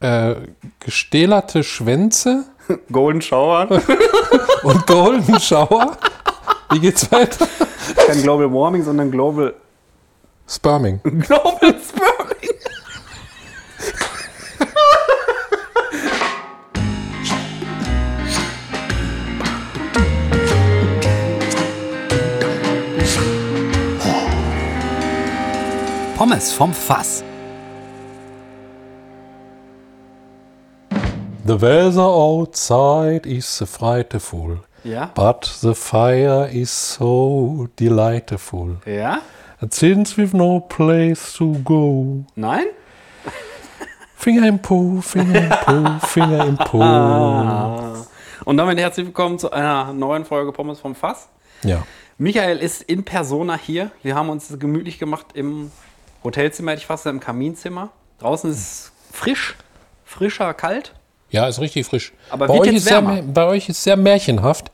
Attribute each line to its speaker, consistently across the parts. Speaker 1: äh, gestählerte Schwänze
Speaker 2: Golden Shower,
Speaker 1: und Golden Shower. Wie geht's weiter?
Speaker 2: kein Global Warming, sondern Global
Speaker 1: Sperming.
Speaker 2: Global Sperming.
Speaker 3: Pommes vom Fass.
Speaker 1: The weather outside is frightful,
Speaker 2: Ja?
Speaker 1: but the fire is so delightful.
Speaker 2: Ja?
Speaker 1: And since we've no place to go,
Speaker 2: Nein?
Speaker 1: Finger im Po, Finger im Po, Finger im Po.
Speaker 2: Und damit herzlich willkommen zu einer neuen Folge Pommes vom Fass.
Speaker 1: Ja,
Speaker 2: Michael ist in Persona hier. Wir haben uns gemütlich gemacht im Hotelzimmer, hätte ich fast gesagt, im Kaminzimmer. Draußen ist frisch, frischer, kalt.
Speaker 1: ja, ist richtig frisch.
Speaker 2: Aber
Speaker 1: bei,
Speaker 2: wird
Speaker 1: euch
Speaker 2: jetzt
Speaker 1: ist sehr,
Speaker 2: wärmer.
Speaker 1: mä- bei euch ist sehr märchenhaft.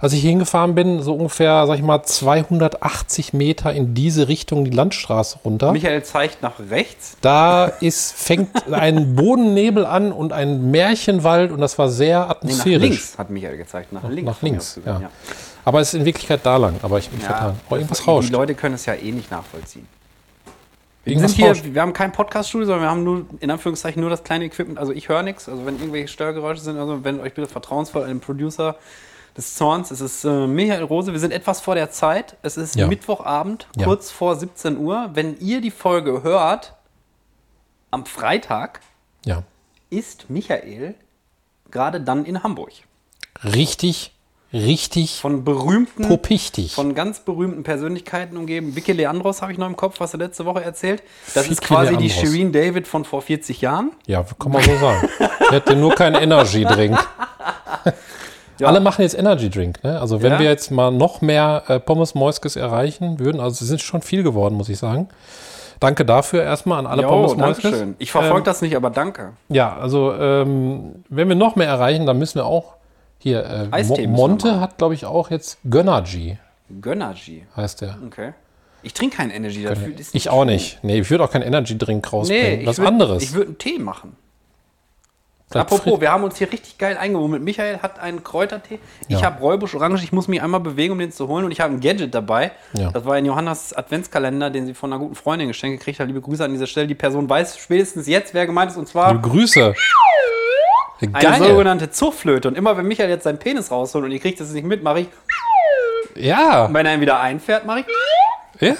Speaker 1: Als ich hier hingefahren bin, so ungefähr, sag ich mal, 280 Meter in diese Richtung die Landstraße runter.
Speaker 2: Michael zeigt nach rechts.
Speaker 1: Da ist, fängt ein Bodennebel an und ein Märchenwald und das war sehr
Speaker 2: Nee, nach
Speaker 1: atmosphärisch.
Speaker 2: links hat Michael gezeigt. Nach links.
Speaker 1: Nach
Speaker 2: von mir
Speaker 1: links,
Speaker 2: aus gesehen,
Speaker 1: ja. Aber es ist in Wirklichkeit da lang, aber ich hab mich
Speaker 2: Ja,
Speaker 1: vertan. Oh, irgendwas
Speaker 2: die
Speaker 1: rauscht.
Speaker 2: Leute können es ja eh nicht nachvollziehen. Wir, sind
Speaker 1: Irgendwas
Speaker 2: hier,
Speaker 1: rauscht.
Speaker 2: wir haben kein Podcast-Studio, sondern wir haben nur, in Anführungszeichen, nur das kleine Equipment. Also ich höre nichts. Also wenn irgendwelche Störgeräusche sind, also wenn euch bitte vertrauensvoll an den Producer des Zorns. Es ist äh, Michael Rose. Wir sind etwas vor der Zeit. Es ist
Speaker 1: Ja.
Speaker 2: Mittwochabend,
Speaker 1: Ja.
Speaker 2: kurz vor 17 Uhr. Wenn ihr die Folge hört, am Freitag
Speaker 1: Ja.
Speaker 2: ist Michael gerade dann in Hamburg.
Speaker 1: Richtig, richtig
Speaker 2: Von berühmten
Speaker 1: popichtig.
Speaker 2: von ganz berühmten Persönlichkeiten umgeben. Vicky Leandros habe ich noch im Kopf, was er letzte Woche erzählt. Das ist
Speaker 1: Vicky
Speaker 2: quasi die
Speaker 1: Leandros.
Speaker 2: Shireen David von vor 40 Jahren.
Speaker 1: Ja, kann man so sagen. Ich hätte nur keinen Energy Drink. Alle machen jetzt Energy Drink, ne? Also wenn
Speaker 2: Ja.
Speaker 1: wir jetzt mal noch mehr äh, Pommes Moiskes erreichen würden, also sie sind schon viel geworden, muss ich sagen. Danke dafür erstmal an alle Pommes Ähm, Moiskes.
Speaker 2: Dankeschön. Ich verfolge das nicht, aber danke.
Speaker 1: Ja, also ähm, wenn wir noch mehr erreichen, dann müssen wir auch hier. Äh,
Speaker 2: Eistee
Speaker 1: Mo
Speaker 2: müssen wir
Speaker 1: Monte hat, glaube ich, auch jetzt Gönnergy,
Speaker 2: Gönnergy.
Speaker 1: heißt der.
Speaker 2: Okay. Ich trinke keinen Energy. Das fühlt- ist
Speaker 1: Ich auch nicht. Nee, ich würde auch keinen Energy Drink rausbringen.
Speaker 2: Nee,
Speaker 1: Was
Speaker 2: ich würd,
Speaker 1: anderes.
Speaker 2: Ich würde einen Tee machen.
Speaker 1: Vielleicht
Speaker 2: Apropos,
Speaker 1: Frit-
Speaker 2: wir haben uns hier richtig geil eingebummelt. Michael hat einen Kräutertee. Ich
Speaker 1: Ja.
Speaker 2: habe Räubusch Orange. Ich muss mich einmal bewegen, um den zu holen. Und ich habe ein Gadget dabei.
Speaker 1: Ja.
Speaker 2: Das war ein Johannas Adventskalender, den sie von einer guten Freundin geschenkt gekriegt hat. Liebe Grüße an dieser Stelle. Die Person weiß spätestens jetzt, wer gemeint ist. Und zwar
Speaker 1: Liebe Grüße.
Speaker 2: eine
Speaker 1: Geil.
Speaker 2: sogenannte Zufflöte. Und immer wenn Michael jetzt seinen Penis rausholt und ihr kriegt das nicht mit, mache ich.
Speaker 1: Ja.
Speaker 2: Und wenn er ihn wieder einfährt, mache ich.
Speaker 1: ja.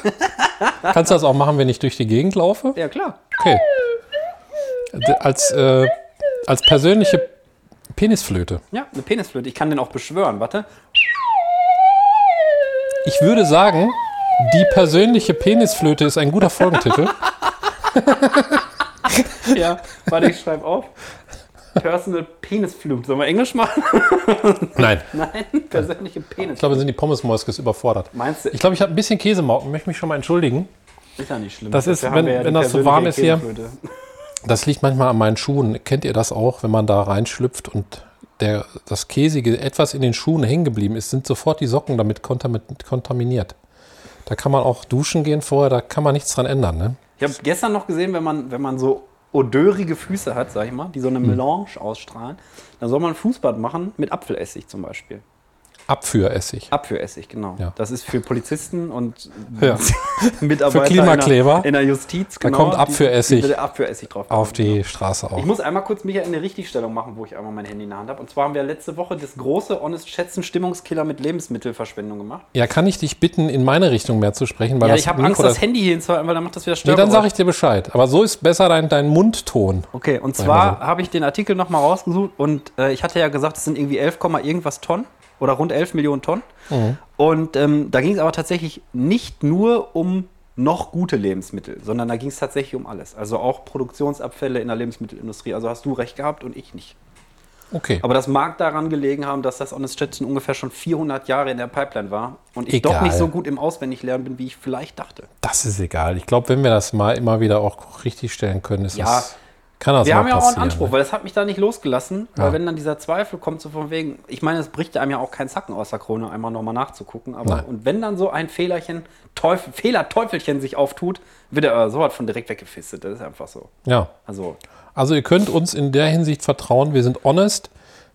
Speaker 1: Kannst du das auch machen, wenn ich durch die Gegend laufe?
Speaker 2: Ja, klar.
Speaker 1: Okay. D- Als, äh, als persönliche Penisflöte.
Speaker 2: Ja, eine Penisflöte. Ich kann den auch beschwören. Warte.
Speaker 1: Ich würde sagen, die persönliche Penisflöte ist ein guter Folgentitel.
Speaker 2: Ja, warte, ich schreibe auf. Personal Penisflute. Sollen wir Englisch machen?
Speaker 1: Nein.
Speaker 2: Nein, persönliche Penis.
Speaker 1: Ich glaube, sind die Pommesmäuskes überfordert.
Speaker 2: Meinst du?
Speaker 1: Ich glaube, ich habe ein bisschen Käsemauken, möchte mich schon mal entschuldigen.
Speaker 2: Ist ja nicht schlimm.
Speaker 1: Das ist,
Speaker 2: Dafür haben
Speaker 1: wenn-
Speaker 2: wir die
Speaker 1: wenn das so
Speaker 2: persönliche
Speaker 1: warm ist hier.
Speaker 2: Käseflöte.
Speaker 1: Das liegt manchmal an meinen Schuhen. Kennt ihr das auch, wenn man da reinschlüpft und der, das Käsige etwas in den Schuhen hängen geblieben ist, sind sofort die Socken damit kontam- kontaminiert. Da kann man auch duschen gehen vorher, da kann man nichts dran ändern. Ne?
Speaker 2: Ich habe gestern noch gesehen, wenn man, wenn man so odörige Füße hat, sag ich mal, die so eine
Speaker 1: Hm.
Speaker 2: Melange ausstrahlen, dann soll man ein Fußbad machen mit Apfelessig zum Beispiel.
Speaker 1: Abführessig.
Speaker 2: Apfelessig, genau.
Speaker 1: Ja.
Speaker 2: Das ist für Polizisten und
Speaker 1: Ja.
Speaker 2: Mitarbeiter
Speaker 1: Klimakleber.
Speaker 2: In, der, in der Justiz.
Speaker 1: Da
Speaker 2: Genau,
Speaker 1: kommt
Speaker 2: die-
Speaker 1: Apfelessig.
Speaker 2: Die, bitte Apfelessig drauf.
Speaker 1: Auf
Speaker 2: machen,
Speaker 1: die
Speaker 2: genau.
Speaker 1: Straße
Speaker 2: Ich
Speaker 1: auch.
Speaker 2: muss einmal kurz Michael eine Richtigstellung machen, wo ich einmal mein Handy in der Hand habe. Und zwar haben wir letzte Woche das große Honest Schätzen Stimmungskiller mit Lebensmittelverschwendung gemacht.
Speaker 1: Ja, kann ich dich bitten, in meine Richtung mehr zu sprechen? Weil
Speaker 2: Ja,
Speaker 1: das
Speaker 2: ich habe
Speaker 1: Mikro
Speaker 2: Angst, das Handy hier hinzuhalten, weil dann macht das wieder
Speaker 1: Nee,
Speaker 2: Störgeräusche.
Speaker 1: dann sage ich dir Bescheid. Aber so ist besser dein, dein Mundton.
Speaker 2: Okay, und
Speaker 1: ich mal
Speaker 2: zwar habe ich den Artikel nochmal rausgesucht und äh, ich hatte ja gesagt, es sind irgendwie 11, Komma irgendwas Tonnen oder rund 11 Millionen Tonnen.
Speaker 1: Mhm.
Speaker 2: Und ähm, da ging es aber tatsächlich nicht nur um noch gute Lebensmittel, sondern da ging es tatsächlich um alles. Also auch Produktionsabfälle in der Lebensmittelindustrie. Also hast du recht gehabt und ich nicht.
Speaker 1: Okay.
Speaker 2: Aber das mag daran gelegen haben, dass das Honest Jetson ungefähr schon 400 Jahre in der Pipeline war und ich doch
Speaker 1: Egal.
Speaker 2: nicht so gut im Auswendiglernen bin, wie ich vielleicht dachte.
Speaker 1: das ist egal. Ich glaube, wenn wir das mal immer wieder auch richtig stellen können, ist
Speaker 2: Ja.
Speaker 1: das, kann das
Speaker 2: Wir
Speaker 1: mal
Speaker 2: haben ja auch
Speaker 1: passieren.
Speaker 2: einen Anspruch,
Speaker 1: ne?
Speaker 2: weil das hat mich da nicht losgelassen. Weil
Speaker 1: Ja.
Speaker 2: wenn dann dieser Zweifel kommt, so von wegen, ich meine, es bricht einem ja auch kein Zacken aus der Krone, einmal nochmal nachzugucken. Aber
Speaker 1: Nein.
Speaker 2: und wenn dann so ein Fehlerchen, Teufel, Fehler-Teufelchen sich auftut, wird er aber sowas von direkt weggefistet. Das ist einfach so.
Speaker 1: Ja.
Speaker 2: Also,
Speaker 1: Also ihr könnt uns in der Hinsicht vertrauen. Wir sind honest,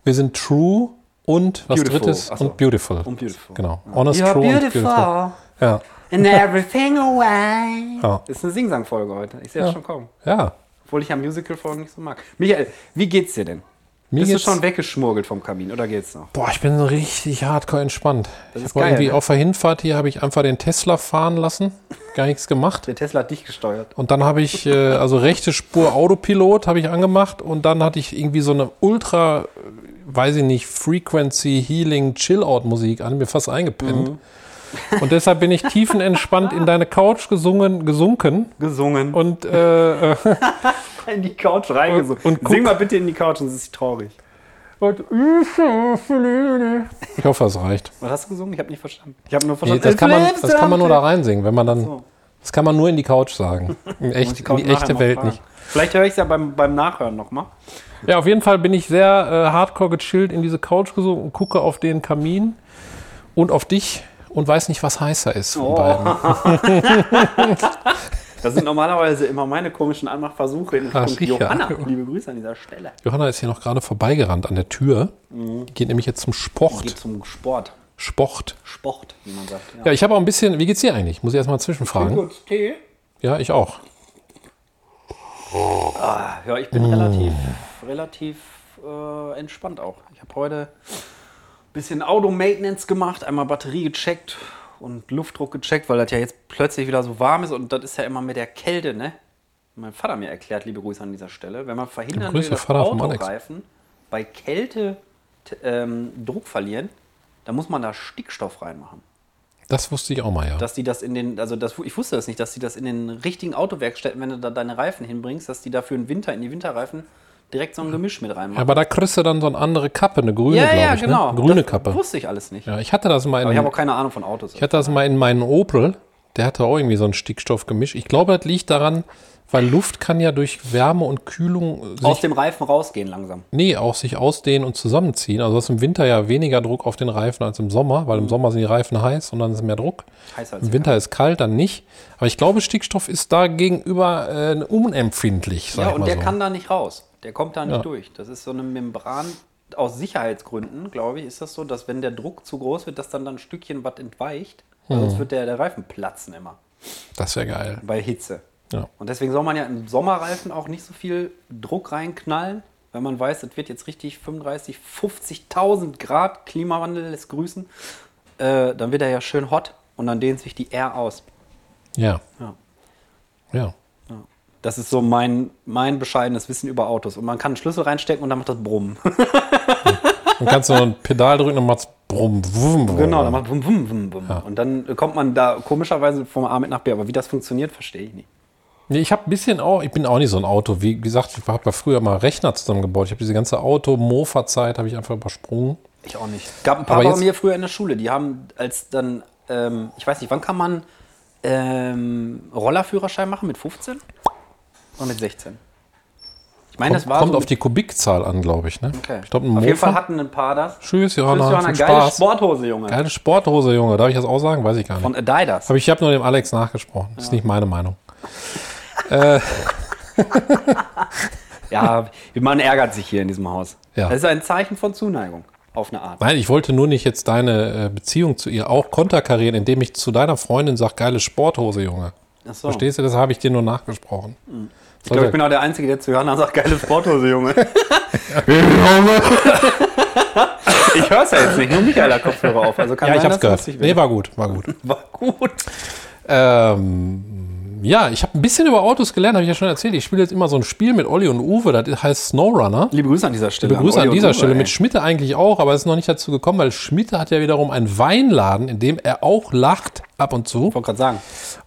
Speaker 1: wir sind true und was
Speaker 2: Beautiful.
Speaker 1: drittes
Speaker 2: Ach so.
Speaker 1: und beautiful.
Speaker 2: Und beautiful.
Speaker 1: Genau. Honest, true und beautiful. Ja.
Speaker 2: and everything away.
Speaker 1: ne? Ja.
Speaker 2: Ist eine Singsang-Folge heute. Ich sehe das schon kaum.
Speaker 1: Ja.
Speaker 2: Obwohl ich ja Musical-Folgen nicht so mag. Michael, wie geht's dir denn?
Speaker 1: Mir
Speaker 2: Bist du
Speaker 1: geht's-
Speaker 2: schon weggeschmurgelt vom Kamin oder geht's noch?
Speaker 1: Boah, ich bin so richtig hardcore entspannt. Ich
Speaker 2: ist
Speaker 1: habe
Speaker 2: geil,
Speaker 1: irgendwie
Speaker 2: ne?
Speaker 1: auf der Hinfahrt hier habe ich einfach den Tesla fahren lassen, gar nichts gemacht.
Speaker 2: Der Tesla hat dich gesteuert.
Speaker 1: Und dann habe ich, äh, also rechte Spur Autopilot habe ich angemacht und dann hatte ich irgendwie so eine ultra, äh, weiß ich nicht, Frequency Healing Chill-Out Musik an, mir fast eingepennt. Und deshalb bin ich tiefenentspannt in deine Couch gesungen, gesunken
Speaker 2: Gesungen.
Speaker 1: und äh, äh,
Speaker 2: in die Couch reingesungen.
Speaker 1: Und- und guck-
Speaker 2: Sing mal bitte in die Couch, sonst ist sie traurig.
Speaker 1: und ich hoffe, es reicht.
Speaker 2: Was hast du gesungen? Ich habe nicht verstanden. Ich habe nur
Speaker 1: Nee,
Speaker 2: verstanden.
Speaker 1: das, kann man,
Speaker 2: Lips
Speaker 1: das kann man nur da
Speaker 2: something.
Speaker 1: reinsingen, wenn man dann,
Speaker 2: So.
Speaker 1: das kann man nur in die Couch sagen. In, echt,
Speaker 2: Die
Speaker 1: in
Speaker 2: Couch
Speaker 1: die
Speaker 2: nachher
Speaker 1: echte
Speaker 2: noch
Speaker 1: Welt
Speaker 2: fragen.
Speaker 1: nicht.
Speaker 2: Vielleicht höre ich es ja beim, beim Nachhören nochmal.
Speaker 1: Ja, auf jeden Fall bin ich sehr äh, hardcore gechillt in diese Couch gesunken und gucke auf den Kamin und auf dich und weiß nicht, was heißer ist von
Speaker 2: Oh.
Speaker 1: beiden.
Speaker 2: Das sind normalerweise immer meine komischen Anmachversuche in
Speaker 1: Ah,
Speaker 2: Richtung
Speaker 1: sicher.
Speaker 2: Johanna. Liebe Grüße an dieser Stelle.
Speaker 1: Johanna ist hier noch gerade vorbeigerannt an der Tür. Die geht nämlich jetzt zum
Speaker 2: Mhm. Geht
Speaker 1: Sport.
Speaker 2: zum Sport.
Speaker 1: Sport.
Speaker 2: Sport, wie man sagt.
Speaker 1: Ja, ich habe auch ein bisschen. Wie geht's dir eigentlich? Muss ich erstmal zwischenfragen.
Speaker 2: Gut, Tee.
Speaker 1: Ja, ich auch.
Speaker 2: Ja, ich bin relativ,
Speaker 1: Hm.
Speaker 2: relativ äh, entspannt auch. Ich habe heute ein bisschen Auto-Maintenance gemacht, einmal Batterie gecheckt und Luftdruck gecheckt, weil das ja jetzt plötzlich wieder so warm ist und das ist ja immer mit der Kälte, ne? Mein Vater mir erklärt, liebe Grüße an dieser Stelle, wenn man verhindern will,
Speaker 1: Grüße,
Speaker 2: dass
Speaker 1: Vater vom Alex.
Speaker 2: Autoreifen bei Kälte t- ähm, Druck verlieren, dann muss man da Stickstoff reinmachen
Speaker 1: Das wusste ich auch mal, ja.
Speaker 2: dass die das in den, also das, ich wusste das nicht, dass die das in den richtigen Autowerkstätten, wenn du da deine Reifen hinbringst, dass die da für den Winter, in die Winterreifen direkt so ein Gemisch mit
Speaker 1: Ja,
Speaker 2: reinmachen. genau.
Speaker 1: aber da kriegst du dann so eine andere Kappe, eine grüne, glaube ich. Ne? Eine grüne
Speaker 2: das
Speaker 1: Kappe.
Speaker 2: Wusste ich alles nicht.
Speaker 1: Ja, ich hatte das mal in
Speaker 2: Aber ich habe auch keine Ahnung von Autos.
Speaker 1: Ich hatte das mal in meinen Opel, der hatte auch irgendwie so ein Stickstoffgemisch. Ich glaube, das liegt daran, weil Luft kann ja durch Wärme und Kühlung äh,
Speaker 2: Aus
Speaker 1: sich,
Speaker 2: dem Reifen rausgehen langsam.
Speaker 1: nee, auch sich ausdehnen und zusammenziehen. Also du hast im Winter ja weniger Druck auf den Reifen als im Sommer, weil im Sommer sind die Reifen heiß und dann ist mehr Druck.
Speaker 2: Mhm. Heißer als
Speaker 1: Im Winter ist kalt, dann nicht. Aber ich glaube, Stickstoff ist da gegenüber äh, unempfindlich, sag
Speaker 2: Ja,
Speaker 1: ich
Speaker 2: und
Speaker 1: mal
Speaker 2: der
Speaker 1: so.
Speaker 2: kann da nicht raus. Der kommt da nicht durch. Das ist so eine Membran. Aus Sicherheitsgründen, glaube ich, ist das so, dass wenn der Druck zu groß wird, dass dann, dann ein Stückchen was entweicht.
Speaker 1: Hm.
Speaker 2: Sonst wird der, der Reifen platzen immer.
Speaker 1: das wäre geil.
Speaker 2: bei Hitze.
Speaker 1: Ja.
Speaker 2: Und deswegen soll man ja im Sommerreifen auch nicht so viel Druck reinknallen, wenn man weiß, es wird jetzt richtig 35, 50.000 Grad Klimawandel lässt grüßen. Äh, dann wird er ja schön hot und dann dehnt sich die R aus.
Speaker 1: Ja.
Speaker 2: Ja.
Speaker 1: Ja.
Speaker 2: Das ist so mein, mein bescheidenes Wissen über Autos. Und man kann einen Schlüssel reinstecken und dann macht das Brummen.
Speaker 1: Dann kannst du noch ein Pedal drücken und macht's brumm, wumm, brumm.
Speaker 2: genau, dann macht Brumm, Brumm, Brumm, Brumm. Und dann kommt man da komischerweise vom A mit nach B. Aber wie das funktioniert, verstehe ich nicht.
Speaker 1: Nee, ich habe ein bisschen auch, ich bin auch nicht so ein Auto. Wie gesagt, ich habe ja früher mal Rechner zusammengebaut. Ich habe diese ganze Auto-Mofa-Zeit habe ich einfach übersprungen.
Speaker 2: Ich auch nicht. Gab ein paar
Speaker 1: Aber
Speaker 2: bei
Speaker 1: jetzt-
Speaker 2: mir früher in der Schule, die haben als dann, ähm, ich weiß nicht, wann kann man ähm, Rollerführerschein machen? Mit 15? Oder mit 16? Ich meine,
Speaker 1: Kommt,
Speaker 2: das war.
Speaker 1: kommt
Speaker 2: so
Speaker 1: auf
Speaker 2: mit-
Speaker 1: die Kubikzahl an, glaube ich. Ne?
Speaker 2: Okay.
Speaker 1: Ich glaube, ein
Speaker 2: auf
Speaker 1: Mofa.
Speaker 2: jeden Fall hatten ein paar das.
Speaker 1: Tschüss,
Speaker 2: Das
Speaker 1: Johanna.
Speaker 2: war eine
Speaker 1: viel
Speaker 2: geile
Speaker 1: Spaß.
Speaker 2: Sporthose, Junge.
Speaker 1: Geile Sporthose, Junge. Darf ich das auch sagen? Weiß ich gar nicht.
Speaker 2: Von Adidas.
Speaker 1: Aber ich habe nur dem Alex nachgesprochen. Das ist nicht meine Meinung.
Speaker 2: Ja, man ärgert sich hier in diesem Haus.
Speaker 1: Ja.
Speaker 2: Das ist ein Zeichen von Zuneigung. Auf eine Art.
Speaker 1: Nein, ich wollte nur nicht jetzt deine äh, Beziehung zu ihr auch konterkarieren, indem ich zu deiner Freundin sage, geile Sporthose, Junge.
Speaker 2: Ach so. Hm.
Speaker 1: Verstehst du? Also- Das habe ich dir nur nachgesprochen.
Speaker 2: Ich glaube, ich bin auch der Einzige, der zu Johanna sagt, geile Sporthose, Junge. ich höre es ja jetzt nicht, nur Michael hat Kopfhörer auf. Also kann
Speaker 1: ja, ich
Speaker 2: sein,
Speaker 1: habe es
Speaker 2: dass
Speaker 1: gehört.
Speaker 2: lustig
Speaker 1: Nee,
Speaker 2: wird.
Speaker 1: war gut, war gut.
Speaker 2: War gut.
Speaker 1: Ähm, ja, ich habe ein bisschen über Autos gelernt, habe ich ja schon erzählt. Ich spiele jetzt immer so ein Spiel mit Olli und Uwe, das heißt Snowrunner.
Speaker 2: Liebe Grüße an dieser Stelle.
Speaker 1: Liebe Grüße an
Speaker 2: Olli und
Speaker 1: dieser
Speaker 2: Uwe,
Speaker 1: Stelle.
Speaker 2: ey.
Speaker 1: Mit Schmitte eigentlich auch, aber es ist noch nicht dazu gekommen, weil Schmitte hat ja wiederum einen Weinladen, in dem er auch lacht ab und zu.
Speaker 2: Ich wollte gerade sagen.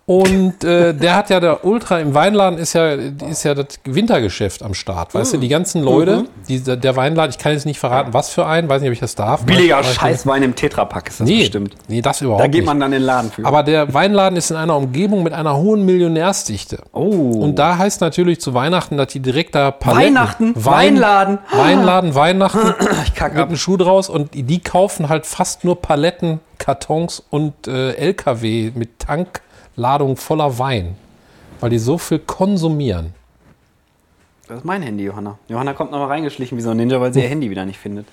Speaker 1: Und äh, der hat ja der Ultra im Weinladen ist ja ist ja das Wintergeschäft am Start. Weißt du, die ganzen
Speaker 2: Mhm.
Speaker 1: Leute, die, der Weinladen, ich kann jetzt nicht verraten, was für einen, weiß nicht, ob ich das darf.
Speaker 2: Billiger
Speaker 1: Weiß ich nicht.
Speaker 2: Scheißwein im Tetrapack ist das
Speaker 1: Nee,
Speaker 2: bestimmt.
Speaker 1: nee, das überhaupt
Speaker 2: Da geht
Speaker 1: nicht.
Speaker 2: man dann in den Laden für.
Speaker 1: Aber der Weinladen ist in einer Umgebung mit einer hohen Millionärsdichte.
Speaker 2: oh.
Speaker 1: Und da heißt natürlich zu Weihnachten, dass die direkt da Paletten-
Speaker 2: Weihnachten, Weinladen.
Speaker 1: Weinladen, Weihnachten
Speaker 2: ich kack
Speaker 1: mit
Speaker 2: ab.
Speaker 1: einem Schuh draus und die- die kaufen halt fast nur Paletten, Kartons und äh, LKW mit Tankladung voller Wein, weil die so viel konsumieren.
Speaker 2: Das ist mein Handy, Johanna. Johanna kommt nochmal reingeschlichen wie so ein Ninja, weil sie ihr Handy wieder nicht findet.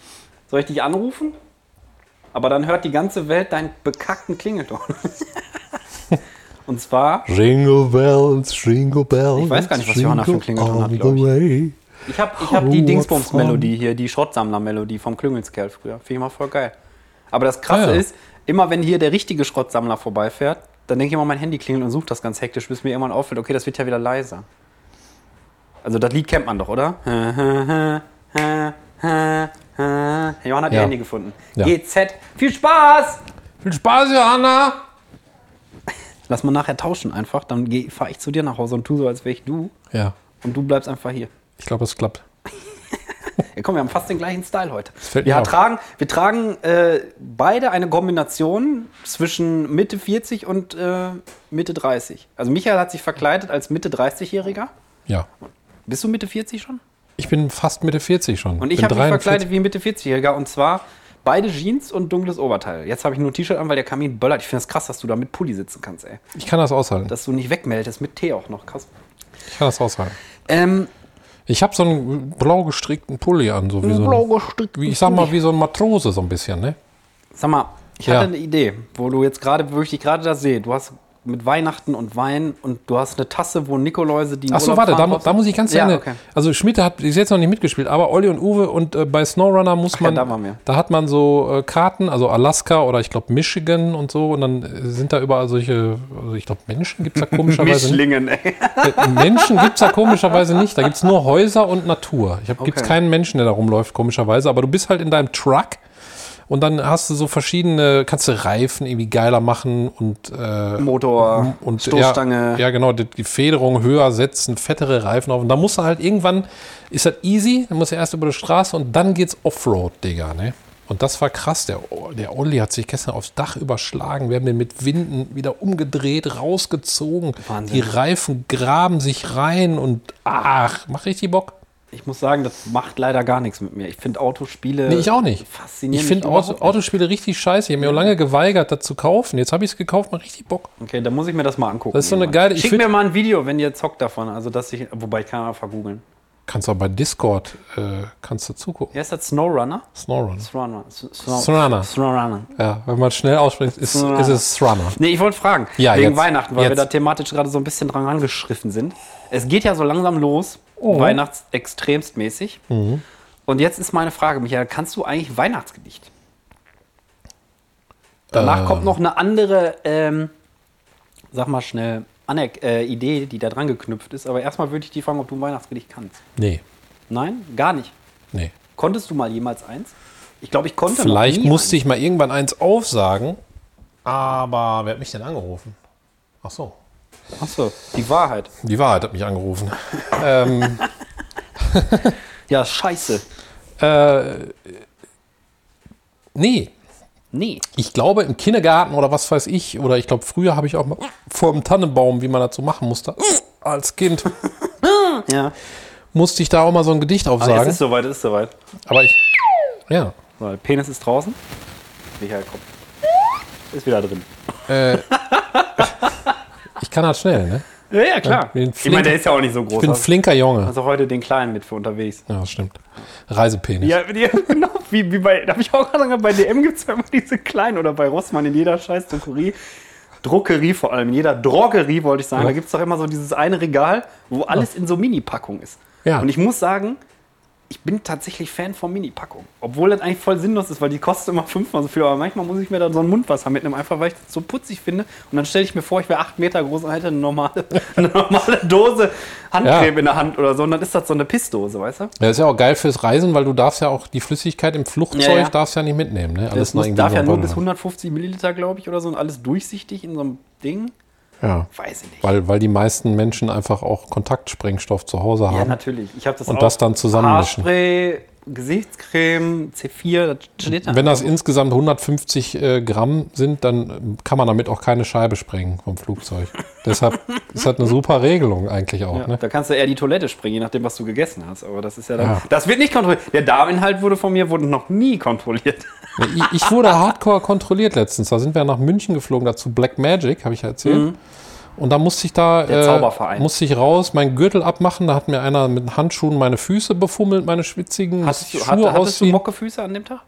Speaker 2: Soll ich dich anrufen? Aber dann hört die ganze Welt deinen bekackten Klingelton. Und zwar,
Speaker 1: Jingle bells, jingle bells.
Speaker 2: Ich weiß gar nicht, was Johanna für ein
Speaker 1: jingle
Speaker 2: Klingelton hat,
Speaker 1: all
Speaker 2: glaub ich.
Speaker 1: the way.
Speaker 2: ich habe ich
Speaker 1: Oh,
Speaker 2: hab die Dingsbums-Melodie hier, die Schrottsammler-Melodie vom Klüngelskerl früher. Finde ich mal voll geil. Aber das Krasse
Speaker 1: Ah, ja.
Speaker 2: ist, immer wenn hier der richtige Schrottsammler vorbeifährt, dann denke ich immer, mein Handy klingelt und suche das ganz hektisch, bis mir irgendwann auffällt, okay, das wird ja wieder leiser. Also das Lied kennt man doch, oder? Johann hat
Speaker 1: Ja.
Speaker 2: ihr Handy gefunden.
Speaker 1: Ja.
Speaker 2: GZ, viel Spaß!
Speaker 1: Viel Spaß, Johanna!
Speaker 2: Lass mal nachher tauschen einfach, dann fahre ich zu dir nach Hause und tu so, als wäre ich du
Speaker 1: Ja,
Speaker 2: und du bleibst einfach hier.
Speaker 1: ich glaube, das klappt.
Speaker 2: Ja, komm, wir haben fast den gleichen Style heute.
Speaker 1: fällt
Speaker 2: Wir
Speaker 1: mir auf.
Speaker 2: tragen, wir tragen äh, beide eine Kombination zwischen Mitte 40 und äh, Mitte 30. Also Michael hat sich verkleidet als Mitte 30-Jähriger.
Speaker 1: Ja.
Speaker 2: Bist du Mitte 40 schon?
Speaker 1: Ich bin fast Mitte 40 schon.
Speaker 2: Und ich
Speaker 1: Bin
Speaker 2: habe mich
Speaker 1: 43.
Speaker 2: verkleidet wie ein Mitte 40-Jähriger und zwar beide Jeans und dunkles Oberteil. Jetzt habe ich nur ein T-Shirt an, weil der Kamin böllert. Ich finde es krass, dass du da mit Pulli sitzen kannst, ey.
Speaker 1: Ich kann das aushalten.
Speaker 2: Dass du nicht wegmeldest mit Tee auch noch. Krass.
Speaker 1: Ich kann das aushalten.
Speaker 2: Ähm,
Speaker 1: Ich habe so einen blau gestrickten Pulli an, so wie so ein, wie, ich sag mal, wie so ein Matrose so ein bisschen, ne?
Speaker 2: Sag mal, ich
Speaker 1: Ja.
Speaker 2: hatte eine Idee, wo du jetzt gerade, wo ich dich gerade da sehe. Du hast mit Weihnachten und Wein und du hast eine Tasse, wo Nikoläuse die in
Speaker 1: Achso,
Speaker 2: Urlaub
Speaker 1: warte, da,
Speaker 2: fahren,
Speaker 1: mu-
Speaker 2: drauf
Speaker 1: da
Speaker 2: sind.
Speaker 1: muss ich ganz
Speaker 2: Ja,
Speaker 1: gerne.
Speaker 2: okay.
Speaker 1: Also Schmidt hat ist jetzt noch nicht mitgespielt, aber Olli und Uwe und äh, bei SnowRunner muss
Speaker 2: ja,
Speaker 1: man,
Speaker 2: da waren wir.
Speaker 1: hat man so äh, Karten, also Alaska oder ich glaube Michigan und so, und dann äh, sind da überall solche, also ich glaube Menschen gibt es da komischerweise nicht.
Speaker 2: Mischlingen, ey.
Speaker 1: Äh, Menschen gibt es da komischerweise nicht. Da gibt es nur Häuser und Natur. Ich hab, gibt's
Speaker 2: Okay.
Speaker 1: keinen Menschen, der da rumläuft, komischerweise. Aber du bist halt in deinem Truck und dann hast du so verschiedene, kannst du Reifen irgendwie geiler machen und, äh,
Speaker 2: Motor
Speaker 1: und
Speaker 2: Stoßstange.
Speaker 1: Ja, ja, genau, die, die Federung höher setzen, fettere Reifen auf. Und da musst du halt irgendwann, ist das easy, dann musst du erst über die Straße und dann geht's Offroad, Digga, ne? Und das war krass. Der, O- der Olli hat sich gestern aufs Dach überschlagen. Wir haben den mit Winden wieder umgedreht, rausgezogen.
Speaker 2: Wahnsinn.
Speaker 1: Die Reifen graben sich rein und ach, mach richtig Bock.
Speaker 2: Ich muss sagen, das macht leider gar nichts mit mir. Ich finde Autospiele.
Speaker 1: Nee, ich auch nicht.
Speaker 2: Faszinierend.
Speaker 1: Ich finde Auto, Autospiele richtig scheiße. Ich habe mir auch lange geweigert, das zu kaufen. Jetzt habe ich es gekauft, macht richtig Bock.
Speaker 2: Okay, dann muss ich mir das mal angucken.
Speaker 1: Das ist so eine
Speaker 2: irgendwann.
Speaker 1: geile- ich
Speaker 2: Schick
Speaker 1: find-
Speaker 2: mir mal ein Video, wenn ihr zockt davon. Also, dass ich. Wobei, ich kann mal vergoogeln.
Speaker 1: Kannst auch bei Discord äh, kannst du zugucken.
Speaker 2: Wie heißt das? Snowrunner?
Speaker 1: Snowrun.
Speaker 2: Snowrunner.
Speaker 1: Snowrunner.
Speaker 2: Snowrunner.
Speaker 1: Ja, wenn man schnell ausspricht, ist,
Speaker 2: Thrunner.
Speaker 1: ist es Thrunner.
Speaker 2: Nee, ich wollte fragen,
Speaker 1: Ja,
Speaker 2: wegen
Speaker 1: jetzt.
Speaker 2: Weihnachten, weil wir
Speaker 1: Jetzt.
Speaker 2: da thematisch gerade so ein bisschen dran angeschriffen sind. Es geht ja so langsam los,
Speaker 1: Oh. Mhm.
Speaker 2: Weihnachts extremstmäßig. Und jetzt ist meine Frage, Michael, kannst du eigentlich Weihnachtsgedicht? Danach
Speaker 1: Äh.
Speaker 2: kommt noch eine andere, ähm, sag mal schnell, Anek äh, Idee, die da dran geknüpft ist. Aber erstmal würde ich dich fragen, ob du ein Weihnachtsgedicht kannst.
Speaker 1: Nee,
Speaker 2: Nein, gar nicht.
Speaker 1: nee.
Speaker 2: Konntest du mal jemals eins? Ich glaube, ich konnte noch
Speaker 1: Vielleicht
Speaker 2: nie
Speaker 1: musste ich mal irgendwann eins aufsagen, aber wer hat mich denn angerufen? Ach so.
Speaker 2: eins. Achso, die Wahrheit.
Speaker 1: Die Wahrheit hat mich angerufen.
Speaker 2: Ja, scheiße.
Speaker 1: äh, nee,
Speaker 2: Nee.
Speaker 1: ich glaube im Kindergarten oder was weiß ich, oder ich glaube früher habe ich auch mal vor dem Tannenbaum, wie man dazu machen musste, als Kind,
Speaker 2: Ja.
Speaker 1: musste ich da auch mal so ein Gedicht
Speaker 2: Aber es
Speaker 1: aufsagen.
Speaker 2: Ah, ist soweit, es ist soweit.
Speaker 1: Aber ich, ja,
Speaker 2: So, der Penis ist draußen. Michael, komm. Ist wieder drin.
Speaker 1: ich kann das schnell, ne?
Speaker 2: Ja, ja klar.
Speaker 1: bin
Speaker 2: ich meine,
Speaker 1: flink.
Speaker 2: der ist ja auch nicht so groß.
Speaker 1: Ich bin ein
Speaker 2: also,
Speaker 1: flinker Junge.
Speaker 2: also heute den Kleinen mit für unterwegs.
Speaker 1: Ja, das stimmt. Reisepenis.
Speaker 2: Ja, ja genau. Wie, wie bei, da habe ich auch gerade gesagt, bei DM gibt es ja immer diese Kleinen oder bei Rossmann in jeder scheiß Drogerie. Druckerie vor allem, in jeder Drogerie wollte ich sagen. Da gibt es doch immer so dieses eine Regal, wo alles in so Mini-Packung ist.
Speaker 1: Ja.
Speaker 2: Und ich muss sagen, ich bin tatsächlich Fan von Mini-Packungen. Obwohl das eigentlich voll sinnlos ist, weil die kosten immer fünfmal so viel. Aber manchmal muss ich mir dann so ein Mundwasser mitnehmen, einfach weil ich das so putzig finde. Und dann stelle ich mir vor, ich wäre acht Meter groß und hätte eine normale, eine normale Dose Handcreme
Speaker 1: Ja.
Speaker 2: in der Hand oder so. Und dann ist das so eine Pissdose, weißt du?
Speaker 1: Ja, ist ja auch geil fürs Reisen, weil du darfst ja auch die Flüssigkeit im Flugzeug
Speaker 2: Ja, ja.
Speaker 1: darfst ja nicht mitnehmen. Ne?
Speaker 2: Das
Speaker 1: nur
Speaker 2: muss,
Speaker 1: irgendwie
Speaker 2: darf ja
Speaker 1: in
Speaker 2: nur
Speaker 1: der
Speaker 2: bis
Speaker 1: Bottle
Speaker 2: 150 Milliliter, glaube ich, oder so. Und alles durchsichtig in so einem Ding.
Speaker 1: haben. Ja.
Speaker 2: Weiß ich nicht.
Speaker 1: Weil, weil die meisten Menschen einfach auch Kontaktsprengstoff zu Hause
Speaker 2: Ja,
Speaker 1: haben.
Speaker 2: natürlich. Ich habe das
Speaker 1: Und das dann zusammenmischen.
Speaker 2: Haarspray, Gesichtscreme, C4, das steht da.
Speaker 1: Wenn das insgesamt 150 äh, Gramm sind, dann ähm, kann man damit auch keine Scheibe sprengen vom Flugzeug. Deshalb ist das eine super Regelung eigentlich auch.
Speaker 2: Ja,
Speaker 1: ne?
Speaker 2: Da kannst du eher die Toilette springen, je nachdem, was du gegessen hast. Aber das ist ja dann.
Speaker 1: Ja.
Speaker 2: Das wird nicht kontrolliert. Der Darminhalt wurde von mir wurde noch nie kontrolliert.
Speaker 1: Ich, ich wurde hardcore kontrolliert letztens. Da sind wir nach München geflogen, dazu Black Magic, habe ich ja erzählt. Und da musste ich da
Speaker 2: Mhm.
Speaker 1: äh,
Speaker 2: Der Zauberverein.
Speaker 1: musste ich raus, meinen Gürtel abmachen. Da hat mir einer mit Handschuhen meine Füße befummelt, meine schwitzigen.
Speaker 2: Hast
Speaker 1: musste
Speaker 2: du,
Speaker 1: ich
Speaker 2: hat, hattest du
Speaker 1: ausziehen.
Speaker 2: Mockefüße an dem Tag?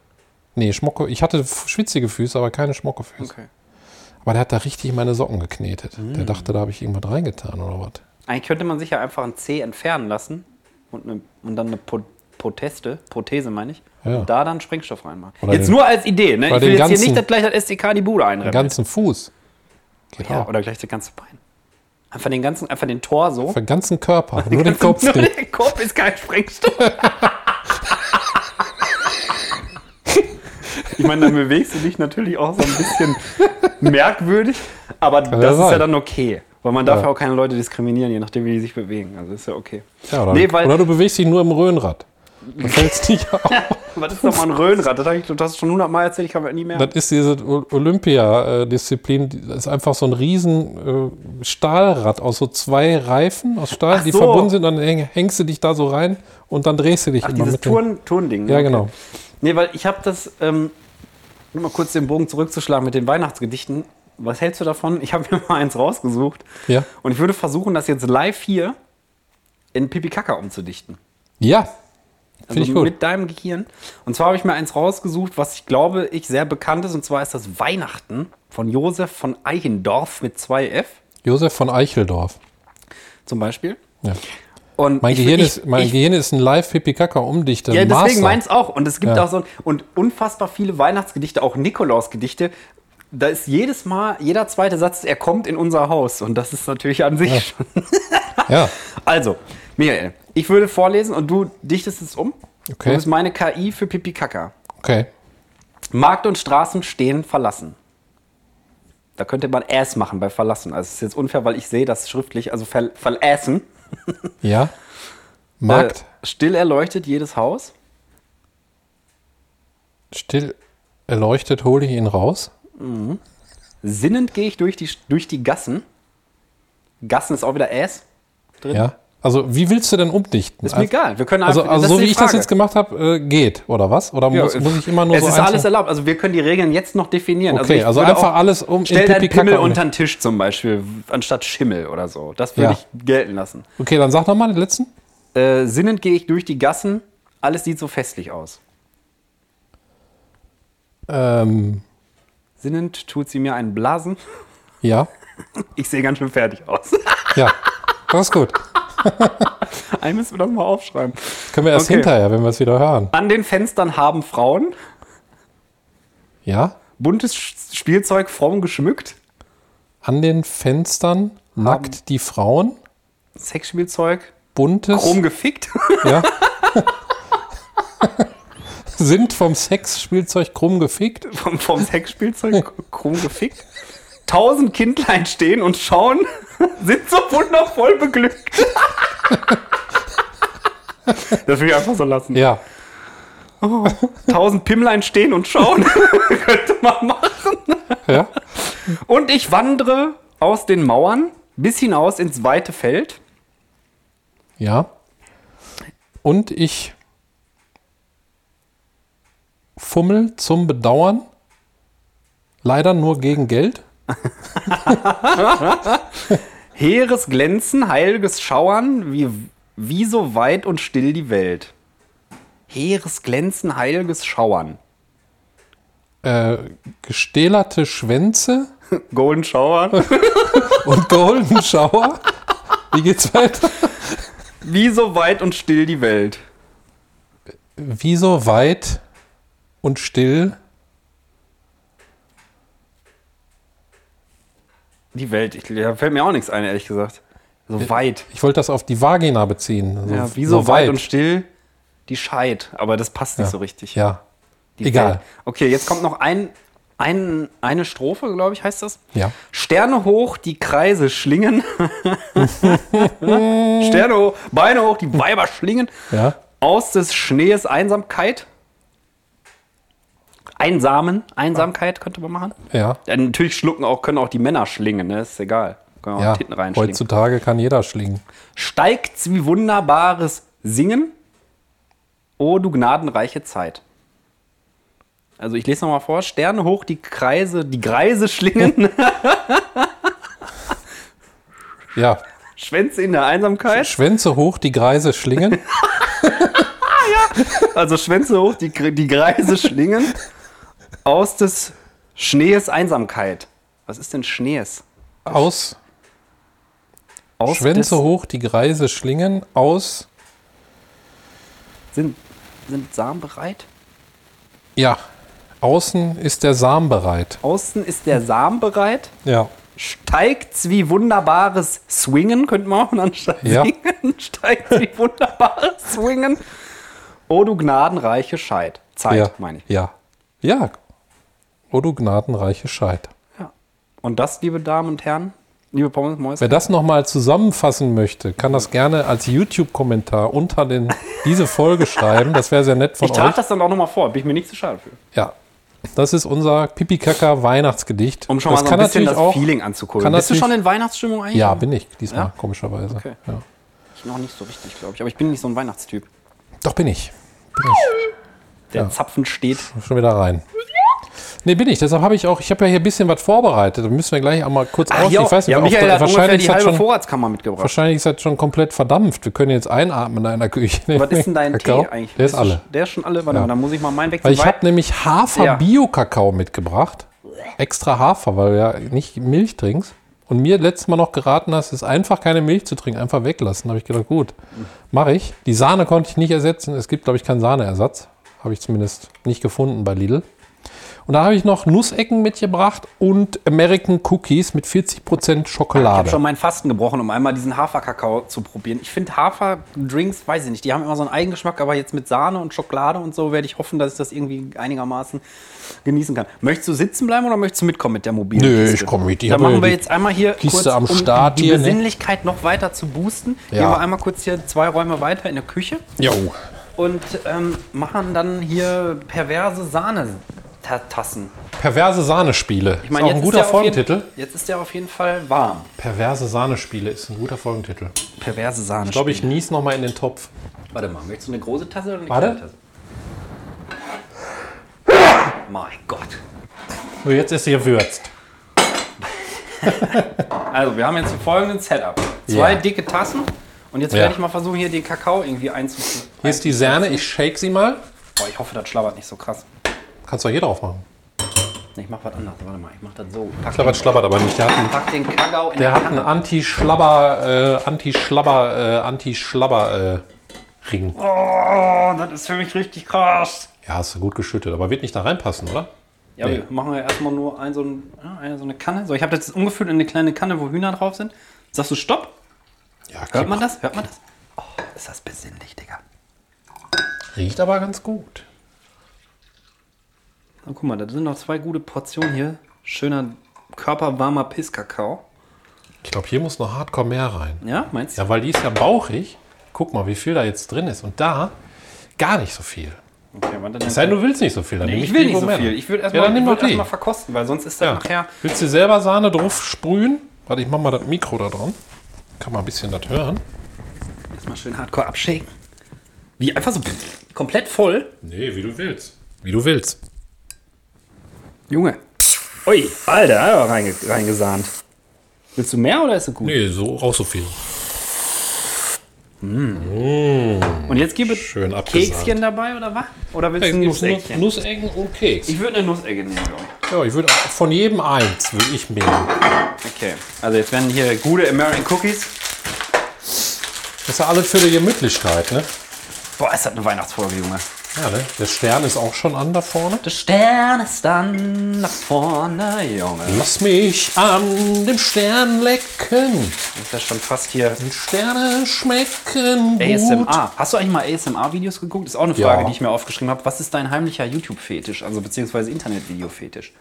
Speaker 1: Nee, Schmocke. Ich hatte f- schwitzige Füße, aber keine Schmockefüße.
Speaker 2: Okay. Mhm.
Speaker 1: Aber der hat da richtig meine Socken geknetet. Der dachte, da habe ich irgendwas reingetan oder was.
Speaker 2: Eigentlich könnte man sich ja einfach ein Zeh entfernen lassen und, ne, und dann eine po Proteste, Prothese meine ich,
Speaker 1: Ja.
Speaker 2: und da dann Sprengstoff reinmachen.
Speaker 1: Oder
Speaker 2: jetzt
Speaker 1: den-
Speaker 2: nur als Idee, ne?
Speaker 1: oder
Speaker 2: Ich
Speaker 1: den
Speaker 2: will jetzt hier
Speaker 1: ganzen-
Speaker 2: nicht, dass gleich das SDK die Bude
Speaker 1: Den
Speaker 2: einrennt.
Speaker 1: ganzen Fuß. Geht
Speaker 2: Ja,
Speaker 1: auch.
Speaker 2: oder gleich das ganze Bein. Einfach den ganzen, einfach den Torso.
Speaker 1: Für den ganzen Körper. Nur den
Speaker 2: Ganzen-
Speaker 1: Kopf.
Speaker 2: Nur
Speaker 1: nicht.
Speaker 2: der Kopf ist kein Sprengstoff. ich meine, dann bewegst du dich natürlich auch so ein bisschen merkwürdig, aber das ist
Speaker 1: sein.
Speaker 2: ja dann okay. Weil man darf
Speaker 1: Ja.
Speaker 2: ja auch keine Leute diskriminieren, je nachdem, wie die sich bewegen. Also ist ja okay.
Speaker 1: Ja, oder,
Speaker 2: Nee, weil-
Speaker 1: oder du bewegst dich nur im Röhnrad. Du fällst nicht auf.
Speaker 2: Was ist doch mal ein Röhnrad? Das, hab ich, das hast du schon hundertmal erzählt, ich kann mir nie mehr.
Speaker 1: Das ist diese O- Olympia-Disziplin, die- das ist einfach so ein riesen äh, Stahlrad aus so zwei Reifen aus Stahl,
Speaker 2: Ach
Speaker 1: die
Speaker 2: so.
Speaker 1: verbunden sind, dann häng, hängst du dich da so rein und dann drehst du dich
Speaker 2: Ach,
Speaker 1: immer
Speaker 2: dieses
Speaker 1: mit. dem-
Speaker 2: Turn Turnding. ne?
Speaker 1: Ja, genau.
Speaker 2: Nee, weil ich habe das, ähm, nur mal kurz den Bogen zurückzuschlagen mit den Weihnachtsgedichten. Was hältst du davon? Ich habe mir mal eins rausgesucht.
Speaker 1: Ja.
Speaker 2: Und ich würde versuchen, das jetzt live hier in Pipi Kaka umzudichten.
Speaker 1: Ja, finde
Speaker 2: Also
Speaker 1: ich gut.
Speaker 2: mit deinem Gehirn. Und zwar habe ich mir eins rausgesucht, was ich glaube, ich sehr bekannt ist. Und zwar ist das Weihnachten von Josef von Eichendorf mit 2F
Speaker 1: Josef von Eicheldorf.
Speaker 2: zum Beispiel.
Speaker 1: Ja.
Speaker 2: Und
Speaker 1: Mein,
Speaker 2: ich-
Speaker 1: Gehirn,
Speaker 2: ich-
Speaker 1: ist, mein
Speaker 2: ich-
Speaker 1: Gehirn ist ein live pipi kaka umdichter
Speaker 2: Ja, deswegen
Speaker 1: Master.
Speaker 2: meins auch. Und es gibt
Speaker 1: Ja.
Speaker 2: auch so ein, und unfassbar viele Weihnachtsgedichte, auch Nikolausgedichte. Da ist jedes Mal, jeder zweite Satz, er kommt in unser Haus. Und das ist natürlich an sich schon.
Speaker 1: Ja,
Speaker 2: Also, Michael, ich würde vorlesen und du dichtest es um.
Speaker 1: Okay.
Speaker 2: Du bist meine KI für Pipi Kaka.
Speaker 1: okay.
Speaker 2: Markt und Straßen stehen verlassen. Da könnte man ass machen bei verlassen. Also es ist jetzt unfair, weil ich sehe das schriftlich, also ver verlassen.
Speaker 1: Ja. Markt,
Speaker 2: Äh, still erleuchtet jedes Haus. Äh.
Speaker 1: still erleuchtet, hole ich ihn raus.
Speaker 2: Sinnend gehe ich durch die, durch die Gassen. Gassen ist auch wieder Ass.
Speaker 1: Ja. Also, wie willst du denn umdichten?
Speaker 2: Ist mir egal. Wir können
Speaker 1: Also,
Speaker 2: einfach-
Speaker 1: also
Speaker 2: das
Speaker 1: so
Speaker 2: ist
Speaker 1: wie
Speaker 2: die
Speaker 1: ich das
Speaker 2: Frage.
Speaker 1: jetzt gemacht habe, äh, geht, oder was? Oder muss,
Speaker 2: Ja,
Speaker 1: muss ich immer nur
Speaker 2: es
Speaker 1: so
Speaker 2: ist
Speaker 1: einzeln-
Speaker 2: alles erlaubt. Also wir können die Regeln jetzt noch definieren.
Speaker 1: Okay,
Speaker 2: ich
Speaker 1: also
Speaker 2: würde
Speaker 1: einfach alles um in
Speaker 2: Stell deinen
Speaker 1: Pipi-Kaka
Speaker 2: Pimmel
Speaker 1: um.
Speaker 2: unter den Tisch zum Beispiel, anstatt Schimmel oder so. Das
Speaker 1: Ja.
Speaker 2: würde ich gelten lassen.
Speaker 1: Okay, dann sag nochmal den letzten.
Speaker 2: Äh, sinnend gehe ich durch die Gassen. Alles sieht so festlich aus.
Speaker 1: Ähm,
Speaker 2: Sinnend tut sie mir einen Blasen.
Speaker 1: ja,
Speaker 2: Ich sehe ganz schön fertig aus.
Speaker 1: ja. Das ist gut.
Speaker 2: Einen müssen wir doch mal aufschreiben.
Speaker 1: Können wir erst
Speaker 2: Okay.
Speaker 1: hinterher, wenn wir es wieder hören.
Speaker 2: An den Fenstern haben Frauen
Speaker 1: Ja?
Speaker 2: buntes Sch- Spielzeug fromm geschmückt.
Speaker 1: An den Fenstern nackt die Frauen,
Speaker 2: Sexspielzeug
Speaker 1: buntes,
Speaker 2: rumgefickt.
Speaker 1: ja. sind vom Sexspielzeug krumm gefickt.
Speaker 2: vom, vom Sexspielzeug krumm gefickt. Tausend Kindlein stehen und schauen, sind so wundervoll beglückt. Das will ich einfach so lassen.
Speaker 1: Ja,
Speaker 2: Tausend Pimmlein stehen und schauen, könnte man machen.
Speaker 1: ja.
Speaker 2: Und ich wandere aus den Mauern bis hinaus ins weite Feld.
Speaker 1: Ja. Und ich fummel zum Bedauern. Leider nur gegen Geld.
Speaker 2: Heeres Glänzen, heiliges Schauern, wie, wie so weit und still die Welt. Heeres Glänzen, heiliges Schauern.
Speaker 1: Äh, gestählerte Schwänze
Speaker 2: Golden Schauern.
Speaker 1: und Golden Shower. Wie geht's weiter?
Speaker 2: Wie so weit und still die Welt.
Speaker 1: Wie so weit und still
Speaker 2: Die Welt, ich, da fällt mir auch nichts ein, ehrlich gesagt. So weit.
Speaker 1: Ich wollte das auf die Vagina beziehen. So-
Speaker 2: Ja, wie so, weit und still die Scheit. Aber das passt nicht so richtig.
Speaker 1: Ja.
Speaker 2: Die
Speaker 1: egal.
Speaker 2: Welt. Okay, jetzt kommt noch ein, ein, eine Strophe, glaube ich, heißt das.
Speaker 1: Ja.
Speaker 2: Sterne hoch, die Kreise schlingen. Sterne hoch, Beine hoch, die Weiber schlingen.
Speaker 1: Ja.
Speaker 2: Aus des Schnees Einsamkeit. Einsamen, Einsamkeit könnte man machen.
Speaker 1: Ja.
Speaker 2: Ja, natürlich schlucken auch, können auch die Männer schlingen, ne? Ist egal. Können auch
Speaker 1: Ja.
Speaker 2: Titten reinschlingen.
Speaker 1: Heutzutage kann jeder schlingen.
Speaker 2: Steigt's wie wunderbares Singen. O du gnadenreiche Zeit. Also ich lese nochmal vor. Sterne hoch, die Kreise, die Greise schlingen.
Speaker 1: Ja,
Speaker 2: Schwänze in der Einsamkeit.
Speaker 1: Schwänze hoch, die Greise schlingen.
Speaker 2: Also Schwänze hoch, die, Gre- die Greise schlingen. Aus des Schnees Einsamkeit. Was ist denn Schnees?
Speaker 1: Aus.
Speaker 2: Aus
Speaker 1: Schwänze
Speaker 2: des-
Speaker 1: hoch, die Greise schlingen. Aus.
Speaker 2: Sind, sind Samen bereit?
Speaker 1: Ja. Außen ist der Sam bereit.
Speaker 2: Außen ist der Samen bereit.
Speaker 1: Ja.
Speaker 2: Steigt's wie wunderbares Swingen, könnte man auch anstatt
Speaker 1: Ja.
Speaker 2: singen. Steigt's wie wunderbares Swingen. Oh, du gnadenreiche Scheid. Zeit,
Speaker 1: ja.
Speaker 2: meine ich.
Speaker 1: Ja. Ja. O du gnadenreiche Scheid.
Speaker 2: Ja. Und das, liebe Damen und Herren, liebe Pommes Mäuse,
Speaker 1: Wer das nochmal zusammenfassen möchte, kann das gerne als YouTube-Kommentar unter den, diese Folge schreiben. Das wäre sehr nett von
Speaker 2: ich
Speaker 1: euch.
Speaker 2: trage das dann auch nochmal vor, bin ich mir nicht zu schade für.
Speaker 1: Ja. Das ist unser Pipi-Kaka Weihnachtsgedicht.
Speaker 2: Um schon
Speaker 1: das
Speaker 2: mal so ein bisschen das
Speaker 1: natürlich auch-
Speaker 2: Feeling
Speaker 1: kann
Speaker 2: anzukurbeln. Bist du
Speaker 1: natürlich-
Speaker 2: schon in Weihnachtsstimmung eigentlich?
Speaker 1: Ja, bin ich diesmal,
Speaker 2: Ja?
Speaker 1: komischerweise.
Speaker 2: Okay.
Speaker 1: Ja.
Speaker 2: Ich noch nicht so richtig, glaube ich. Aber ich bin nicht so ein Weihnachtstyp.
Speaker 1: Doch bin ich. Bin ich.
Speaker 2: Der Zapfen steht.
Speaker 1: Schon wieder rein. Nee, bin ich. Deshalb habe ich auch, ich habe ja hier ein bisschen was vorbereitet. Da müssen wir gleich einmal kurz aus.
Speaker 2: ja,
Speaker 1: Ich weiß nicht,
Speaker 2: Ah,
Speaker 1: ob-
Speaker 2: ja, Michael hat ungefähr
Speaker 1: wahrscheinlich,
Speaker 2: die
Speaker 1: ist das
Speaker 2: halbe
Speaker 1: schon,
Speaker 2: Vorratskammer mitgebracht.
Speaker 1: wahrscheinlich ist das schon komplett verdampft. Wir können jetzt einatmen in einer Küche.
Speaker 2: Was ist denn dein
Speaker 1: Kakao?
Speaker 2: Tee eigentlich?
Speaker 1: Der ist alle.
Speaker 2: Der ist schon alle. Warte
Speaker 1: Ja.
Speaker 2: mal, dann muss ich mal meinen
Speaker 1: Weil
Speaker 2: wechseln.
Speaker 1: ich habe nämlich
Speaker 2: Ja.
Speaker 1: Hafer-Bio-Kakao mitgebracht. Extra Hafer, weil du ja nicht Milch trinkst. Und mir letztes Mal noch geraten hast, ist einfach keine Milch zu trinken, einfach weglassen. Da habe ich gedacht, gut, mache ich. Die Sahne konnte ich nicht ersetzen. Es gibt, glaube ich, keinen Sahneersatz. Habe ich zumindest nicht gefunden bei Lidl. Und da habe ich noch Nussecken mitgebracht und American Cookies mit 40%
Speaker 2: Ich habe
Speaker 1: Schokolade.
Speaker 2: schon mein Fasten gebrochen, um einmal diesen Haferkakao zu probieren. Ich finde Haferdrinks, weiß ich nicht, die haben immer so einen Eigengeschmack, aber jetzt mit Sahne und Schokolade und so werde ich hoffen, dass ich das irgendwie einigermaßen genießen kann. Möchtest du sitzen bleiben oder möchtest du mitkommen mit der mobilen
Speaker 1: Nö,
Speaker 2: Kiste?
Speaker 1: ich komm mit. Ich
Speaker 2: Dann
Speaker 1: hab ja
Speaker 2: machen wir
Speaker 1: die
Speaker 2: jetzt einmal hier
Speaker 1: Kiste
Speaker 2: kurz,
Speaker 1: am
Speaker 2: um
Speaker 1: Start
Speaker 2: die
Speaker 1: hier, ne?
Speaker 2: Besinnlichkeit noch weiter zu boosten,
Speaker 1: Ja.
Speaker 2: gehen wir einmal kurz hier zwei Räume weiter in der Küche
Speaker 1: Jo.
Speaker 2: und ähm, machen dann hier perverse Sahnetassen.
Speaker 1: Perverse Sahnespiele.
Speaker 2: Ich meine,
Speaker 1: ist auch ein
Speaker 2: jetzt
Speaker 1: guter
Speaker 2: ist der auf jeden-
Speaker 1: Folgentitel.
Speaker 2: Jetzt ist der auf jeden Fall warm.
Speaker 1: Perverse Sahnespiele ist ein guter Folgentitel. Ich
Speaker 2: Perverse Sahne.
Speaker 1: glaube, ich nies nochmal in den Topf.
Speaker 2: Warte mal, möchtest du eine große Tasse oder eine
Speaker 1: Warte.
Speaker 2: kleine Tasse? Mein Gott.
Speaker 1: So, jetzt ist hier würzt.
Speaker 2: Also, wir haben jetzt den folgenden Setup. Zwei
Speaker 1: Ja.
Speaker 2: dicke Tassen und jetzt
Speaker 1: Ja.
Speaker 2: werde ich mal versuchen, hier den Kakao irgendwie einzuziehen.
Speaker 1: Hier ist die Serne, ich shake sie mal.
Speaker 2: Boah, ich hoffe, das schlabbert nicht so krass.
Speaker 1: Kannst du auch hier drauf machen.
Speaker 2: Nee, Ich mach was anderes. Warte mal, ich mach das so. Pack,
Speaker 1: Schlabbert, schlabbert aber nicht. Der hat einen,
Speaker 2: pack den Kakao in
Speaker 1: der
Speaker 2: die
Speaker 1: hat einen
Speaker 2: Kanne.
Speaker 1: Anti-Schlabber, äh, Anti-Schlabber, äh, Anti-Schlabber-Ring. Äh, Ring.
Speaker 2: Oh, das ist für mich richtig krass.
Speaker 1: ja, hast du gut geschüttet, aber wird nicht da reinpassen, oder?
Speaker 2: Ja,
Speaker 1: Nee.
Speaker 2: wir machen ja erstmal nur ein, so, ein, ja, eine, so eine Kanne. So, ich habe das jetzt umgefüllt in eine kleine Kanne, wo Hühner drauf sind. Sagst du Stopp?
Speaker 1: Ja,
Speaker 2: Hört man das? Hört man das? Oh, ist das besinnlich, Digga.
Speaker 1: Riecht aber ganz gut.
Speaker 2: Na, guck mal, da sind noch zwei gute Portionen hier. Schöner, körperwarmer Pisskakao.
Speaker 1: Ich glaube, hier muss noch hardcore mehr rein.
Speaker 2: Ja, meinst du?
Speaker 1: Ja, weil die ist ja bauchig. Guck mal, wie viel da jetzt drin ist. Und da gar nicht so viel.
Speaker 2: Okay, warte, dann
Speaker 1: Es sei denn, du willst halt nicht so viel. Dann
Speaker 2: ich,
Speaker 1: nehm
Speaker 2: will
Speaker 1: die,
Speaker 2: nicht
Speaker 1: wo
Speaker 2: so
Speaker 1: mehr
Speaker 2: viel.
Speaker 1: drin.
Speaker 2: Ich würde
Speaker 1: ja, dann
Speaker 2: erstmal
Speaker 1: nimm
Speaker 2: ich
Speaker 1: doch
Speaker 2: würd
Speaker 1: die.
Speaker 2: erstmal verkosten, weil sonst ist das
Speaker 1: Ja.
Speaker 2: nachher.
Speaker 1: Willst du selber Sahne drauf sprühen? Warte, ich mach mal das Mikro da dran. Kann man ein bisschen das hören.
Speaker 2: Erstmal schön hardcore abschicken. Wie einfach so komplett voll.
Speaker 1: Nee, wie du willst. Wie du willst.
Speaker 2: Junge. Ui, Alter, aber reinge reingesahnt. Willst du mehr oder ist es gut?
Speaker 1: Nee, so auch so viel.
Speaker 2: Und jetzt gebe
Speaker 1: Schön abgesahnt.
Speaker 2: Kekschen dabei oder was? Oder willst du ein
Speaker 1: Nuss, Nuss,
Speaker 2: Nusseckchen?
Speaker 1: Nussecken und Keks.
Speaker 2: Ich würde eine Nussecke nehmen, glaube ich.
Speaker 1: Ja, ich würde von jedem eins würde ich nehmen.
Speaker 2: Okay, also jetzt werden hier gute American Cookies.
Speaker 1: Das ist ja alles für die Gemütlichkeit, ne?
Speaker 2: Boah, ist das eine Weihnachtsfolge, Junge.
Speaker 1: Ja, ne? Der Stern ist auch schon an da vorne.
Speaker 2: Der Stern ist dann nach vorne, Junge.
Speaker 1: Lass mich an dem Stern lecken.
Speaker 2: Ist ja schon fast hier
Speaker 1: Und Sterne schmecken gut.
Speaker 2: ASMR. Hast du eigentlich mal ASMR-Videos geguckt? Ist auch eine Frage,
Speaker 1: Ja.
Speaker 2: die ich mir aufgeschrieben habe. Was ist dein heimlicher YouTube-Fetisch? Also beziehungsweise Internet-Video-Fetisch.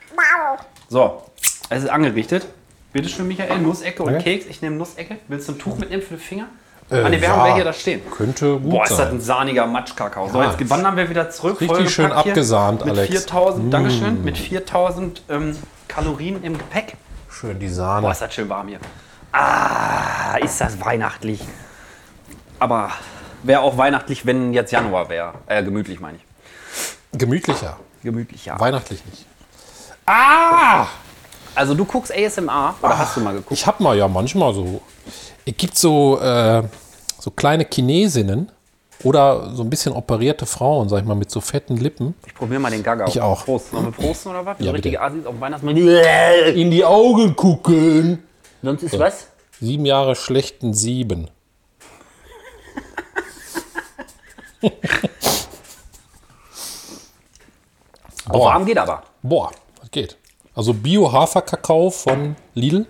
Speaker 2: So, es ist angerichtet. Bitte schön, Michael, Nussecke und
Speaker 1: Okay. Hm.
Speaker 2: Keks. Ich nehme Nussecke. Willst du ein Tuch mitnehmen für die Finger?
Speaker 1: Äh,
Speaker 2: ah, ne, wir haben
Speaker 1: ja.
Speaker 2: welche da stehen.
Speaker 1: Könnte gut
Speaker 2: Boah, ist das
Speaker 1: sein.
Speaker 2: ein sahniger Matschkakao. So,
Speaker 1: Ja.
Speaker 2: jetzt wandern wir wieder zurück.
Speaker 1: Richtig
Speaker 2: vollgepackt
Speaker 1: schön
Speaker 2: hier
Speaker 1: abgesahnt,
Speaker 2: mit
Speaker 1: Alex. Mm.
Speaker 2: 4000, Dankeschön, mit 4000 ähm, Kalorien im Gepäck.
Speaker 1: Schön die Sahne.
Speaker 2: Boah, ist das schön warm hier. Ah, ist das weihnachtlich. Aber wäre auch weihnachtlich, wenn jetzt Januar wäre. Äh, gemütlich meine ich.
Speaker 1: Gemütlicher.
Speaker 2: Gemütlich, ja.
Speaker 1: Weihnachtlich nicht.
Speaker 2: Also du guckst ASMR oder hast du mal geguckt?
Speaker 1: Ich hab mal ja manchmal so. Es gibt so, äh, so kleine Chinesinnen oder so ein bisschen operierte Frauen, sag ich mal, mit so fetten Lippen.
Speaker 2: Ich probiere mal den Gaga.
Speaker 1: Ich auch.
Speaker 2: Prost. Sollen wir prosten oder was?
Speaker 1: Ja,
Speaker 2: Ja, richtige
Speaker 1: bitte.
Speaker 2: Asis auf dem Weihnachtsmarkt.
Speaker 1: In die Augen gucken.
Speaker 2: Sonst ist was?
Speaker 1: Sieben Jahre schlechten Sieben.
Speaker 2: Auch warm geht aber.
Speaker 1: Boah, das geht. Also Bio-Hafer-Kakao von Lidl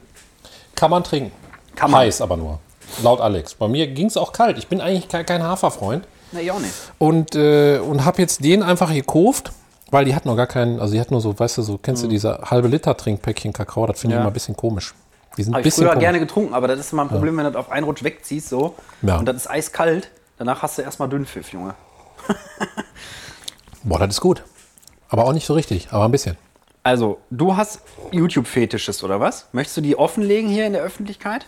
Speaker 1: kann man trinken.
Speaker 2: Kann man.
Speaker 1: Heiß aber nur. Laut Alex. Bei mir ging es auch kalt. Ich bin eigentlich ke- kein Haferfreund.
Speaker 2: Na, ich auch nicht.
Speaker 1: Und, äh, und habe jetzt den einfach gekauft, weil die hat noch gar keinen, also die hat nur so, weißt du, so kennst du diese halbe Liter Trinkpäckchen Kakao, das finde ich
Speaker 2: Mhm. Ja.
Speaker 1: immer ein bisschen komisch. Die sind ein
Speaker 2: Habe ich
Speaker 1: bisschen
Speaker 2: früher
Speaker 1: komisch.
Speaker 2: gerne getrunken, aber das ist immer ein Problem, wenn du das auf einen Rutsch wegziehst so.
Speaker 1: Ja.
Speaker 2: Und das ist eiskalt. Danach hast du erstmal Dünnpfiff, Junge.
Speaker 1: Boah, das ist gut. Aber auch nicht so richtig, aber ein bisschen.
Speaker 2: Also, du hast YouTube-Fetisches oder was? Möchtest du die offenlegen hier in der Öffentlichkeit?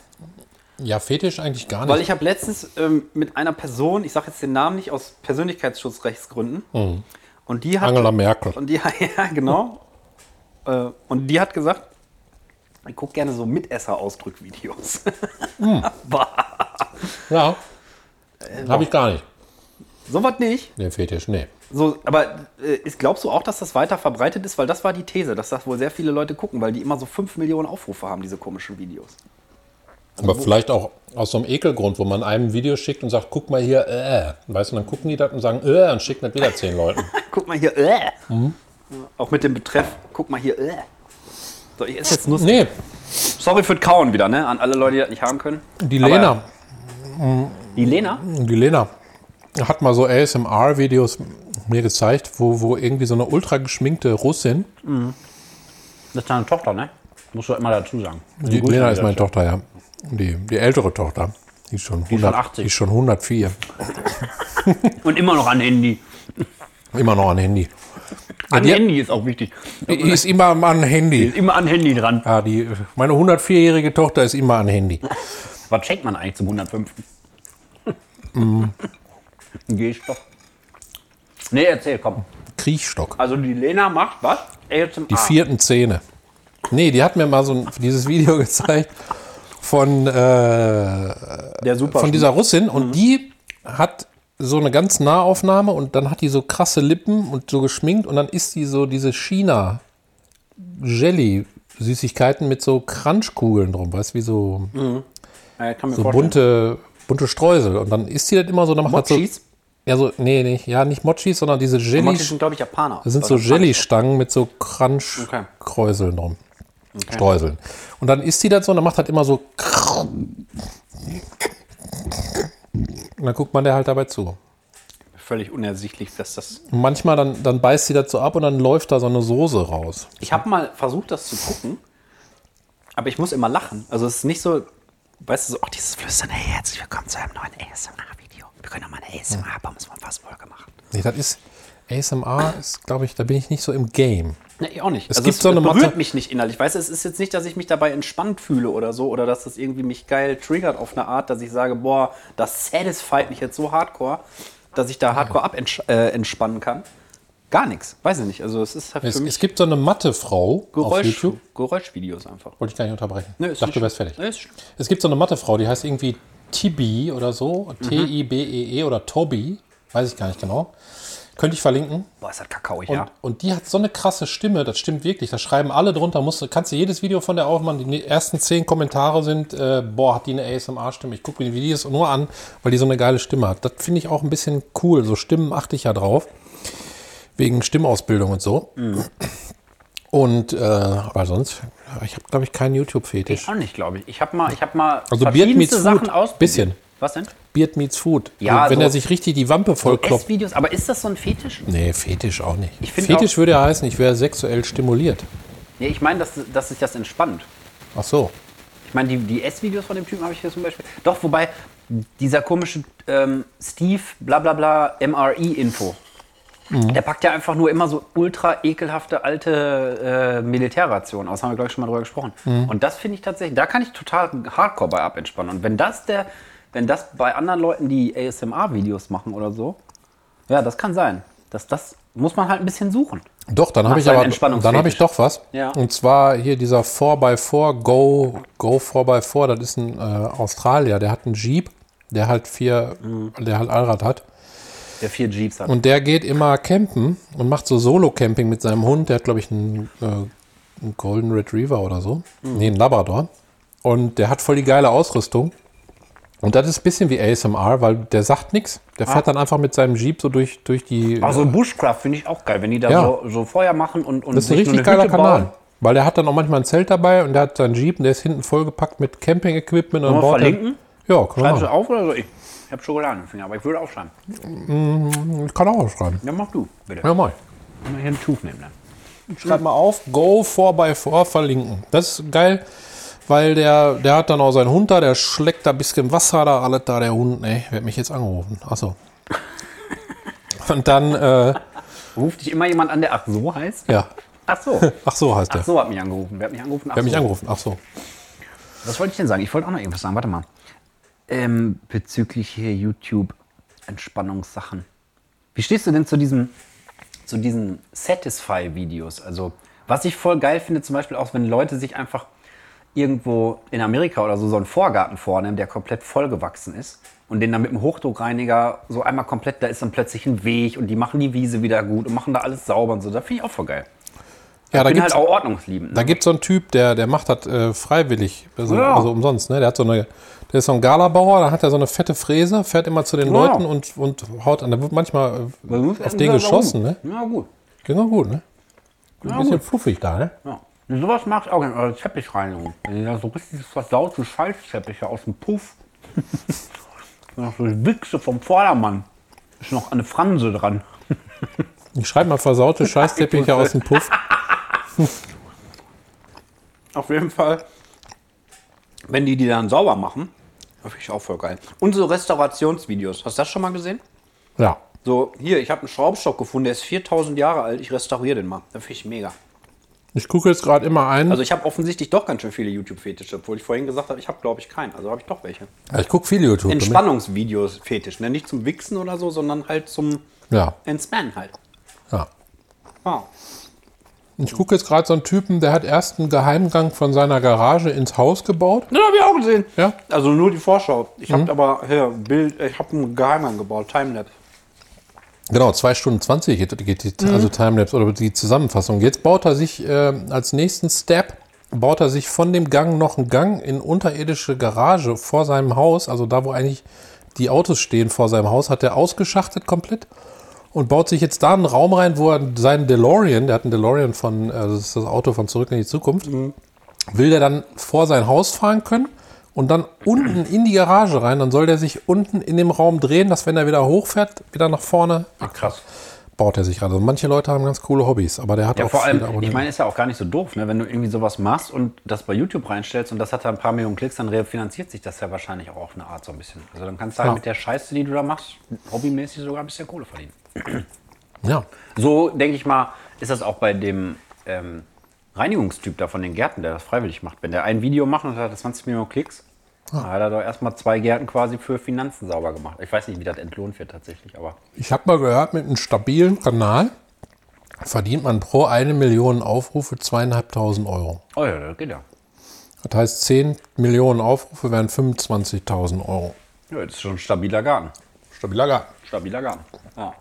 Speaker 1: Ja, Fetisch eigentlich gar nicht.
Speaker 2: Weil ich habe letztens ähm, mit einer Person, ich sage jetzt den Namen nicht, aus Persönlichkeitsschutzrechtsgründen. Und die hat.
Speaker 1: Mhm. Angela Merkel.
Speaker 2: Und die, ja, genau. äh, und die hat gesagt, ich gucke gerne so Mitesser-Ausdrückvideos. Bah.
Speaker 1: Ja.
Speaker 2: Äh,
Speaker 1: Habe ich gar nicht.
Speaker 2: so was nicht.
Speaker 1: Den Fetisch, nee.
Speaker 2: So, aber äh, ist, glaubst du auch, dass das weiter verbreitet ist? Weil das war die These, dass das wohl sehr viele Leute gucken, weil die immer so 5 Millionen Aufrufe haben, diese komischen Videos.
Speaker 1: Aber vielleicht auch aus so einem Ekelgrund, wo man einem ein Video schickt und sagt, guck mal hier, äh. Weißt du, und dann gucken die das und sagen, äh, und schicken das wieder zehn Leuten.
Speaker 2: Guck mal hier, äh.
Speaker 1: Mhm.
Speaker 2: Ja, Auch mit dem Betreff, guck mal hier, äh. So, ich esse jetzt nur.
Speaker 1: nee,
Speaker 2: Sorry für Kauen wieder, ne? An alle Leute, die das nicht haben können.
Speaker 1: die
Speaker 2: Aber-
Speaker 1: Lena,
Speaker 2: Die Lena?
Speaker 1: die Lena hat mal so ASMR-Videos mir gezeigt, wo, wo irgendwie so eine ultra geschminkte Russin,
Speaker 2: Das ist deine Tochter, ne? Musst du immer dazu sagen. also.
Speaker 1: die Lena ist meine Tochter, ja, die, die ältere Tochter, die ist schon, 100,
Speaker 2: 80.
Speaker 1: die ist schon 104,
Speaker 2: Und immer noch an Handy.
Speaker 1: immer noch an Handy.
Speaker 2: An
Speaker 1: die-
Speaker 2: Handy ist auch wichtig.
Speaker 1: Die ist immer an Handy.
Speaker 2: Immer an Handy dran.
Speaker 1: Ja, die, meine 104-jährige Tochter ist immer an Handy.
Speaker 2: Was schenkt man eigentlich zum 105?
Speaker 1: Mhm.
Speaker 2: Geh ich doch. Nee, erzähl, komm.
Speaker 1: Kriechstock.
Speaker 2: Also die Lena macht was? ASMR.
Speaker 1: Die vierten Zähne. Nee, die hat mir mal so ein, dieses Video gezeigt von, äh,
Speaker 2: Der super.
Speaker 1: von dieser Russin und
Speaker 2: Mhm.
Speaker 1: die hat so eine ganz Nahaufnahme und dann hat die so krasse Lippen und so geschminkt und dann isst die so diese China Jelly Süßigkeiten mit so Crunchkugeln drum, weißt du, wie so,
Speaker 2: Mhm. ja, ich kann mir
Speaker 1: so
Speaker 2: vorstellen.
Speaker 1: bunte bunte Streusel und dann isst die das immer so, dann macht das so
Speaker 2: Mochis?
Speaker 1: ja so nee, nicht, ja, nicht Mochis, sondern diese Jelly
Speaker 2: Mochis sind, glaube ich, Japaner. Also
Speaker 1: das sind so Jellystangen mit so Crunch
Speaker 2: Okay.
Speaker 1: Kräuseln drum. Streuseln. Und dann isst die das so und dann macht halt immer so. Und dann guckt man der halt dabei zu.
Speaker 2: Völlig unersichtlich, dass das.
Speaker 1: Und manchmal dann, dann beißt sie das so ab und dann läuft da so eine Soße raus.
Speaker 2: Ich habe mal versucht, das zu gucken, aber ich muss immer lachen. Also es ist nicht so, weißt du, so, ach, dieses Flüstern, hey, herzlich willkommen zu einem neuen ASMR-Video. Wir können doch mal eine ASMR-Pommes von Fassfolge machen.
Speaker 1: Nee, das ist. ASMR ist, glaube ich, da bin ich nicht so im Game.
Speaker 2: Nee, ich auch nicht. Also,
Speaker 1: Es gibt so eine
Speaker 2: berührt
Speaker 1: Mathe-
Speaker 2: mich nicht innerlich. Weißt du, es ist jetzt nicht, dass ich mich dabei entspannt fühle oder so, oder dass das irgendwie mich geil triggert auf eine Art, dass ich sage, boah, das satisfied mich jetzt so hardcore, dass ich da hardcore abentspannen äh, entspannen kann. Gar nichts. Weiß ich nicht. Also es ist halt
Speaker 1: Es,
Speaker 2: für mich
Speaker 1: es gibt so eine Mathefrau auf
Speaker 2: Geräusch,
Speaker 1: YouTube.
Speaker 2: Geräuschvideos einfach.
Speaker 1: Wollte ich gar nicht unterbrechen.
Speaker 2: Nö,
Speaker 1: ich dachte,
Speaker 2: nicht
Speaker 1: du wärst
Speaker 2: schlimm.
Speaker 1: fertig.
Speaker 2: Nö, ist schlimm.
Speaker 1: Es gibt so eine Mathefrau, die heißt irgendwie Tibi oder so. T-I-B-E-E E oder Tobi. Weiß ich gar nicht genau. Könnte ich verlinken.
Speaker 2: Boah, ist das Kakao,
Speaker 1: Und,
Speaker 2: ja.
Speaker 1: und die hat so eine krasse Stimme, das stimmt wirklich. Da schreiben alle drunter, musst, du- kannst du jedes Video von der aufmachen. Die ne, ersten zehn Kommentare sind, äh, boah, hat die eine ASMR-Stimme. Ich gucke mir die Videos nur an, weil die so eine geile Stimme hat. Das finde ich auch ein bisschen cool. So Stimmen achte ich ja drauf. Wegen Stimmausbildung und so. Und, äh, aber sonst, ich habe, glaube ich, keinen
Speaker 2: Ich
Speaker 1: YouTube-Fetisch.
Speaker 2: auch nicht, glaube ich. Ich habe mal, ich hab mal
Speaker 1: Also Beard
Speaker 2: verschiedenste
Speaker 1: meets
Speaker 2: Sachen
Speaker 1: food,
Speaker 2: aus.
Speaker 1: bisschen.
Speaker 2: Was denn?
Speaker 1: Beard meets Food.
Speaker 2: Ja,
Speaker 1: wenn
Speaker 2: so-
Speaker 1: er sich richtig die Wampe vollklopft.
Speaker 2: Essvideos. Aber ist das so ein Fetisch?
Speaker 1: nee, Fetisch auch nicht.
Speaker 2: Ich find
Speaker 1: Fetisch würde ja heißen, ich wäre sexuell stimuliert.
Speaker 2: Nee, ich meine, dass, dass sich das entspannt.
Speaker 1: Ach so.
Speaker 2: Ich meine, die, die Essvideos von dem Typen habe ich hier zum Beispiel. Doch, wobei dieser komische ähm, Steve bla bla bla MRE-Info. Der packt ja einfach nur immer so ultra ekelhafte alte äh, Militärrationen aus. Haben wir, glaube ich, schon mal drüber gesprochen. Und das finde ich tatsächlich, da kann ich total hardcore bei abentspannen. Und wenn das der, wenn das bei anderen Leuten, die ASMR-Videos machen oder so, ja, das kann sein, dass das muss man halt ein bisschen suchen.
Speaker 1: Doch, dann
Speaker 2: Nach
Speaker 1: habe ich
Speaker 2: seinem
Speaker 1: aber
Speaker 2: Entspannungsfetisch.
Speaker 1: dann habe ich doch was.
Speaker 2: Ja.
Speaker 1: Und zwar hier dieser 4x4 Go Go 4x4, das ist ein äh, Australier, der hat einen Jeep, der halt vier
Speaker 2: Mhm.
Speaker 1: der halt Allrad hat
Speaker 2: Der vier Jeeps hat.
Speaker 1: und der geht immer campen und macht so Solo Camping mit seinem Hund, der hat glaube ich einen, äh, einen Golden Retriever oder so.
Speaker 2: Hm.
Speaker 1: Nee, einen Labrador. Und der hat voll die geile Ausrüstung. Und das ist ein bisschen wie ASMR, weil der sagt nichts. Der fährt dann einfach mit seinem Jeep so durch, durch die.
Speaker 2: Ah. Also Bushcraft finde ich auch geil, wenn die da
Speaker 1: Ja.
Speaker 2: so, so Feuer machen und, und
Speaker 1: Das ist ein
Speaker 2: sich nur
Speaker 1: richtig
Speaker 2: eine
Speaker 1: geiler
Speaker 2: Hütte
Speaker 1: Kanal.
Speaker 2: bauen.
Speaker 1: Weil der hat dann auch manchmal ein Zelt dabei und der hat seinen Jeep und der ist hinten vollgepackt mit Camping-Equipment. und
Speaker 2: wir
Speaker 1: baut er-
Speaker 2: verlinken?
Speaker 1: Ja, kann man
Speaker 2: Schreibst
Speaker 1: machen.
Speaker 2: du auf oder so? Ich, ich habe Schokolade im Finger, aber ich würde auch schreiben.
Speaker 1: Ich kann auch schreiben.
Speaker 2: Dann mach du, bitte.
Speaker 1: Ja, mal.
Speaker 2: Kann man hier ein Tuch nehmen dann.
Speaker 1: Schreib mal auf, Go 4x4 verlinken. Das ist geil, weil der, der hat dann auch seinen Hund da, der schlägt da ein bisschen Wasser da, alles da, der Hund. Ey, wird mich jetzt angerufen. Achso. Und dann, äh,
Speaker 2: Ruft dich immer jemand an, der ach so heißt?
Speaker 1: ja.
Speaker 2: Ach so.
Speaker 1: Ach so heißt der.
Speaker 2: Ach so hat mich angerufen. Wer hat mich angerufen? Ach
Speaker 1: Wer hat mich
Speaker 2: so.
Speaker 1: angerufen? Ach so.
Speaker 2: Was wollte ich denn sagen? Ich wollte auch noch irgendwas sagen. Warte mal. Ähm, bezüglich hier YouTube-Entspannungssachen. Wie stehst du denn zu diesem, zu diesen Satisfy-Videos? Also, was ich voll geil finde, zum Beispiel auch, wenn Leute sich einfach irgendwo in Amerika oder so so einen Vorgarten vornehmen, der komplett vollgewachsen ist und den dann mit einem Hochdruckreiniger so einmal komplett, da ist dann plötzlich ein Weg und die machen die Wiese wieder gut und machen da alles sauber und so. Da finde ich auch voll geil.
Speaker 1: Ja, da
Speaker 2: Ich bin
Speaker 1: gibt's
Speaker 2: halt auch ordnungsliebend.
Speaker 1: Da
Speaker 2: Ne?
Speaker 1: gibt es so einen Typ, der, der macht das äh, freiwillig, also,
Speaker 2: Ja.
Speaker 1: also umsonst. Ne? Der, hat so eine, der ist so ein Galabauer, da hat er so eine fette Fräse, fährt immer zu den
Speaker 2: Ja.
Speaker 1: Leuten und, und haut an. Da wird manchmal äh, auf den
Speaker 2: Ja,
Speaker 1: geschossen. Ne?
Speaker 2: gut. Ja, gut.
Speaker 1: Ging auch gut, ne? Ein bisschen fluffig da, ne?
Speaker 2: Ja. Und sowas macht auch in eure Teppichreinigung. Wenn ihr da so richtig versauten Scheißteppiche aus dem Puff. Und noch so die Wichse vom Vordermann. Ist noch eine Franse dran.
Speaker 1: Ich schreibe mal versaute Scheißteppiche aus dem Puff.
Speaker 2: Auf jeden Fall. Wenn die die dann sauber machen, das finde ich auch voll geil. Und so Restaurationsvideos. Hast du das schon mal gesehen?
Speaker 1: Ja.
Speaker 2: So, hier, ich habe einen Schraubstock gefunden, der ist 4000 Jahre alt. Ich restauriere den mal. Das finde ich mega.
Speaker 1: Ich gucke jetzt gerade immer ein.
Speaker 2: Also ich habe offensichtlich doch ganz schön viele YouTube-Fetische, obwohl ich vorhin gesagt habe, ich habe, glaube ich, keinen. Also habe ich doch welche.
Speaker 1: ich gucke viel YouTube.
Speaker 2: Entspannungsvideos fetisch, ne? Nicht zum Wichsen oder so, sondern halt zum
Speaker 1: Ja,
Speaker 2: Entspannen halt.
Speaker 1: ja.
Speaker 2: Wow.
Speaker 1: Ich gucke jetzt gerade so einen Typen, der hat erst einen Geheimgang von seiner Garage ins Haus gebaut.
Speaker 2: Das habe ich auch gesehen.
Speaker 1: Ja. Mhm.
Speaker 2: Also nur die Vorschau. Ich habe aber hier Bild, ich habe einen Geheimgang gebaut, Timelapse.
Speaker 1: Genau, 2 Stunden 20 geht, geht die, also Timelapse oder die Zusammenfassung. Jetzt baut er sich äh, als nächsten Step, baut er sich von dem Gang noch einen Gang in unterirdische Garage vor seinem Haus, also da, wo eigentlich die Autos stehen vor seinem Haus, hat er ausgeschachtet komplett und baut sich jetzt da einen Raum rein, wo er seinen DeLorean, der hat einen DeLorean von, also das ist das Auto von Zurück in die Zukunft, will der dann vor sein Haus fahren können und dann unten in die Garage rein. Dann soll der sich unten in dem Raum drehen, dass wenn er wieder hochfährt, wieder nach vorne. Ach, Ah, krass. Baut er sich gerade. Also manche Leute haben ganz coole Hobbys, aber der hat
Speaker 2: Ja,
Speaker 1: auch
Speaker 2: vor
Speaker 1: viele
Speaker 2: allem, ich
Speaker 1: Abonnenten.
Speaker 2: meine, ist ja auch gar nicht so doof, ne? Wenn du irgendwie sowas machst und das bei YouTube reinstellst und das hat da ein paar Millionen Klicks, dann refinanziert sich das ja wahrscheinlich auch auf eine Art so ein bisschen. Also dann kannst du halt
Speaker 1: Ja.
Speaker 2: mit der Scheiße, die du da machst, hobbymäßig sogar ein bisschen Kohle verdienen.
Speaker 1: ja.
Speaker 2: So, denke ich mal, ist das auch bei dem ähm, Reinigungstyp da von den Gärten, der das freiwillig macht. Wenn der ein Video macht und hat er 20 Millionen Klicks, dann hat er doch erstmal zwei Gärten quasi für Finanzen sauber gemacht. Ich weiß nicht, wie das entlohnt wird tatsächlich, aber
Speaker 1: Ich habe mal gehört, mit einem stabilen Kanal verdient man pro eine Million Aufrufe zweieinhalbtausend Euro.
Speaker 2: oh ja, das geht ja.
Speaker 1: Das heißt, 10 Millionen Aufrufe wären 25.000 Euro.
Speaker 2: Ja, das ist schon ein stabiler Garten.
Speaker 1: Stabiler Garten.
Speaker 2: Stabiler Garten. Ja.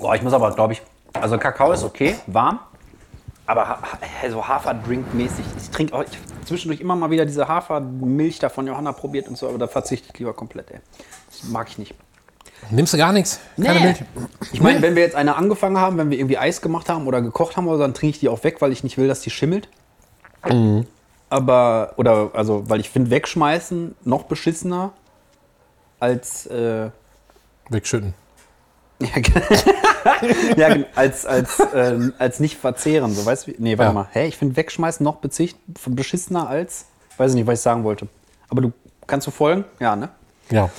Speaker 2: Boah, ich muss aber, glaube ich, also Kakao ist okay, warm. Aber ha ha- so Haferdrink-mäßig, ich trinke auch ich hab zwischendurch immer mal wieder diese Hafermilch da von Johanna probiert und so, aber da verzichte ich lieber komplett, ey. Das mag ich nicht.
Speaker 1: Nimmst du gar nichts? Keine
Speaker 2: Nee.
Speaker 1: Milch?
Speaker 2: Ich meine, wenn wir jetzt eine angefangen haben, wenn wir irgendwie Eis gemacht haben oder gekocht haben, oder so, dann trinke ich die auch weg, weil ich nicht will, dass die schimmelt.
Speaker 1: Mhm.
Speaker 2: Aber, oder, also, weil ich finde, wegschmeißen noch beschissener als, äh,
Speaker 1: Wegschütten.
Speaker 2: ja, ge- ja, gen- als, als, ähm, als nicht verzehren, so, weißt du, wie- nee, warte
Speaker 1: Ja.
Speaker 2: mal, hä, ich finde wegschmeißen noch bezicht, beschissener als, weiß ich nicht, was ich sagen wollte. Aber du, kannst du folgen? Ja, ne?
Speaker 1: Ja.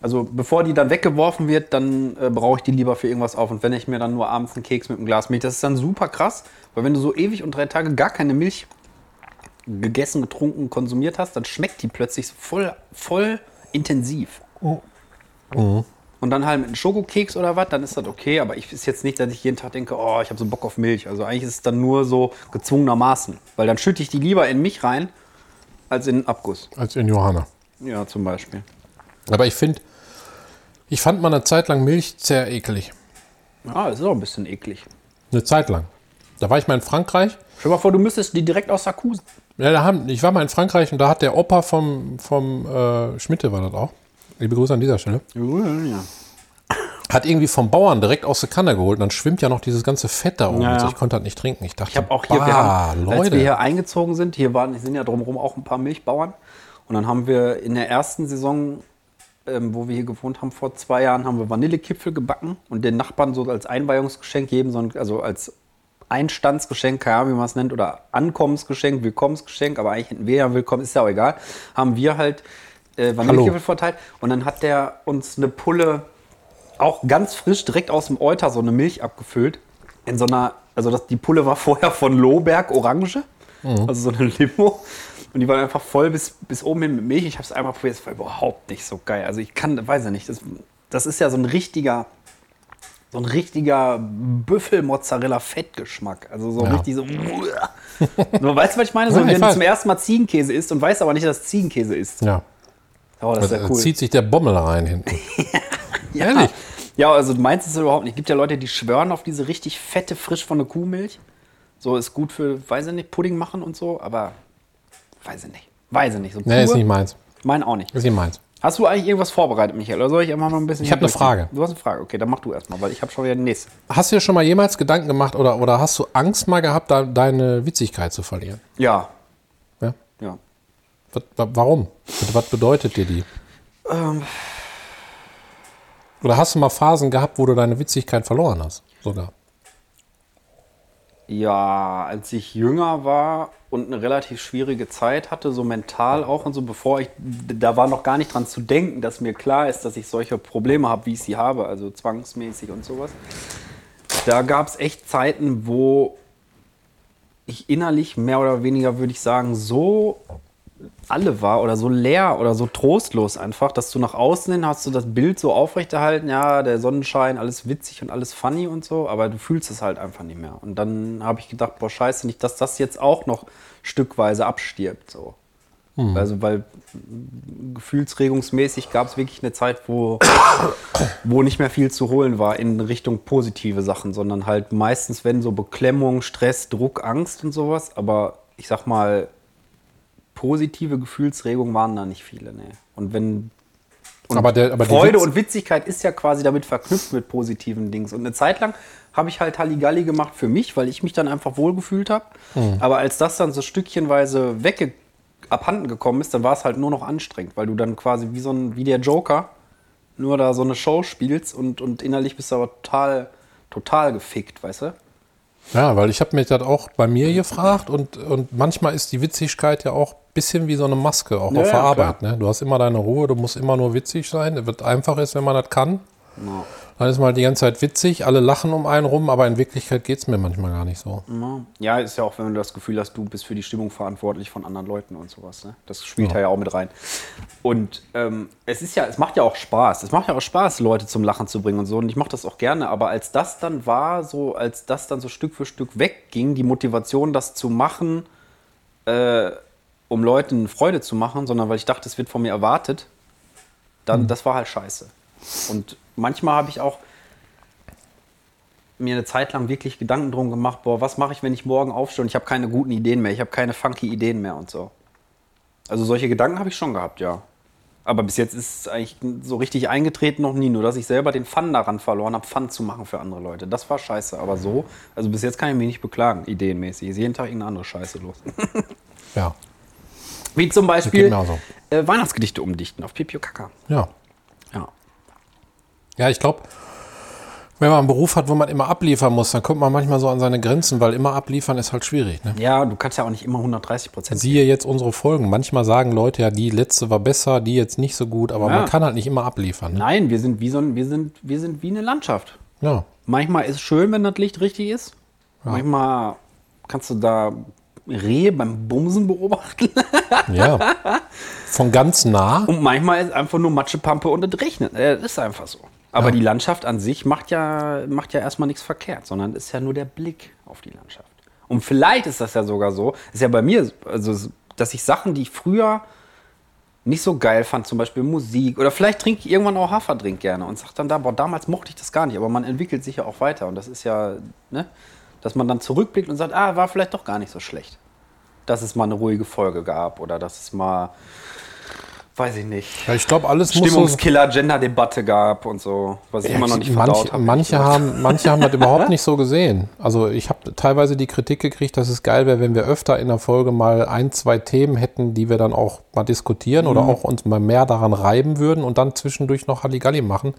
Speaker 2: Also bevor die dann weggeworfen wird, dann äh, brauche ich die lieber für irgendwas auf. Und wenn ich mir dann nur abends einen Keks mit einem Glas Milch, das ist dann super krass, weil wenn du so ewig und drei Tage gar keine Milch gegessen, getrunken, konsumiert hast, dann schmeckt die plötzlich voll, voll intensiv. und dann halt mit einem Schokokeks oder was, dann ist das okay. Aber ich ist jetzt nicht, dass ich jeden Tag denke, oh, ich habe so Bock auf Milch. Also eigentlich ist es dann nur so gezwungenermaßen. Weil dann schütte ich die lieber in mich rein, als in einen Abguss.
Speaker 1: als in Johanna.
Speaker 2: Ja, zum Beispiel.
Speaker 1: Aber ich finde, ich fand mal eine Zeit lang Milch sehr eklig.
Speaker 2: Ah, das ist auch ein bisschen eklig.
Speaker 1: Eine Zeit lang. Da war ich mal in Frankreich.
Speaker 2: Stell dir mal vor, du müsstest die direkt aus Sarkusen.
Speaker 1: Ja, da haben, ich war mal in Frankreich und da hat der Opa vom, vom äh, Schmitte, war das auch. Liebe Grüße an dieser Stelle.
Speaker 2: Ja.
Speaker 1: Hat irgendwie vom Bauern direkt aus der Kanne geholt. Und dann schwimmt ja noch dieses ganze Fett da oben.
Speaker 2: Ja,
Speaker 1: und so.
Speaker 2: ja.
Speaker 1: Ich konnte das nicht trinken. Ich dachte,
Speaker 2: Ich habe auch hier,
Speaker 1: bah,
Speaker 2: wir haben, als
Speaker 1: Leute.
Speaker 2: wir hier eingezogen sind, hier waren, sind ja drumherum auch ein paar Milchbauern. Und dann haben wir in der ersten Saison, ähm, wo wir hier gewohnt haben, vor zwei Jahren, haben wir Vanillekipfel gebacken und den Nachbarn so als Einweihungsgeschenk geben, so ein- also als Einstandsgeschenk, keine Ahnung, wie man es nennt, oder Ankommensgeschenk, Willkommensgeschenk, aber eigentlich hätten wir ja Willkommen, ist ja auch egal, haben wir halt äh, Vanillekipfel verteilt. Und dann hat der uns eine Pulle auch ganz frisch direkt aus dem Euter so eine Milch abgefüllt. In so einer, also das, die Pulle war vorher von Lohberg Orange,
Speaker 1: Mhm.
Speaker 2: also so eine Limo. Und die waren einfach voll bis, bis oben hin mit Milch. Ich habe es einmal probiert, es war überhaupt nicht so geil. Also ich kann, weiß ja nicht, das, das ist ja so ein richtiger, so ein richtiger Büffel-Mozzarella-Fettgeschmack. Also so
Speaker 1: Ja.
Speaker 2: richtig so. so weißt du, was ich meine? So,
Speaker 1: Ja, ich
Speaker 2: wenn du
Speaker 1: weiß.
Speaker 2: zum ersten Mal Ziegenkäse isst und weißt aber nicht, dass es Ziegenkäse ist.
Speaker 1: ja.
Speaker 2: Oh, das ist
Speaker 1: Da
Speaker 2: ja cool.
Speaker 1: zieht sich der Bommel rein hinten.
Speaker 2: Ja.
Speaker 1: Ehrlich?
Speaker 2: Ja, also du meinst es überhaupt nicht. Gibt ja Leute, die schwören auf diese richtig fette, frisch von der Kuhmilch. So ist gut für, weiß ich nicht, Pudding machen und so, aber weiß ich nicht. Weiß ich nicht. So
Speaker 1: Nee, ist nicht meins.
Speaker 2: Mein auch nicht.
Speaker 1: Ist nicht meins.
Speaker 2: Hast du eigentlich irgendwas vorbereitet, Michael? Oder soll ich einfach mal ein bisschen.
Speaker 1: Ich hab eine Frage.
Speaker 2: Du hast eine Frage, okay, dann mach du erstmal, weil ich habe schon wieder den nächsten.
Speaker 1: Hast du dir schon mal jemals Gedanken gemacht oder, oder hast du Angst mal gehabt, da, deine Witzigkeit zu verlieren?
Speaker 2: Ja,
Speaker 1: Ja?
Speaker 2: ja.
Speaker 1: Was, wa- warum? Was- Was bedeutet dir die?
Speaker 2: Ähm.
Speaker 1: Oder hast du mal Phasen gehabt, wo du deine Witzigkeit verloren hast? Sogar.
Speaker 2: Ja, als ich jünger war und eine relativ schwierige Zeit hatte, so mental auch und so, bevor ich, da war noch gar nicht dran zu denken, dass mir klar ist, dass ich solche Probleme habe, wie ich sie habe, also zwangsmäßig und sowas. Da gab es echt Zeiten, wo ich innerlich mehr oder weniger, würde ich sagen, so alle war oder so leer oder so trostlos einfach, dass du nach außen hin hast du das Bild so aufrechterhalten, ja, der Sonnenschein, alles witzig und alles funny und so, aber du fühlst es halt einfach nicht mehr. Und dann habe ich gedacht, boah, scheiße, nicht, dass das jetzt auch noch stückweise abstirbt, so. Also, weil mm, gefühlsregungsmäßig gab es wirklich eine Zeit, wo, wo nicht mehr viel zu holen war in Richtung positive Sachen, sondern halt meistens, wenn so Beklemmung, Stress, Druck, Angst und sowas, aber ich sag mal, positive Gefühlsregungen waren da nicht viele, ne. Und wenn
Speaker 1: aber der, aber die
Speaker 2: Freude
Speaker 1: Witz-
Speaker 2: und Witzigkeit ist ja quasi damit verknüpft mit positiven Dings. Und eine Zeit lang habe ich halt Halligalli gemacht für mich, weil ich mich dann einfach wohlgefühlt habe.
Speaker 1: Hm.
Speaker 2: Aber als das dann so stückchenweise wegge abhanden gekommen ist, dann war es halt nur noch anstrengend, weil du dann quasi wie so ein, wie der Joker nur da so eine Show spielst und, und innerlich bist du aber total, total gefickt, weißt du?
Speaker 1: Ja, weil ich habe mich das auch bei mir gefragt und, und manchmal ist die Witzigkeit ja auch ein bisschen wie so eine Maske, auch
Speaker 2: Ja,
Speaker 1: auf der
Speaker 2: ja,
Speaker 1: Arbeit. Ne? Du hast immer deine Ruhe, du musst immer nur witzig sein. Es wird einfach ist, wenn man das kann. Dann ist man halt die ganze Zeit witzig, alle lachen um einen rum, aber in Wirklichkeit geht es mir manchmal gar nicht so.
Speaker 2: Ja, ist ja auch, wenn du das Gefühl hast, du bist für die Stimmung verantwortlich von anderen Leuten und sowas. Ne? Das spielt da ja auch mit rein. Und ähm, es ist ja, es macht ja auch Spaß. Es macht ja auch Spaß, Leute zum Lachen zu bringen und so. Und ich mache das auch gerne. Aber als das dann war, so als das dann so Stück für Stück wegging, die Motivation, das zu machen, äh, um Leuten Freude zu machen, sondern weil ich dachte, es wird von mir erwartet, dann das war halt scheiße. Und manchmal habe ich auch mir eine Zeit lang wirklich Gedanken drum gemacht, boah, was mache ich, wenn ich morgen aufstehe und ich habe keine guten Ideen mehr, ich habe keine funky Ideen mehr und so. Also solche Gedanken habe ich schon gehabt, ja. Aber bis jetzt ist es eigentlich so richtig eingetreten noch nie, nur dass ich selber den Fun daran verloren habe, Fun zu machen für andere Leute. Das war scheiße, aber so, also bis jetzt kann ich mich nicht beklagen, ideenmäßig. Ist jeden Tag irgendeine andere Scheiße los.
Speaker 1: Ja,
Speaker 2: Wie zum
Speaker 1: geht
Speaker 2: Beispiel
Speaker 1: mir auch so.
Speaker 2: äh, Weihnachtsgedichte umdichten auf Pipio Kaka.
Speaker 1: ja.
Speaker 2: Ja.
Speaker 1: Ja, ich glaube, wenn man einen Beruf hat, wo man immer abliefern muss, dann kommt man manchmal so an seine Grenzen, weil immer abliefern ist halt schwierig. Ne?
Speaker 2: ja, du kannst ja auch nicht immer 130 Prozent.
Speaker 1: Siehe jetzt unsere Folgen. Manchmal sagen Leute ja, die letzte war besser, die jetzt nicht so gut, aber
Speaker 2: Ja.
Speaker 1: man kann halt nicht immer abliefern. Ne?
Speaker 2: Nein, wir sind wie so ein, wir sind, wir sind wie eine Landschaft.
Speaker 1: Ja.
Speaker 2: Manchmal ist es schön, wenn das Licht richtig ist. Manchmal kannst du da Rehe beim Bumsen beobachten.
Speaker 1: Ja. Von ganz nah.
Speaker 2: Um Und manchmal ist einfach nur Matschepampe und es regnet. Äh, Das ist einfach so. Aber die Landschaft an sich macht ja, macht ja erstmal nichts verkehrt, sondern ist ja nur der Blick auf die Landschaft. Und vielleicht ist das ja sogar so, ist ja bei mir, also, dass ich Sachen, die ich früher nicht so geil fand, zum Beispiel Musik, oder vielleicht trinke ich irgendwann auch Haferdrink gerne und sage dann da, boah, damals mochte ich das gar nicht, aber man entwickelt sich ja auch weiter und das ist ja, ne, dass man dann zurückblickt und sagt, ah, war vielleicht doch gar nicht so schlecht. Dass es mal eine ruhige Folge gab oder dass es mal, weiß ich nicht,
Speaker 1: Ja, ich glaube, alles muss so.
Speaker 2: Stimmungskiller, Gender-Debatte gab und so, was ich
Speaker 1: Ja,
Speaker 2: immer noch nicht
Speaker 1: manche,
Speaker 2: verdaut habe.
Speaker 1: manche, haben, manche haben das überhaupt nicht so gesehen. Also ich habe teilweise die Kritik gekriegt, dass es geil wäre, wenn wir öfter in der Folge mal ein, zwei Themen hätten, die wir dann auch mal diskutieren oder
Speaker 2: Mhm.
Speaker 1: auch uns mal mehr daran reiben würden und dann zwischendurch noch Halligalli machen.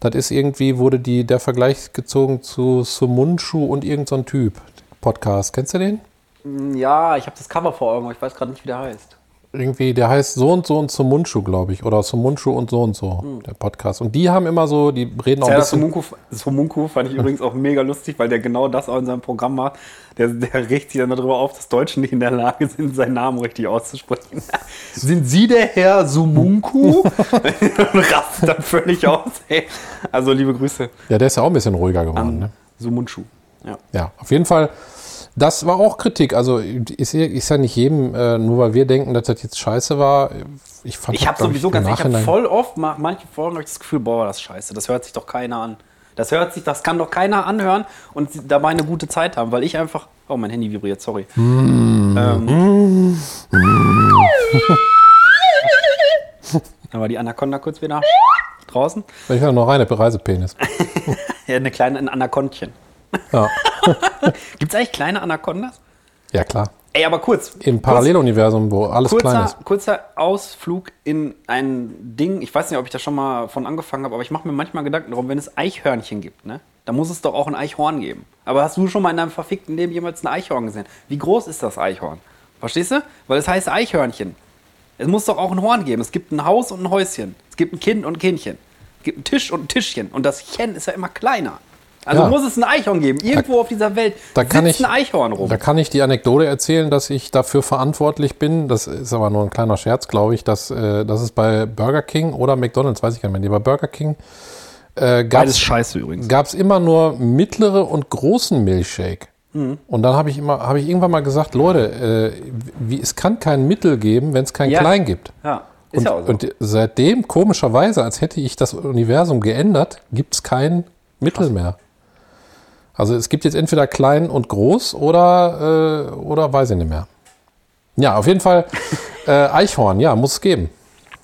Speaker 1: Das ist irgendwie, wurde die, der Vergleich gezogen zu Sumunchu und irgendein so ein Typ. Podcast. Kennst du den?
Speaker 2: Ja, ich habe das Cover vor Augen, aber ich weiß gerade nicht, wie der heißt.
Speaker 1: irgendwie, der heißt so und so und zum Mundschuh, glaube ich, oder zum Mundschuh und so und so,
Speaker 2: Mhm.
Speaker 1: der Podcast. Und die haben immer so, die reden auch ein
Speaker 2: Ja,
Speaker 1: bisschen.
Speaker 2: Sumunku, Sumunku fand ich übrigens auch mega lustig, weil der genau das auch in seinem Programm macht. Der, der regt sich dann darüber auf, dass Deutsche nicht in der Lage sind, seinen Namen richtig auszusprechen. sind Sie der Herr Sumunku? Und rastet dann völlig aus. Ey. Also liebe Grüße
Speaker 1: Ja, der ist ja auch ein bisschen ruhiger geworden.
Speaker 2: an
Speaker 1: Ne?
Speaker 2: Sumunchu. Ja.
Speaker 1: Ja, auf jeden Fall. Das war auch Kritik. Also ist, ja- ist ja nicht jedem, äh, nur weil wir denken, dass das jetzt scheiße war. Ich fand
Speaker 2: Ich habe
Speaker 1: glaub
Speaker 2: sowieso
Speaker 1: im
Speaker 2: ganz, ich habe
Speaker 1: Nachhinein-
Speaker 2: voll oft, ma- manche Folgen hab ich das Gefühl, boah, das ist scheiße, das hört sich doch keiner an. Das hört sich, das kann doch keiner anhören und sie- dabei eine gute Zeit haben, weil ich einfach, oh, mein Handy vibriert, sorry.
Speaker 1: Mm.
Speaker 2: Ähm, da war die Anaconda kurz wieder draußen.
Speaker 1: Ich höre noch rein, der Reisepenis.
Speaker 2: Ja, eine kleine, ein Anakondchen.
Speaker 1: Ja,
Speaker 2: Gibt es eigentlich kleine Anacondas?
Speaker 1: ja klar.
Speaker 2: Ey, aber kurz.
Speaker 1: Im Paralleluniversum, wo alles klein
Speaker 2: Kurzer,
Speaker 1: ist.
Speaker 2: kurzer Ausflug in ein Ding. Ich weiß nicht, ob ich da schon mal von angefangen habe, aber ich mache mir manchmal Gedanken darum, wenn es Eichhörnchen gibt, ne? Da muss es doch auch ein Eichhorn geben. Aber hast du schon mal in deinem verfickten Leben jemals ein Eichhorn gesehen? Wie groß ist das Eichhorn? Verstehst du? Weil es heißt Eichhörnchen. Es muss doch auch ein Horn geben. Es gibt ein Haus und ein Häuschen. Es gibt ein Kind und ein Kindchen. Es gibt einen Tisch und ein Tischchen. Und das Chen ist ja immer kleiner. Also
Speaker 1: Ja.
Speaker 2: muss es ein Eichhorn geben. Irgendwo auf dieser Welt
Speaker 1: Da kann
Speaker 2: sitzt
Speaker 1: ich-
Speaker 2: ein Eichhorn rum.
Speaker 1: Da kann ich die Anekdote erzählen, dass ich dafür verantwortlich bin. Das ist aber nur ein kleiner Scherz, glaube ich, dass, äh, dass es bei Burger King oder McDonalds, weiß ich gar nicht mehr, nee, bei Burger King äh, gab es
Speaker 2: scheiße übrigens.
Speaker 1: gab's immer nur mittlere und großen Milchshake. Und dann habe ich immer, habe ich irgendwann mal gesagt, Leute, äh, wie, es kann kein Mittel geben, wenn es kein
Speaker 2: Ja.
Speaker 1: Klein gibt.
Speaker 2: Ja, ist
Speaker 1: Und,
Speaker 2: ja auch so.
Speaker 1: und seitdem, komischerweise, als hätte ich das Universum geändert, gibt es kein Mittel mehr. Also es gibt jetzt entweder klein und groß oder, äh, oder weiß ich nicht mehr. Ja, auf jeden Fall äh, Eichhorn, ja, muss es geben.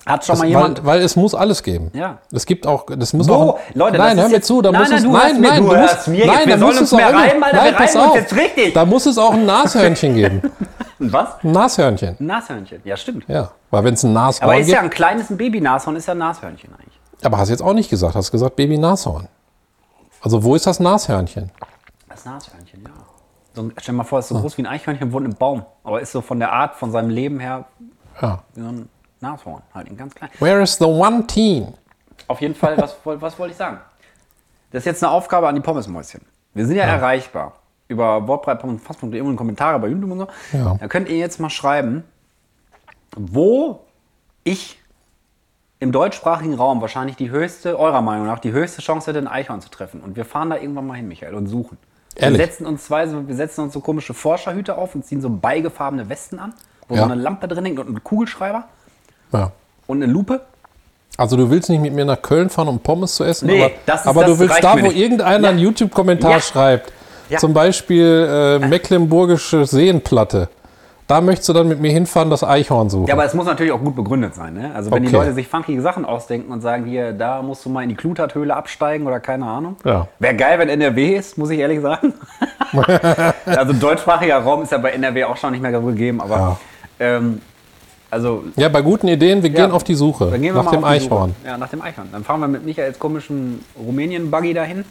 Speaker 2: Hat schon mal
Speaker 1: Das-
Speaker 2: jemand
Speaker 1: weil, weil es muss alles geben.
Speaker 2: Ja.
Speaker 1: Es gibt auch, das muss
Speaker 2: Wo?
Speaker 1: auch.
Speaker 2: Leute, das
Speaker 1: nein,
Speaker 2: ist
Speaker 1: hör mir
Speaker 2: jetzt-
Speaker 1: zu, da
Speaker 2: Nein,
Speaker 1: muss
Speaker 2: nein,
Speaker 1: es.
Speaker 2: du hörst
Speaker 1: Nein,
Speaker 2: mir-
Speaker 1: nein,
Speaker 2: du
Speaker 1: muss-
Speaker 2: hörst mir jetzt.
Speaker 1: nein,
Speaker 2: Wir
Speaker 1: da
Speaker 2: sollen
Speaker 1: muss
Speaker 2: uns
Speaker 1: es auch
Speaker 2: mehr
Speaker 1: immer-
Speaker 2: reiben, Alter, wir
Speaker 1: Nein, pass
Speaker 2: reiben uns
Speaker 1: auf.
Speaker 2: jetzt richtig.
Speaker 1: Da muss es auch ein Nashörnchen geben.
Speaker 2: Was?
Speaker 1: Ein Nashörnchen.
Speaker 2: Ein Nashörnchen, ja stimmt.
Speaker 1: Ja, weil wenn es ein Nashorn
Speaker 2: Aber ist
Speaker 1: gibt.
Speaker 2: ja ein kleines ein Baby-Nashorn, ist ja ein Nashörnchen eigentlich.
Speaker 1: Aber hast jetzt auch nicht gesagt, hast gesagt Baby Nashorn. Also wo ist das Nashörnchen?
Speaker 2: Das Nashörnchen, ja. So, ein- stell dir mal vor, es ist so groß wie ein Eichhörnchen, wohnt im Baum. Aber ist so von der Art, von seinem Leben her,
Speaker 1: Ja.
Speaker 2: wie so ein Nashorn. Halt ein ganz klein.
Speaker 1: Where is the one teen?
Speaker 2: Auf jeden Fall, was, woll- was wollte ich sagen? Das ist jetzt eine Aufgabe an die Pommesmäuschen. Wir sind ja, erreichbar. Über wortbreit.fass.de und Kommentare bei YouTube und so.
Speaker 1: Ja.
Speaker 2: Da könnt ihr jetzt mal schreiben, wo ich im deutschsprachigen Raum wahrscheinlich die höchste, eurer Meinung nach, die höchste Chance hätte, ein Eichhorn zu treffen. Und wir fahren da irgendwann mal hin, Michael, und suchen.
Speaker 1: Ehrlich?
Speaker 2: Wir setzen uns zwei, so- wir setzen uns so komische Forscherhüte auf und ziehen so beigefarbene Westen an, wo
Speaker 1: Ja.
Speaker 2: so eine Lampe drin hängt und ein Kugelschreiber
Speaker 1: Ja.
Speaker 2: und eine Lupe.
Speaker 1: Also du willst nicht mit mir nach Köln fahren, um Pommes zu essen,
Speaker 2: Nee,
Speaker 1: aber,
Speaker 2: das ist-
Speaker 1: aber
Speaker 2: das
Speaker 1: du willst
Speaker 2: reicht
Speaker 1: da,
Speaker 2: mir
Speaker 1: wo
Speaker 2: nicht.
Speaker 1: irgendeiner einen YouTube-Kommentar
Speaker 2: Ja.
Speaker 1: schreibt,
Speaker 2: Ja.
Speaker 1: zum Beispiel äh, Mecklenburgische Seenplatte, da möchtest du dann mit mir hinfahren, das Eichhorn suchen.
Speaker 2: Ja, aber es muss natürlich auch gut begründet sein. Ne? Also wenn die
Speaker 1: Okay.
Speaker 2: Leute sich funky Sachen ausdenken und sagen, hier, da musst du mal in die Klutathöhle absteigen oder keine Ahnung.
Speaker 1: Ja.
Speaker 2: Wäre geil, wenn NRW ist, muss ich ehrlich sagen. also deutschsprachiger Raum ist ja bei NRW auch schon nicht mehr gegeben, aber ähm, also
Speaker 1: Ja, bei guten Ideen, wir gehen auf die Suche
Speaker 2: dann gehen wir
Speaker 1: nach
Speaker 2: mal
Speaker 1: dem
Speaker 2: auf die Suche.
Speaker 1: Eichhorn.
Speaker 2: Ja, nach dem Eichhorn. Dann fahren wir mit Michaels komischen Rumänien-Buggy dahin.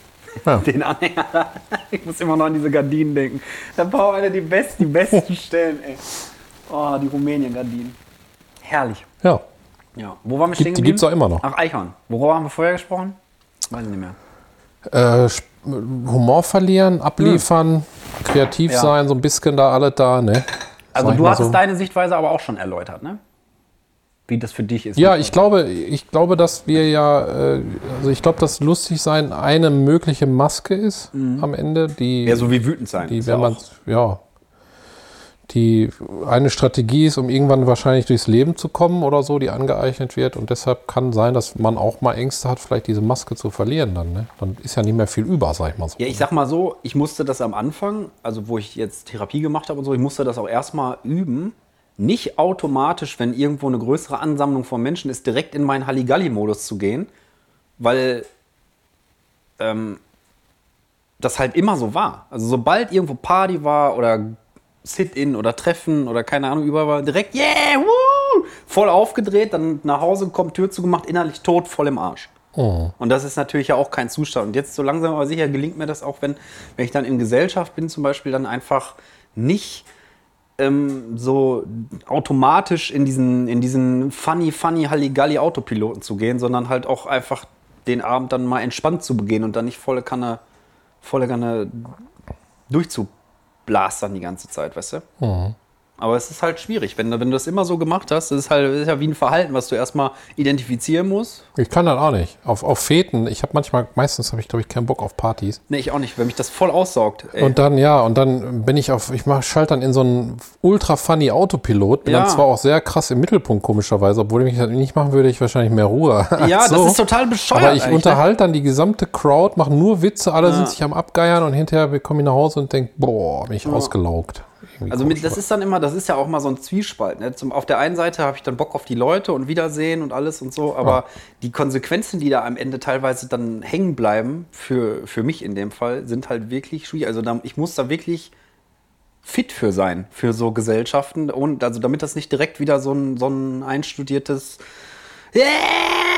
Speaker 1: Ja.
Speaker 2: Den Anhänger. da. Ich muss immer noch an diese Gardinen denken. Da brauchen wir die besten, die besten Stellen, ey. Oh, die Rumänien-Gardinen. Herrlich.
Speaker 1: Ja.
Speaker 2: Ja. Wo waren wir
Speaker 1: Gibt-
Speaker 2: stehen
Speaker 1: die
Speaker 2: geblieben?
Speaker 1: gibt's auch immer noch.
Speaker 2: Ach, Eichhorn. Worüber haben wir vorher gesprochen? Weiß ich nicht mehr.
Speaker 1: Äh, Sp- Humor verlieren, abliefern, kreativ
Speaker 2: Ja.
Speaker 1: sein, so ein bisschen da alles da, ne?
Speaker 2: Also
Speaker 1: Sag ich
Speaker 2: du
Speaker 1: mal
Speaker 2: hattest
Speaker 1: so.
Speaker 2: deine Sichtweise aber auch schon erläutert, ne? wie das für dich ist.
Speaker 1: Ja, ich glaube, ich glaube, dass wir ja, äh, also ich glaube, dass lustig sein eine mögliche Maske ist am Ende, die,
Speaker 2: Ja, so wie wütend sein.
Speaker 1: die
Speaker 2: ist
Speaker 1: wenn
Speaker 2: ja
Speaker 1: man,
Speaker 2: auch-
Speaker 1: ja, die eine Strategie ist, um irgendwann wahrscheinlich durchs Leben zu kommen oder so, die angeeignet wird und deshalb kann sein, dass man auch mal Ängste hat, vielleicht diese Maske zu verlieren dann. Ne? Dann ist ja nicht mehr viel über, sag ich mal so.
Speaker 2: Ja, ich sag mal so, ich musste das am Anfang, also wo ich jetzt Therapie gemacht habe und so, ich musste das auch erstmal üben. Nicht automatisch, wenn irgendwo eine größere Ansammlung von Menschen ist, direkt in meinen Halligalli-Modus zu gehen, weil ähm, das halt immer so war. Also sobald irgendwo Party war oder Sit-in oder Treffen oder keine Ahnung, überall war direkt, yeah, woo, voll aufgedreht, dann nach Hause gekommen, Tür zugemacht, innerlich tot, voll im Arsch.
Speaker 1: Oh. Hm.
Speaker 2: Und das ist natürlich ja auch kein Zustand. Und jetzt so langsam aber sicher gelingt mir das auch, wenn, wenn ich dann in Gesellschaft bin, zum Beispiel, dann einfach nicht ähm, so automatisch in diesen, in diesen funny, funny Halligalli-Autopiloten zu gehen, sondern halt auch einfach den Abend dann mal entspannt zu begehen und dann nicht volle Kanne, volle Kanne durchzublastern die ganze Zeit, weißt du? Aber es ist halt schwierig, wenn, du- wenn du das immer so gemacht hast, das ist halt das ist ja wie ein Verhalten, was du erstmal identifizieren musst.
Speaker 1: Ich kann das auch nicht. Auf, auf Feten, ich habe manchmal, meistens habe ich, glaube ich, keinen Bock auf Partys.
Speaker 2: Nee, ich auch nicht, wenn mich das voll aussaugt. Ey.
Speaker 1: Und dann, ja, und dann bin ich auf, ich mach, schalt dann in so einen ultra funny Autopilot, bin
Speaker 2: Ja.
Speaker 1: dann zwar auch sehr krass im Mittelpunkt, komischerweise, obwohl ich mich das nicht machen würde, ich wahrscheinlich mehr Ruhe.
Speaker 2: ja,
Speaker 1: als
Speaker 2: das ist total bescheuert.
Speaker 1: Aber ich
Speaker 2: eigentlich, ne?
Speaker 1: unterhalte dann die gesamte Crowd, mache nur Witze, alle
Speaker 2: Ja.
Speaker 1: sind sich am Abgeiern und hinterher komme ich nach Hause und denke, boah, mich ausgelaugt. Irgendwie
Speaker 2: Also mit,
Speaker 1: komisch.
Speaker 2: das ist dann immer, das ist ja auch mal so ein Zwiespalt. Ne? Zum, auf der einen Seite habe ich dann Bock auf die Leute und Wiedersehen und alles und so, aber die Konsequenzen, die da am Ende teilweise dann hängen bleiben, für, für mich in dem Fall, sind halt wirklich schwierig. Also da, ich muss da wirklich fit für sein, für so Gesellschaften. Und, also damit das nicht direkt wieder so ein, so ein einstudiertes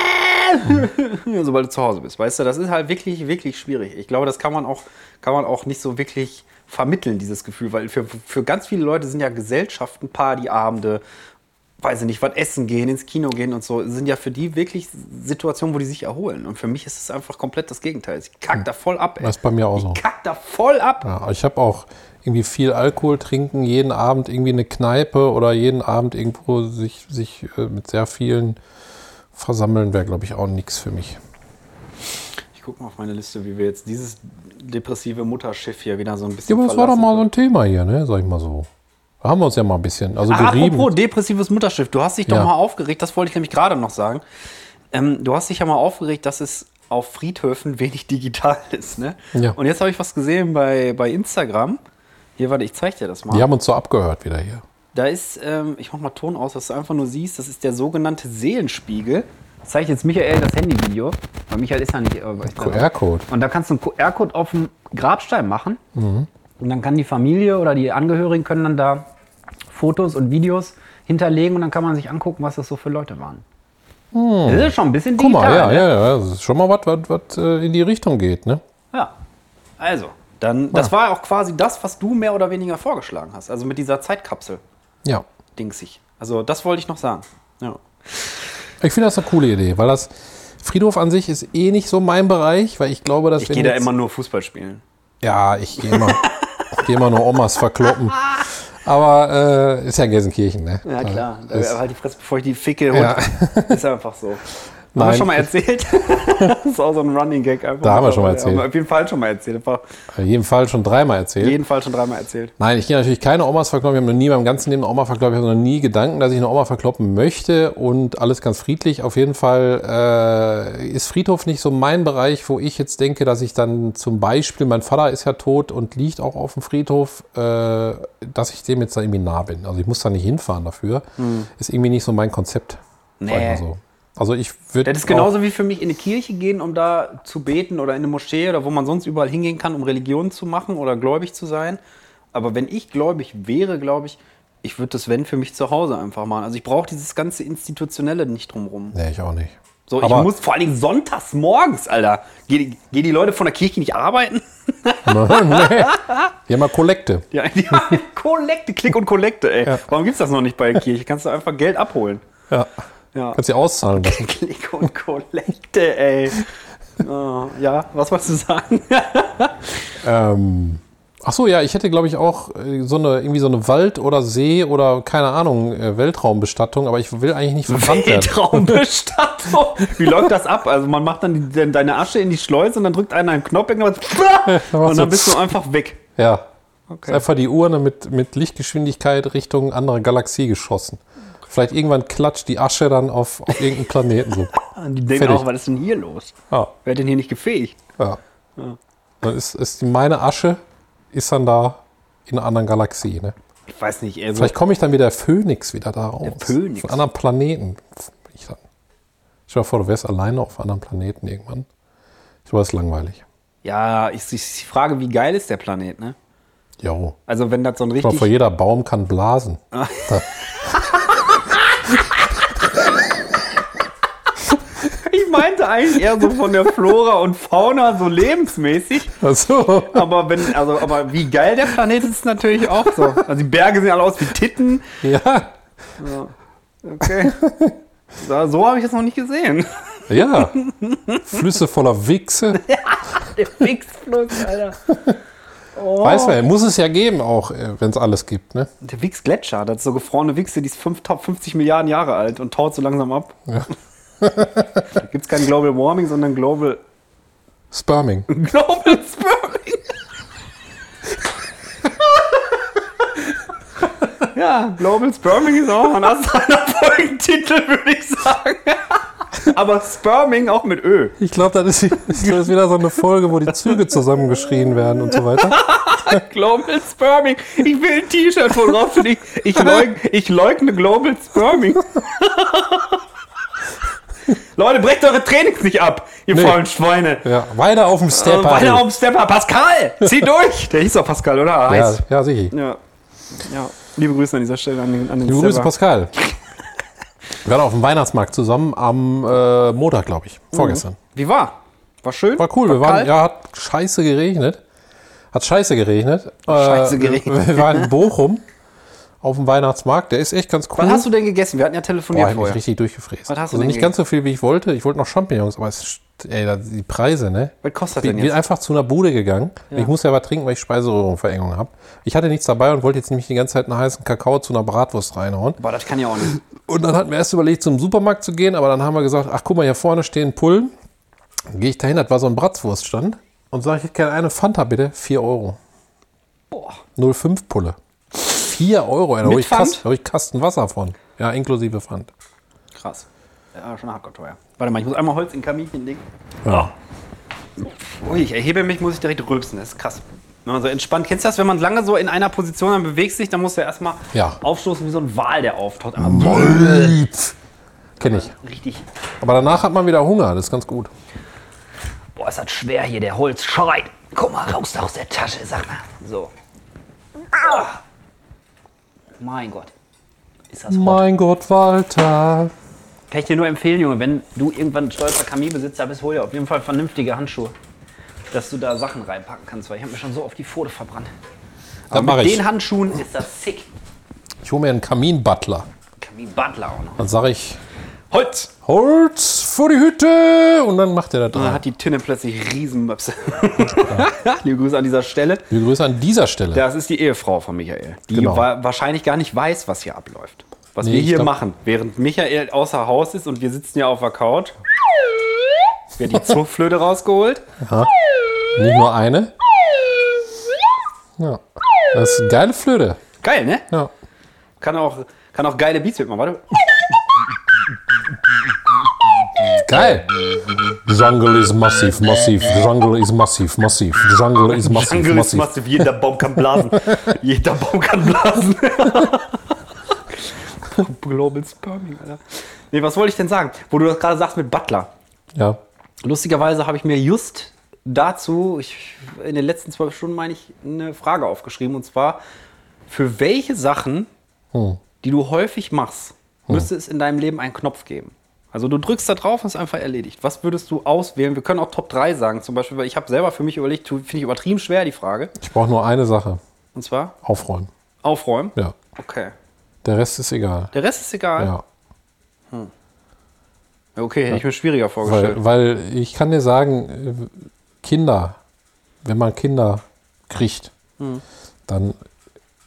Speaker 2: sobald du zu Hause bist. Weißt du, das ist halt wirklich, wirklich schwierig. Ich glaube, das kann man auch, kann man auch nicht so wirklich vermitteln, dieses Gefühl, weil für, für ganz viele Leute sind ja Gesellschaften, Partyabende, weiß ich nicht, was essen gehen, ins Kino gehen und so, sind ja für die wirklich Situationen, wo die sich erholen. Und für mich ist es einfach komplett das Gegenteil. Ich kack da voll ab, ey.
Speaker 1: Das ist Hm. bei mir auch so.
Speaker 2: Ich kack da voll ab.
Speaker 1: Ja, ich habe auch irgendwie viel Alkohol trinken, jeden Abend irgendwie eine Kneipe oder jeden Abend irgendwo sich, sich äh, mit sehr vielen versammeln, wäre, glaube ich, auch nichts für mich.
Speaker 2: Ich guck mal auf meine Liste, wie wir jetzt dieses depressive Mutterschiff hier wieder so ein bisschen
Speaker 1: Ja, aber das war doch
Speaker 2: verlassen
Speaker 1: mal
Speaker 2: können.
Speaker 1: so ein Thema hier, ne? Sag ich mal so. Da haben wir uns ja mal ein bisschen, also
Speaker 2: Ah,
Speaker 1: gerieben.
Speaker 2: apropos depressives Mutterschiff, du hast dich doch
Speaker 1: Ja.
Speaker 2: mal aufgeregt, das wollte ich nämlich gerade noch sagen. Ähm, du hast dich ja mal aufgeregt, dass es auf Friedhöfen wenig digital ist, ne?
Speaker 1: Ja.
Speaker 2: Und jetzt habe ich was gesehen bei, bei Instagram. Hier, warte, ich zeig dir das mal.
Speaker 1: Die haben uns so abgehört wieder hier.
Speaker 2: Da ist, ähm, ich mach mal Ton aus, dass du einfach nur siehst, das ist der sogenannte Seelenspiegel. Das zeige ich jetzt Michael das Handyvideo, weil Michael ist ja nicht. äh, ich glaub-
Speaker 1: QR-Code.
Speaker 2: und da kannst du einen QR-Code auf dem Grabstein machen. Und dann kann die Familie oder die Angehörigen können dann da Fotos und Videos hinterlegen und dann kann man sich angucken, was das so für Leute waren. Das ist schon ein bisschen
Speaker 1: Hm. Guck
Speaker 2: digital.
Speaker 1: mal, ja,
Speaker 2: ne?
Speaker 1: ja, ja, das ist schon mal was, was, was äh, in die Richtung geht, ne?
Speaker 2: Ja. Also, dann, das war auch quasi das, was du mehr oder weniger vorgeschlagen hast. Also mit dieser Zeitkapsel
Speaker 1: Ja.
Speaker 2: dingsig. Also, das wollte ich noch sagen. Ja.
Speaker 1: Ich finde das eine coole Idee, weil das Friedhof an sich ist eh nicht so mein Bereich, weil ich glaube, dass
Speaker 2: Ich
Speaker 1: wenn
Speaker 2: gehe da
Speaker 1: jetzt-
Speaker 2: immer nur Fußball spielen.
Speaker 1: Ja, ich gehe immer, ich geh immer nur Omas verkloppen. Aber äh, ist ja Gelsenkirchen, ne?
Speaker 2: Ja, klar.
Speaker 1: Also,
Speaker 2: Da
Speaker 1: ist,
Speaker 2: halt die Fresse, bevor ich die ficke.
Speaker 1: Ja.
Speaker 2: Und ist einfach so. Haben
Speaker 1: Nein.
Speaker 2: wir schon mal erzählt? das ist auch so ein Running Gag. Einfach
Speaker 1: Da haben wir schon mal
Speaker 2: dabei.
Speaker 1: erzählt.
Speaker 2: Haben wir auf jeden Fall schon mal erzählt. Einfach
Speaker 1: auf jeden Äh, Fall schon dreimal erzählt.
Speaker 2: jeden Fall schon dreimal erzählt.
Speaker 1: Nein, ich gehe natürlich keine Omas verkloppen. Ich habe noch nie meinem ganzen Leben eine Oma verkloppt. Ich habe noch nie Gedanken, dass ich eine Oma verkloppen möchte und alles ganz friedlich. Auf jeden Fall äh, ist Friedhof nicht so mein Bereich, wo ich jetzt denke, dass ich dann zum Beispiel, mein Vater ist ja tot und liegt auch auf dem Friedhof, äh, dass ich dem jetzt da irgendwie nah bin. Also ich muss da nicht hinfahren dafür. Ist irgendwie nicht so mein Konzept. sag ich
Speaker 2: Hm. Nee.
Speaker 1: mal So. Also ich würde.
Speaker 2: Das ist genauso wie für mich in eine Kirche gehen, um da zu beten oder in eine Moschee oder wo man sonst überall hingehen kann, um Religion zu machen oder gläubig zu sein. Aber wenn ich gläubig wäre, glaube ich, ich würde das Wenn für mich zu Hause einfach machen. Also ich brauche dieses ganze Institutionelle nicht drumrum.
Speaker 1: Nee, ich auch nicht.
Speaker 2: So,
Speaker 1: Aber-
Speaker 2: ich muss vor allen Dingen sonntags morgens, Alter. Gehen geh die Leute von der Kirche nicht arbeiten?
Speaker 1: nee. Wir haben mal Kollekte.
Speaker 2: Ja, die haben Kollekte, Klick und Kollekte, ey.
Speaker 1: Ja.
Speaker 2: Warum gibt's das noch nicht bei der Kirche? Kannst du einfach Geld abholen.
Speaker 1: Ja.
Speaker 2: Ja.
Speaker 1: Kannst du auszahlen lassen.
Speaker 2: Klick und Kollekte, ey. Oh, ja, was wolltest du sagen?
Speaker 1: Ähm, Ach so, ja, ich hätte, glaube ich, auch äh, so eine, irgendwie so eine Wald- oder See- oder, keine Ahnung, äh, Weltraumbestattung, aber ich will eigentlich nicht verbrannt werden.
Speaker 2: Weltraumbestattung. Wie läuft das ab? Also man macht dann die, de- deine Asche in die Schleuse und dann drückt einer einen Knopf irgendwas, und dann bist du einfach weg.
Speaker 1: Ja. Ist
Speaker 2: Okay.
Speaker 1: einfach die Urne mit, mit Lichtgeschwindigkeit Richtung andere Galaxie geschossen. Vielleicht irgendwann klatscht die Asche dann auf, auf irgendeinen Planeten so.
Speaker 2: Und Ah, die denken
Speaker 1: Fertig.
Speaker 2: auch, was ist denn hier los?
Speaker 1: Ja.
Speaker 2: Wer hat denn hier nicht gefähigt?
Speaker 1: ja. Dann ist, ist meine Asche ist dann da in einer anderen Galaxie. Ne?
Speaker 2: Ich weiß nicht, also, ey. So
Speaker 1: Vielleicht komme ich dann wieder der Phönix wieder da raus.
Speaker 2: Phönix.
Speaker 1: Von anderen Planeten. Ich dann. Stell dir vor, du wärst alleine auf anderen Planeten irgendwann. Ich weiß, langweilig.
Speaker 2: ja, ich, ich, ich frage, wie geil ist der Planet, ne?
Speaker 1: Jo.
Speaker 2: Also wenn das so ein
Speaker 1: Guck mal, vor
Speaker 2: richtig... Ah.
Speaker 1: jeder Baum kann blasen.
Speaker 2: Ich meinte eigentlich eher so von der Flora und Fauna, so lebensmäßig.
Speaker 1: Achso.
Speaker 2: Aber wenn, also, aber wie geil der Planet ist, ist natürlich auch so. Also die Berge sehen alle aus wie Titten.
Speaker 1: Ja.
Speaker 2: Okay. So, so habe ich das noch nicht gesehen.
Speaker 1: Ja. Flüsse voller Wichse.
Speaker 2: Der Wichsfluss, Alter. Oh.
Speaker 1: Weiß man, muss es ja geben auch, wenn es alles gibt, ne?
Speaker 2: Der Wichsgletscher, das ist so gefrorene Wichse, die ist 5, 50 Milliarden Jahre alt und taut so langsam ab.
Speaker 1: Ja.
Speaker 2: Da gibt es kein Global Warming, sondern Global.
Speaker 1: Sperming.
Speaker 2: Global Sperming! ja, Global Sperming ist auch ein anderer Folgentitel, würde ich sagen. Aber Sperming auch mit Ö.
Speaker 1: Ich glaube, das ist, das ist wieder so eine Folge, wo die Züge zusammengeschrien werden und so weiter.
Speaker 2: Global Sperming. Ich will ein T-Shirt, wo drauf steht, ich, ich, leug, ich leugne Global Sperming. Leute, brecht eure Trainings nicht ab, ihr
Speaker 1: Nee.
Speaker 2: faulen Schweine.
Speaker 1: Ja, weiter auf dem
Speaker 2: Äh,
Speaker 1: Stepper.
Speaker 2: Weiter auf dem Stepper. Pascal, zieh durch. Der hieß doch Pascal, oder?
Speaker 1: ja,
Speaker 2: Heiß.
Speaker 1: ja, sicher.
Speaker 2: Ja. ja. Liebe Grüße an dieser Stelle an den, an den
Speaker 1: Liebe Grüße,
Speaker 2: Stepper.
Speaker 1: Pascal. Wir waren auf dem Weihnachtsmarkt zusammen am äh, Montag, glaube ich, vorgestern.
Speaker 2: Wie war? Mhm. War schön?
Speaker 1: War cool. Wir waren,
Speaker 2: kalt?
Speaker 1: ja, hat scheiße geregnet. Hat scheiße geregnet.
Speaker 2: Scheiße
Speaker 1: Äh,
Speaker 2: geregnet.
Speaker 1: Wir waren in Bochum auf dem Weihnachtsmarkt. Der ist echt ganz cool.
Speaker 2: Was hast du denn gegessen? Wir hatten ja
Speaker 1: Boah,
Speaker 2: telefoniert
Speaker 1: ich hab mich
Speaker 2: vorher.
Speaker 1: richtig durchgefräst.
Speaker 2: Was hast du
Speaker 1: also
Speaker 2: denn
Speaker 1: nicht
Speaker 2: gegessen?
Speaker 1: ganz so viel, wie ich wollte. Ich wollte noch Champignons, aber es, st- ey, da- die Preise, ne?
Speaker 2: Was kostet das
Speaker 1: Ich
Speaker 2: denn
Speaker 1: bin
Speaker 2: jetzt?
Speaker 1: einfach zu einer Bude gegangen. Ich muss ja was trinken, weil ich Speiseröhrenverengung habe. Ich hatte nichts dabei und wollte jetzt nämlich die ganze Zeit einen heißen Kakao zu einer Bratwurst reinhauen.
Speaker 2: Boah, das kann ja auch nicht.
Speaker 1: Und dann hatten wir erst überlegt, zum Supermarkt zu gehen, aber dann haben wir gesagt, ach guck mal, hier vorne stehen Pullen. Dann gehe ich dahin, das war so ein Bratzwurststand. Und sage, ich hätte gerne eine Fanta bitte, 4 Euro. 0,5 Pulle. 4 Euro, ey, da
Speaker 2: Mit
Speaker 1: hole ich,
Speaker 2: Pfand?
Speaker 1: Kast, da hol ich Kasten Wasser von. Ja, inklusive Pfand.
Speaker 2: Krass. Ja, schon hardcore teuer. Warte mal, ich muss einmal Holz in den Kaminchen legen.
Speaker 1: Ja.
Speaker 2: Ui, ich erhebe mich, muss ich direkt rülpsen. Das ist krass. Wenn man so entspannt. Kennst du das, wenn man lange so in einer Position dann bewegt sich, dann muss er erstmal
Speaker 1: Ja.
Speaker 2: aufstoßen wie so ein Wal, der auftaucht. Aber
Speaker 1: Kenn ich.
Speaker 2: richtig.
Speaker 1: Aber danach hat man wieder Hunger, das ist ganz gut.
Speaker 2: Boah, ist das schwer hier, der Holz schreit. Guck mal, raus da aus der Tasche, sag mal. So. Ah. Mein Gott. Ist das hot.
Speaker 1: Mein Gott, Walter.
Speaker 2: Kann ich dir nur empfehlen, Junge, wenn du irgendwann ein stolzer Kaminbesitzer bist, hol dir auf jeden Fall vernünftige Handschuhe, dass du da Sachen reinpacken kannst, weil ich habe mir schon so auf die Pfote verbrannt.
Speaker 1: Das mache
Speaker 2: Mit
Speaker 1: ich.
Speaker 2: den Handschuhen ist das sick.
Speaker 1: Ich hole mir einen Kaminbutler.
Speaker 2: Kamin Butler auch noch.
Speaker 1: Dann sage ich,
Speaker 2: Holz!
Speaker 1: Holz vor die Hütte. Und dann macht er da
Speaker 2: Und dann
Speaker 1: dran.
Speaker 2: hat die Tinne plötzlich Riesenmöpse. Liebe Grüße an dieser Stelle.
Speaker 1: Liebe Grüße an dieser Stelle.
Speaker 2: Das ist die Ehefrau von Michael, die
Speaker 1: Genau.
Speaker 2: wa wahrscheinlich gar nicht weiß, was hier abläuft. Was
Speaker 1: Nee,
Speaker 2: wir
Speaker 1: ich
Speaker 2: hier
Speaker 1: glaub-
Speaker 2: machen, während Michael außer Haus ist und wir sitzen ja auf der Couch. Wird die Zuchtflöte rausgeholt.
Speaker 1: Nicht nur eine. Ja. Das ist eine geile Flöte.
Speaker 2: Geil, ne?
Speaker 1: Ja.
Speaker 2: Kann auch, kann auch geile Beats mitmachen. Warte.
Speaker 1: Geil. Jungle ist massiv, massiv. Jungle ist massiv, massiv. Jungle ist massiv,
Speaker 2: Jungle ist
Speaker 1: massiv.
Speaker 2: massiv, jeder Baum kann blasen. jeder Baum kann blasen. Global Sperming, Alter. Nee, was wollte ich denn sagen? Wo du das gerade sagst mit Butler.
Speaker 1: Ja.
Speaker 2: Lustigerweise habe ich mir just dazu, ich, in den letzten zwölf Stunden meine ich, eine Frage aufgeschrieben. Und zwar, für welche Sachen,
Speaker 1: Hm.
Speaker 2: die du häufig machst,
Speaker 1: Oh.
Speaker 2: müsste es in deinem Leben einen Knopf geben? Also du drückst da drauf und es ist einfach erledigt. Was würdest du auswählen? Wir können auch Top 3 sagen zum Beispiel, weil ich habe selber für mich überlegt, tu- finde ich übertrieben schwer die Frage.
Speaker 1: Ich brauche nur eine Sache.
Speaker 2: Und zwar
Speaker 1: Aufräumen.
Speaker 2: aufräumen.
Speaker 1: Ja.
Speaker 2: Okay.
Speaker 1: Der Rest ist egal.
Speaker 2: Der Rest ist egal.
Speaker 1: Ja.
Speaker 2: Ja, Okay, hätte ich mir schwieriger vorgestellt.
Speaker 1: Weil, weil ich kann dir sagen, äh, Kinder, wenn man Kinder kriegt, dann,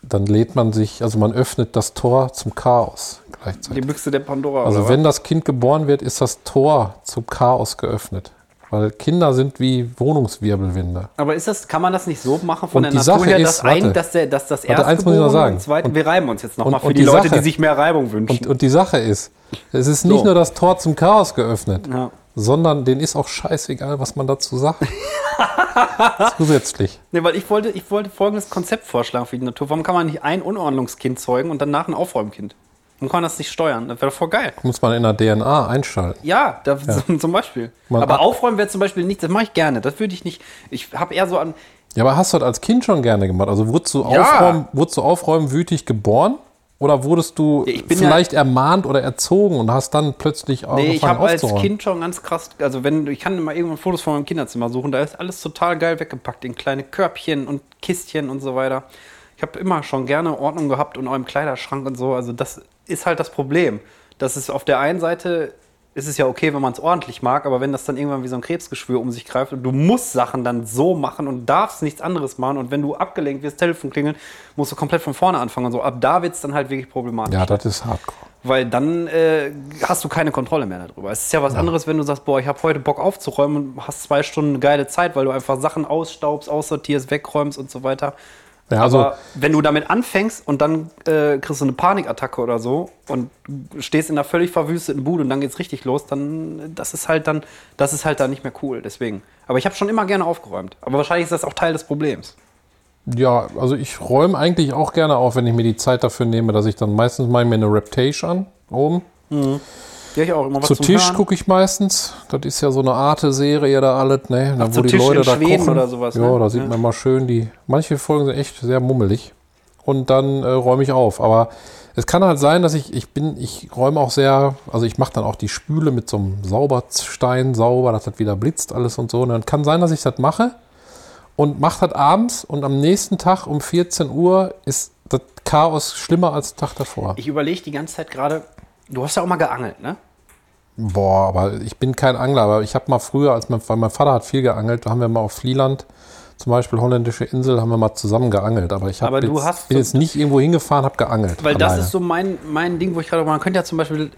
Speaker 1: dann lädt man sich, also man öffnet das Tor zum Chaos gleichzeitig.
Speaker 2: Die Büchse der Pandora.
Speaker 1: Also
Speaker 2: oder
Speaker 1: wenn das Kind geboren wird, ist das Tor zum Chaos geöffnet. Weil Kinder sind wie Wohnungswirbelwinde.
Speaker 2: was? Aber ist das, kann man das nicht so machen von
Speaker 1: Und
Speaker 2: der
Speaker 1: die
Speaker 2: Natur
Speaker 1: Sache
Speaker 2: her,
Speaker 1: ist-
Speaker 2: dass, ein,
Speaker 1: warte.
Speaker 2: dass, der, dass das
Speaker 1: Warte,
Speaker 2: erste
Speaker 1: eins muss ich noch sagen.
Speaker 2: zweite, wir reiben uns jetzt
Speaker 1: und-
Speaker 2: nochmal für
Speaker 1: und
Speaker 2: die,
Speaker 1: die
Speaker 2: Leute,
Speaker 1: Sache-
Speaker 2: die sich mehr Reibung wünschen.
Speaker 1: Und, und die Sache ist, es ist nicht
Speaker 2: So.
Speaker 1: nur das Tor zum Chaos geöffnet,
Speaker 2: Ja.
Speaker 1: sondern denen ist auch scheißegal, was man dazu sagt. Zusätzlich.
Speaker 2: Nee, weil ich wollte, ich wollte folgendes Konzept vorschlagen für die Natur. Warum kann man nicht ein Unordnungskind zeugen und danach ein Aufräumkind? Warum kann man das nicht steuern? Das wäre doch voll geil.
Speaker 1: Muss man in der DNA einschalten.
Speaker 2: Ja, da, zum Beispiel.
Speaker 1: Man-
Speaker 2: Aber aufräumen wäre zum Beispiel nicht, das mache ich gerne. Das würde ich nicht. Ich habe eher so an.
Speaker 1: Ja, aber hast du das als Kind schon gerne gemacht? Also wurdest du,
Speaker 2: Ja.
Speaker 1: aufräumen, wurdest du aufräumen wütig geboren? Oder wurdest du
Speaker 2: ich bin ja-
Speaker 1: vielleicht ermahnt oder erzogen und hast dann plötzlich
Speaker 2: Nee, ich
Speaker 1: angefangen
Speaker 2: habe als
Speaker 1: aufzuräumen?
Speaker 2: Kind schon ganz krass. Also, wenn ich kann mal irgendwann Fotos von meinem Kinderzimmer suchen, da ist alles total geil weggepackt in kleine Körbchen und Kistchen und so weiter. Ich habe immer schon gerne Ordnung gehabt und auch im Kleiderschrank und so. Also, das ist halt das Problem. Das ist auf der einen Seite ist es ja okay, wenn man es ordentlich mag, aber wenn das dann irgendwann wie so ein Krebsgeschwür um sich greift und du musst Sachen dann so machen und darfst nichts anderes machen und wenn du abgelenkt wirst, Telefon klingelt, musst du komplett von vorne anfangen und so. Ab da wird es dann halt wirklich problematisch.
Speaker 1: Ja, das ist hardcore.
Speaker 2: Weil dann äh, hast du keine Kontrolle mehr darüber. Es ist ja was anderes, wenn du sagst, boah, ich habe heute Bock aufzuräumen und hast zwei Stunden geile Zeit, weil du einfach Sachen ausstaubst, aussortierst, wegräumst und so weiter.
Speaker 1: Ja, also,
Speaker 2: Aber wenn du damit anfängst und dann äh, kriegst du eine Panikattacke oder so und stehst in einer völlig verwüsteten Bude und dann geht's richtig los, dann äh, das ist halt dann das ist halt dann nicht mehr cool. Deswegen. Aber ich habe schon immer gerne aufgeräumt. Aber wahrscheinlich ist das auch Teil des Problems.
Speaker 1: Ja, also ich räume eigentlich auch gerne auf, wenn ich mir die Zeit dafür nehme, dass ich dann meistens mache ich mir eine Reptage an, oben.
Speaker 2: Ja, ich auch immer was
Speaker 1: Zu
Speaker 2: zum
Speaker 1: Tisch
Speaker 2: Hören.
Speaker 1: gucke ich meistens. Das ist ja so eine Arte-Serie da alles, ne? Da,
Speaker 2: zu Tisch in Schweden oder sowas,
Speaker 1: Ja,
Speaker 2: ne?
Speaker 1: da sieht
Speaker 2: Ja.
Speaker 1: man immer schön die. Manche Folgen sind echt sehr mummelig. Und dann äh, räume ich auf. Aber es kann halt sein, dass ich, ich bin, ich räume auch sehr, also ich mache dann auch die Spüle mit so einem Sauberstein sauber, dass das wieder blitzt alles und so. Und dann kann sein, dass ich das mache und mache das abends und am nächsten Tag um 14 Uhr ist das Chaos schlimmer als den Tag davor.
Speaker 2: Ich überlege die ganze Zeit gerade. Du hast ja auch mal geangelt, ne?
Speaker 1: Boah, aber ich bin kein Angler, aber ich habe mal früher, als mein, weil mein Vater hat viel geangelt, da haben wir mal auf Flieland, zum Beispiel holländische Insel, haben wir mal zusammen geangelt. Aber ich hab
Speaker 2: Aber du
Speaker 1: jetzt,
Speaker 2: hast
Speaker 1: bin
Speaker 2: so-
Speaker 1: jetzt nicht irgendwo hingefahren, habe geangelt.
Speaker 2: Weil das
Speaker 1: alleine.
Speaker 2: ist so mein, mein Ding, wo ich gerade, man könnte ja zum Beispiel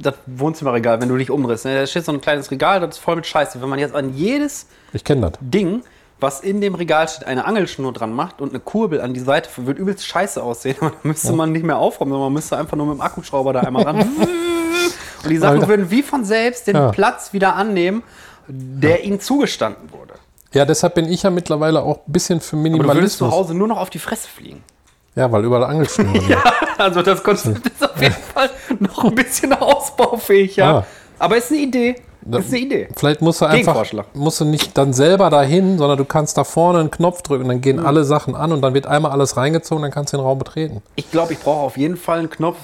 Speaker 2: das Wohnzimmerregal, wenn du dich umdrehst, ne? da steht so ein kleines Regal, das ist voll mit Scheiße. Wenn man jetzt an jedes
Speaker 1: Ich kenne das.
Speaker 2: Ding, was in dem Regal steht, eine Angelschnur dran macht und eine Kurbel an die Seite, wird übelst scheiße aussehen. Aber dann müsste man nicht mehr aufräumen, sondern man müsste einfach nur mit dem Akkuschrauber da einmal ran. und die Sachen
Speaker 1: Alter.
Speaker 2: würden wie von selbst den
Speaker 1: Ja.
Speaker 2: Platz wieder annehmen, der ihnen zugestanden wurde.
Speaker 1: Ja, deshalb bin ich ja mittlerweile auch ein bisschen für
Speaker 2: Aber du würdest zu
Speaker 1: Minimalismus.
Speaker 2: Hause nur noch auf die Fresse fliegen.
Speaker 1: Ja, weil überall Angelschnüre sind.
Speaker 2: Also das Konzept ist auf jeden Fall noch ein bisschen ausbaufähig, ja.
Speaker 1: Ah.
Speaker 2: Aber ist eine Idee. Ist eine Idee.
Speaker 1: Vielleicht musst du einfach,
Speaker 2: Gegenvorschlag.
Speaker 1: musst du nicht dann selber dahin, sondern du kannst da vorne einen Knopf drücken, dann
Speaker 2: Mhm.
Speaker 1: gehen alle Sachen an und dann wird einmal alles reingezogen, dann kannst du den Raum betreten.
Speaker 2: Ich glaube, ich brauche auf jeden Fall einen Knopf,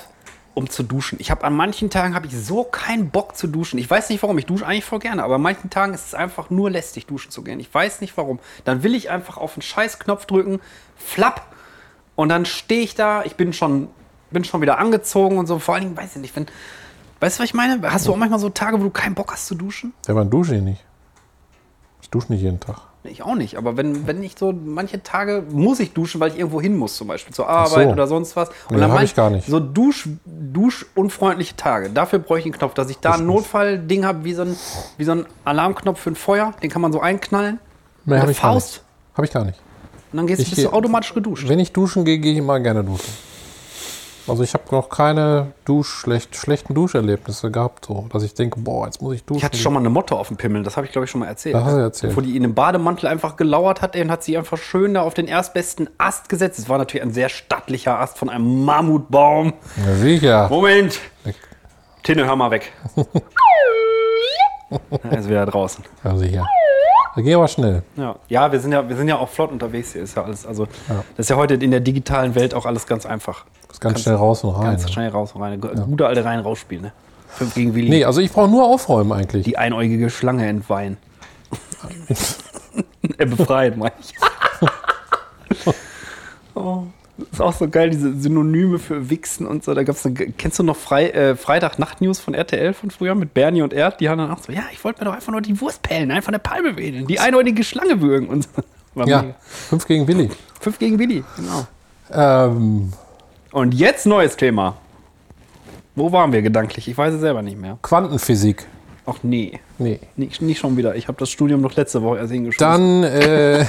Speaker 2: um zu duschen. Ich habe an manchen Tagen habe ich so keinen Bock zu duschen. Ich weiß nicht warum. Ich dusche eigentlich voll gerne, aber an manchen Tagen ist es einfach nur lästig, duschen zu gehen. Ich weiß nicht warum. Dann will ich einfach auf den Scheißknopf drücken, flapp, und dann stehe ich da. Ich bin schon, bin schon wieder angezogen und so. Vor allen Dingen weiß ich nicht, wenn. Weißt du, was ich meine? Hast du auch manchmal so Tage, wo du keinen Bock hast zu duschen?
Speaker 1: Ja, man dusche ich nicht. Ich dusche nicht jeden Tag.
Speaker 2: Ich auch nicht, aber wenn, wenn ich so, manche Tage muss ich duschen, weil ich irgendwo hin muss, zum Beispiel zur Arbeit
Speaker 1: so.
Speaker 2: oder sonst was. Und
Speaker 1: Nee, hab
Speaker 2: manch-
Speaker 1: ich gar nicht.
Speaker 2: So Dusch, duschunfreundliche Tage. Dafür bräuchte ich einen Knopf, dass ich da ein Notfallding habe, wie, so ein- wie so ein Alarmknopf für ein Feuer. Den kann man so einknallen.
Speaker 1: Nee,
Speaker 2: Mit
Speaker 1: hab
Speaker 2: der
Speaker 1: ich gar
Speaker 2: Faust?
Speaker 1: nicht. Habe ich gar nicht.
Speaker 2: Und dann gehst,
Speaker 1: Ich
Speaker 2: bist du
Speaker 1: geh-
Speaker 2: automatisch geduscht.
Speaker 1: Wenn ich duschen gehe, gehe ich immer gerne duschen. Also ich habe noch keine Dusch schlecht, schlechten Duscherlebnisse gehabt, so, dass ich denke, boah, jetzt muss ich duschen.
Speaker 2: Ich hatte schon mal eine Motte auf dem Pimmel, das habe ich glaube ich schon mal erzählt.
Speaker 1: Das hast du erzählt.
Speaker 2: Wo die in einem Bademantel einfach gelauert hat, ey, und hat sie einfach schön da auf den erstbesten Ast gesetzt. Es war natürlich ein sehr stattlicher Ast von einem Mammutbaum.
Speaker 1: Ja, sicher.
Speaker 2: Moment!
Speaker 1: Weg.
Speaker 2: Tinne, hör mal weg. er ist wieder draußen.
Speaker 1: Ja, sicher. Da geh aber schnell.
Speaker 2: Ja, ja, wir, sind ja wir sind ja auch flott unterwegs hier. Ist ja alles, also, Das ist ja heute in der digitalen Welt auch alles ganz einfach.
Speaker 1: Ist ganz schnell raus und rein.
Speaker 2: Ganz
Speaker 1: ne?
Speaker 2: schnell raus und rein. Gu- Gute alte rein raus spielen, ne? Fünf gegen Willi.
Speaker 1: Nee, also ich brauche nur aufräumen eigentlich.
Speaker 2: Die einäugige Schlange entweihen. er befreit, meine ich. oh, das ist auch so geil, diese Synonyme für Wichsen und so. Da gab's eine, kennst du noch Frei, äh, Freitag-Nacht-News von RTL von früher mit Bernie und Erd? Die haben dann auch so, ja, ich wollte mir doch einfach nur die Wurst pellen, einfach eine Palme wedeln, die einäugige Schlange würgen und so. War
Speaker 1: Ja,
Speaker 2: mega.
Speaker 1: 5 gegen Willi.
Speaker 2: Fünf gegen Willi, genau.
Speaker 1: Ähm,
Speaker 2: Und jetzt neues Thema. Wo waren wir gedanklich? Ich weiß es selber nicht mehr.
Speaker 1: Quantenphysik.
Speaker 2: Ach nee.
Speaker 1: Nee.
Speaker 2: Nicht, nicht schon wieder. Ich habe das Studium noch letzte Woche erst hingeschoben.
Speaker 1: Dann, äh,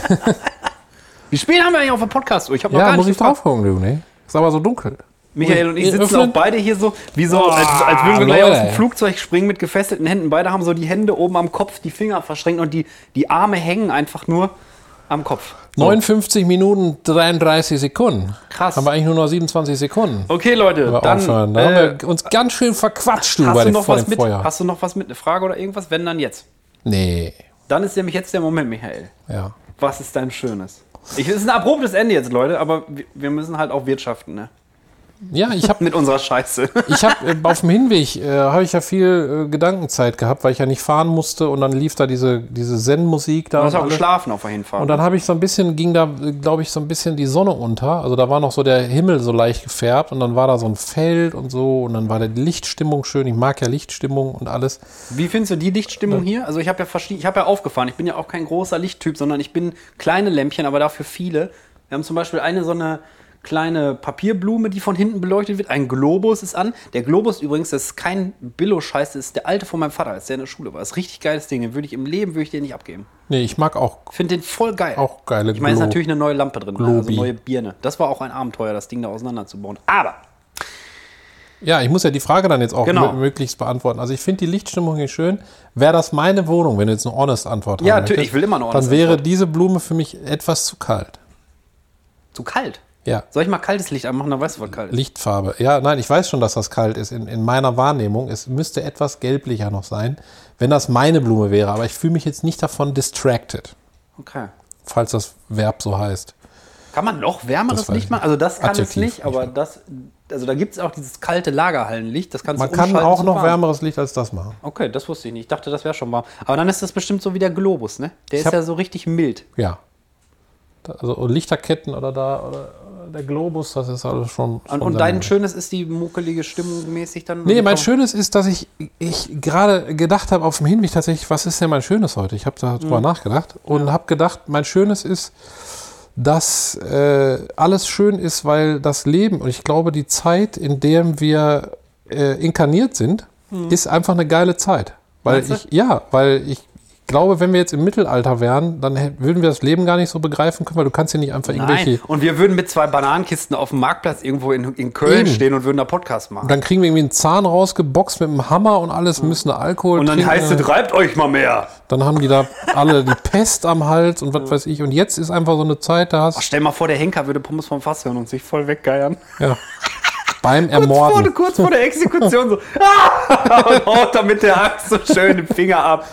Speaker 2: Wie spät haben wir eigentlich auf dem Podcast? Oh, Ich habe noch
Speaker 1: ja,
Speaker 2: gar
Speaker 1: muss
Speaker 2: nicht
Speaker 1: ich drauf gucken, du, ne? Ist aber so dunkel.
Speaker 2: Michael und ich
Speaker 1: Ihr
Speaker 2: sitzen
Speaker 1: öffnet-
Speaker 2: auch beide hier so, wie so, als, als würden wir gleich
Speaker 1: Leute.
Speaker 2: aus dem Flugzeug springen mit gefesselten Händen. Beide haben so die Hände oben am Kopf, die Finger verschränkt und die, die Arme hängen einfach nur am Kopf.
Speaker 1: 59 Minuten 33 Sekunden.
Speaker 2: Krass.
Speaker 1: Haben wir eigentlich nur noch 27 Sekunden.
Speaker 2: Okay, Leute,
Speaker 1: Aber
Speaker 2: dann
Speaker 1: aufhören. Da
Speaker 2: äh,
Speaker 1: haben wir uns ganz schön verquatscht du,
Speaker 2: hast,
Speaker 1: bei
Speaker 2: du
Speaker 1: dem,
Speaker 2: noch
Speaker 1: vor
Speaker 2: was
Speaker 1: dem
Speaker 2: mit,
Speaker 1: Feuer.
Speaker 2: hast du noch was mit, eine Frage oder irgendwas? Wenn, dann jetzt.
Speaker 1: nee,
Speaker 2: Dann ist nämlich jetzt der Moment, Michael.
Speaker 1: ja.
Speaker 2: Was ist dein Schönes? Ich, es ist ein abruptes Ende jetzt, Leute, aber wir, wir müssen halt auch wirtschaften, ne?
Speaker 1: Ja, ich habe
Speaker 2: Mit unserer Scheiße.
Speaker 1: ich hab, äh, auf dem Hinweg äh, habe ich ja viel äh, Gedankenzeit gehabt, weil ich ja nicht fahren musste und dann lief da diese, diese Zen-Musik da.
Speaker 2: Du hast
Speaker 1: und
Speaker 2: auch
Speaker 1: alles.
Speaker 2: geschlafen auf der Hinfahrt.
Speaker 1: Und dann habe ich so ein bisschen, ging da, glaube ich, so ein bisschen die Sonne unter. Also da war noch so der Himmel so leicht gefärbt und dann war da so ein Feld und so und dann war da die Lichtstimmung schön. Ich mag ja Lichtstimmung und alles.
Speaker 2: Wie findest du die Lichtstimmung hier? Also ich habe ja verschieden, ich habe ja aufgefahren. Ich bin ja auch kein großer Lichttyp, sondern ich bin kleine Lämpchen, aber dafür viele. Wir haben zum Beispiel eine so eine kleine Papierblume, die von hinten beleuchtet wird. Ein Globus ist an. Der Globus übrigens, das ist kein Billo-Scheiß, das ist der alte von meinem Vater, als der in der Schule war. Das ist ein richtig geiles Ding. Den würde ich im Leben würde ich den nicht abgeben.
Speaker 1: Nee, ich mag auch,
Speaker 2: Finde den voll geil.
Speaker 1: auch geile
Speaker 2: ich meine, es ist
Speaker 1: Glow.
Speaker 2: natürlich eine neue Lampe drin, also
Speaker 1: Globi.
Speaker 2: neue Birne. Das war auch ein Abenteuer, das Ding da auseinanderzubauen. Aber
Speaker 1: Ja, ich muss ja die Frage dann jetzt auch
Speaker 2: Genau.
Speaker 1: mö- möglichst beantworten. Also ich finde die Lichtstimmung hier schön. Wäre das meine Wohnung, wenn du jetzt eine Honest-Antwort
Speaker 2: Ja,
Speaker 1: haben
Speaker 2: natürlich,
Speaker 1: möchtest,
Speaker 2: ich will immer eine
Speaker 1: Dann wäre
Speaker 2: Honest-Antwort.
Speaker 1: diese Blume für mich etwas zu kalt.
Speaker 2: zu kalt.
Speaker 1: Ja,
Speaker 2: Soll ich mal kaltes Licht anmachen, dann weißt du, was kalt ist.
Speaker 1: Lichtfarbe. Ja, nein, ich weiß schon, dass das kalt ist. In, in meiner Wahrnehmung, es müsste etwas gelblicher noch sein, wenn das meine Blume wäre. Aber ich fühle mich jetzt nicht davon distracted,
Speaker 2: Okay.
Speaker 1: falls das Verb so heißt.
Speaker 2: Also Kann man noch wärmeres
Speaker 1: Das weiß
Speaker 2: Licht
Speaker 1: ich
Speaker 2: machen? Also das kann es
Speaker 1: Adjektiv,
Speaker 2: nicht, aber das, also da gibt es auch dieses kalte Lagerhallenlicht, das kannst
Speaker 1: Man
Speaker 2: du
Speaker 1: kann
Speaker 2: umschalten
Speaker 1: auch
Speaker 2: zu
Speaker 1: noch
Speaker 2: warm.
Speaker 1: wärmeres Licht als das machen.
Speaker 2: Okay, das wusste ich nicht. Ich dachte, das wäre schon warm. Aber dann ist das bestimmt so wie der Globus, ne? Der
Speaker 1: Ich
Speaker 2: ist
Speaker 1: hab-
Speaker 2: ja so richtig mild.
Speaker 1: Ja. Da- Also Lichterketten oder da oder der Globus, das ist alles schon. schon
Speaker 2: Und, und
Speaker 1: sehr
Speaker 2: dein
Speaker 1: gut.
Speaker 2: schönes ist die muckelige Stimmung mäßig dann?
Speaker 1: Nee,
Speaker 2: Und
Speaker 1: mein
Speaker 2: so-
Speaker 1: Schönes ist, dass ich, ich gerade gedacht habe auf dem Hinweg tatsächlich, was ist denn mein Schönes heute? Ich habe
Speaker 2: Mhm.
Speaker 1: darüber nachgedacht und habe gedacht, mein Schönes ist, dass äh, alles schön ist, weil das Leben und ich glaube, die Zeit, in der wir äh, inkarniert sind, ist einfach eine geile Zeit. Weil
Speaker 2: Mhm. Meinst du?
Speaker 1: ich, ja, weil ich glaube, wenn wir jetzt im Mittelalter wären, dann hä- würden wir das Leben gar nicht so begreifen können, weil du kannst hier nicht einfach
Speaker 2: Nein,
Speaker 1: irgendwelche
Speaker 2: und wir würden mit zwei Bananenkisten auf dem Marktplatz irgendwo in, in Köln
Speaker 1: Eben.
Speaker 2: stehen und würden da Podcast machen.
Speaker 1: Und dann kriegen wir irgendwie einen Zahn rausgeboxt mit einem Hammer und alles, müssen Alkohol
Speaker 2: und dann
Speaker 1: trinken.
Speaker 2: heißt es, reibt euch mal mehr.
Speaker 1: Dann haben die da alle die Pest am Hals und was weiß ich. Und jetzt ist einfach so eine Zeit, da hast
Speaker 2: Stell mal vor, der Henker würde Pommes vom Fass hören und sich voll weggeiern.
Speaker 1: ja, beim
Speaker 2: Kurz vor,
Speaker 1: Ermorden.
Speaker 2: kurz vor der Exekution so. Ah! Und haut damit der Axt so schön den Finger ab.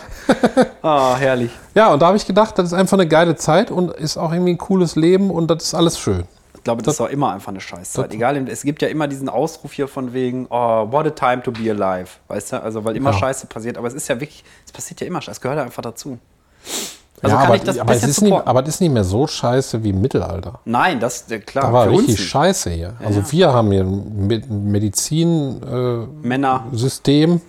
Speaker 2: Ah, herrlich.
Speaker 1: Ja, und da habe ich gedacht, das ist einfach eine geile Zeit und ist auch irgendwie ein cooles Leben und das ist alles schön.
Speaker 2: Ich glaube, das, war immer einfach eine Scheißzeit. Egal, es gibt ja immer diesen Ausruf hier von wegen, oh, what a time to be alive. Weißt du, also weil immer
Speaker 1: Ja.
Speaker 2: Scheiße passiert. Aber es ist ja wirklich, es passiert ja immer Scheiße. Es gehört ja einfach dazu. Also
Speaker 1: ja, aber, aber, es
Speaker 2: bisschen
Speaker 1: ist nicht,
Speaker 2: supporten?
Speaker 1: aber es ist nicht mehr so scheiße wie im Mittelalter.
Speaker 2: Nein, das äh, klar.
Speaker 1: Da war
Speaker 2: für uns
Speaker 1: richtig
Speaker 2: nicht.
Speaker 1: scheiße hier. Also wir haben hier ein Med- Medizin-System.
Speaker 2: Männer,
Speaker 1: Äh, System.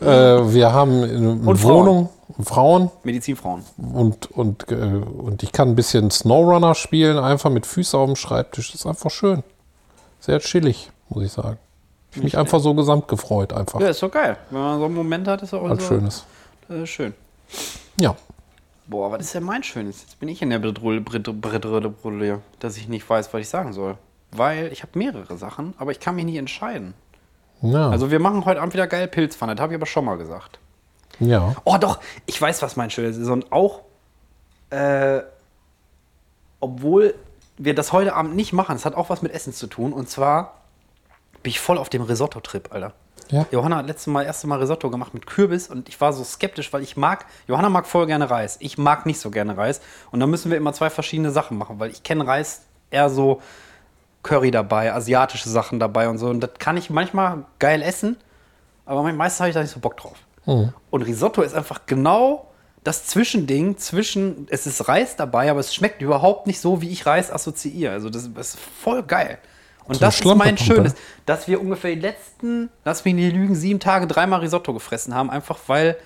Speaker 1: äh, wir haben eine
Speaker 2: Und Frauen.
Speaker 1: Wohnung, Frauen.
Speaker 2: Medizinfrauen.
Speaker 1: und, und, äh, und ich kann ein bisschen Snowrunner spielen, einfach mit Füßen auf dem Schreibtisch. Das ist einfach schön. Sehr chillig, muss ich sagen. Ich mich einfach so gesamt gefreut, einfach.
Speaker 2: Ja, also ist doch geil. Wenn man so einen Moment hat, ist auch
Speaker 1: Als
Speaker 2: so,
Speaker 1: schönes.
Speaker 2: äh, schön.
Speaker 1: Ja.
Speaker 2: Boah, was ist denn mein Schönes? Jetzt bin ich in der Bedrulle, dass ich nicht weiß, was ich sagen soll. Weil ich habe mehrere Sachen, aber ich kann mich nicht entscheiden.
Speaker 1: Ja.
Speaker 2: Also wir machen heute Abend wieder geil Pilzpfanne, das habe ich aber schon mal gesagt.
Speaker 1: ja.
Speaker 2: Oh doch, ich weiß, was mein Schönes ist. Und auch, äh, obwohl wir das heute Abend nicht machen, es hat auch was mit Essen zu tun. Und zwar bin ich voll auf dem Risotto-Trip, Alter.
Speaker 1: Ja.
Speaker 2: Johanna hat letztes Mal erste Mal Risotto gemacht mit Kürbis und ich war so skeptisch, weil ich mag, Johanna mag voll gerne Reis. Ich mag nicht so gerne Reis. Und dann müssen wir immer zwei verschiedene Sachen machen, weil ich kenne Reis eher so Curry dabei, asiatische Sachen dabei und so. Und das kann ich manchmal geil essen, aber meistens habe ich da nicht so Bock drauf. Und Risotto ist einfach genau das Zwischending zwischen, es ist Reis dabei, aber es schmeckt überhaupt nicht so, wie ich Reis assoziiere. Also das, das ist voll geil. Und
Speaker 1: So
Speaker 2: das ist mein
Speaker 1: Schlamperpumpe.
Speaker 2: Schönes, dass wir ungefähr die letzten, lass mich nicht lügen, sieben Tage dreimal Risotto gefressen haben, einfach weil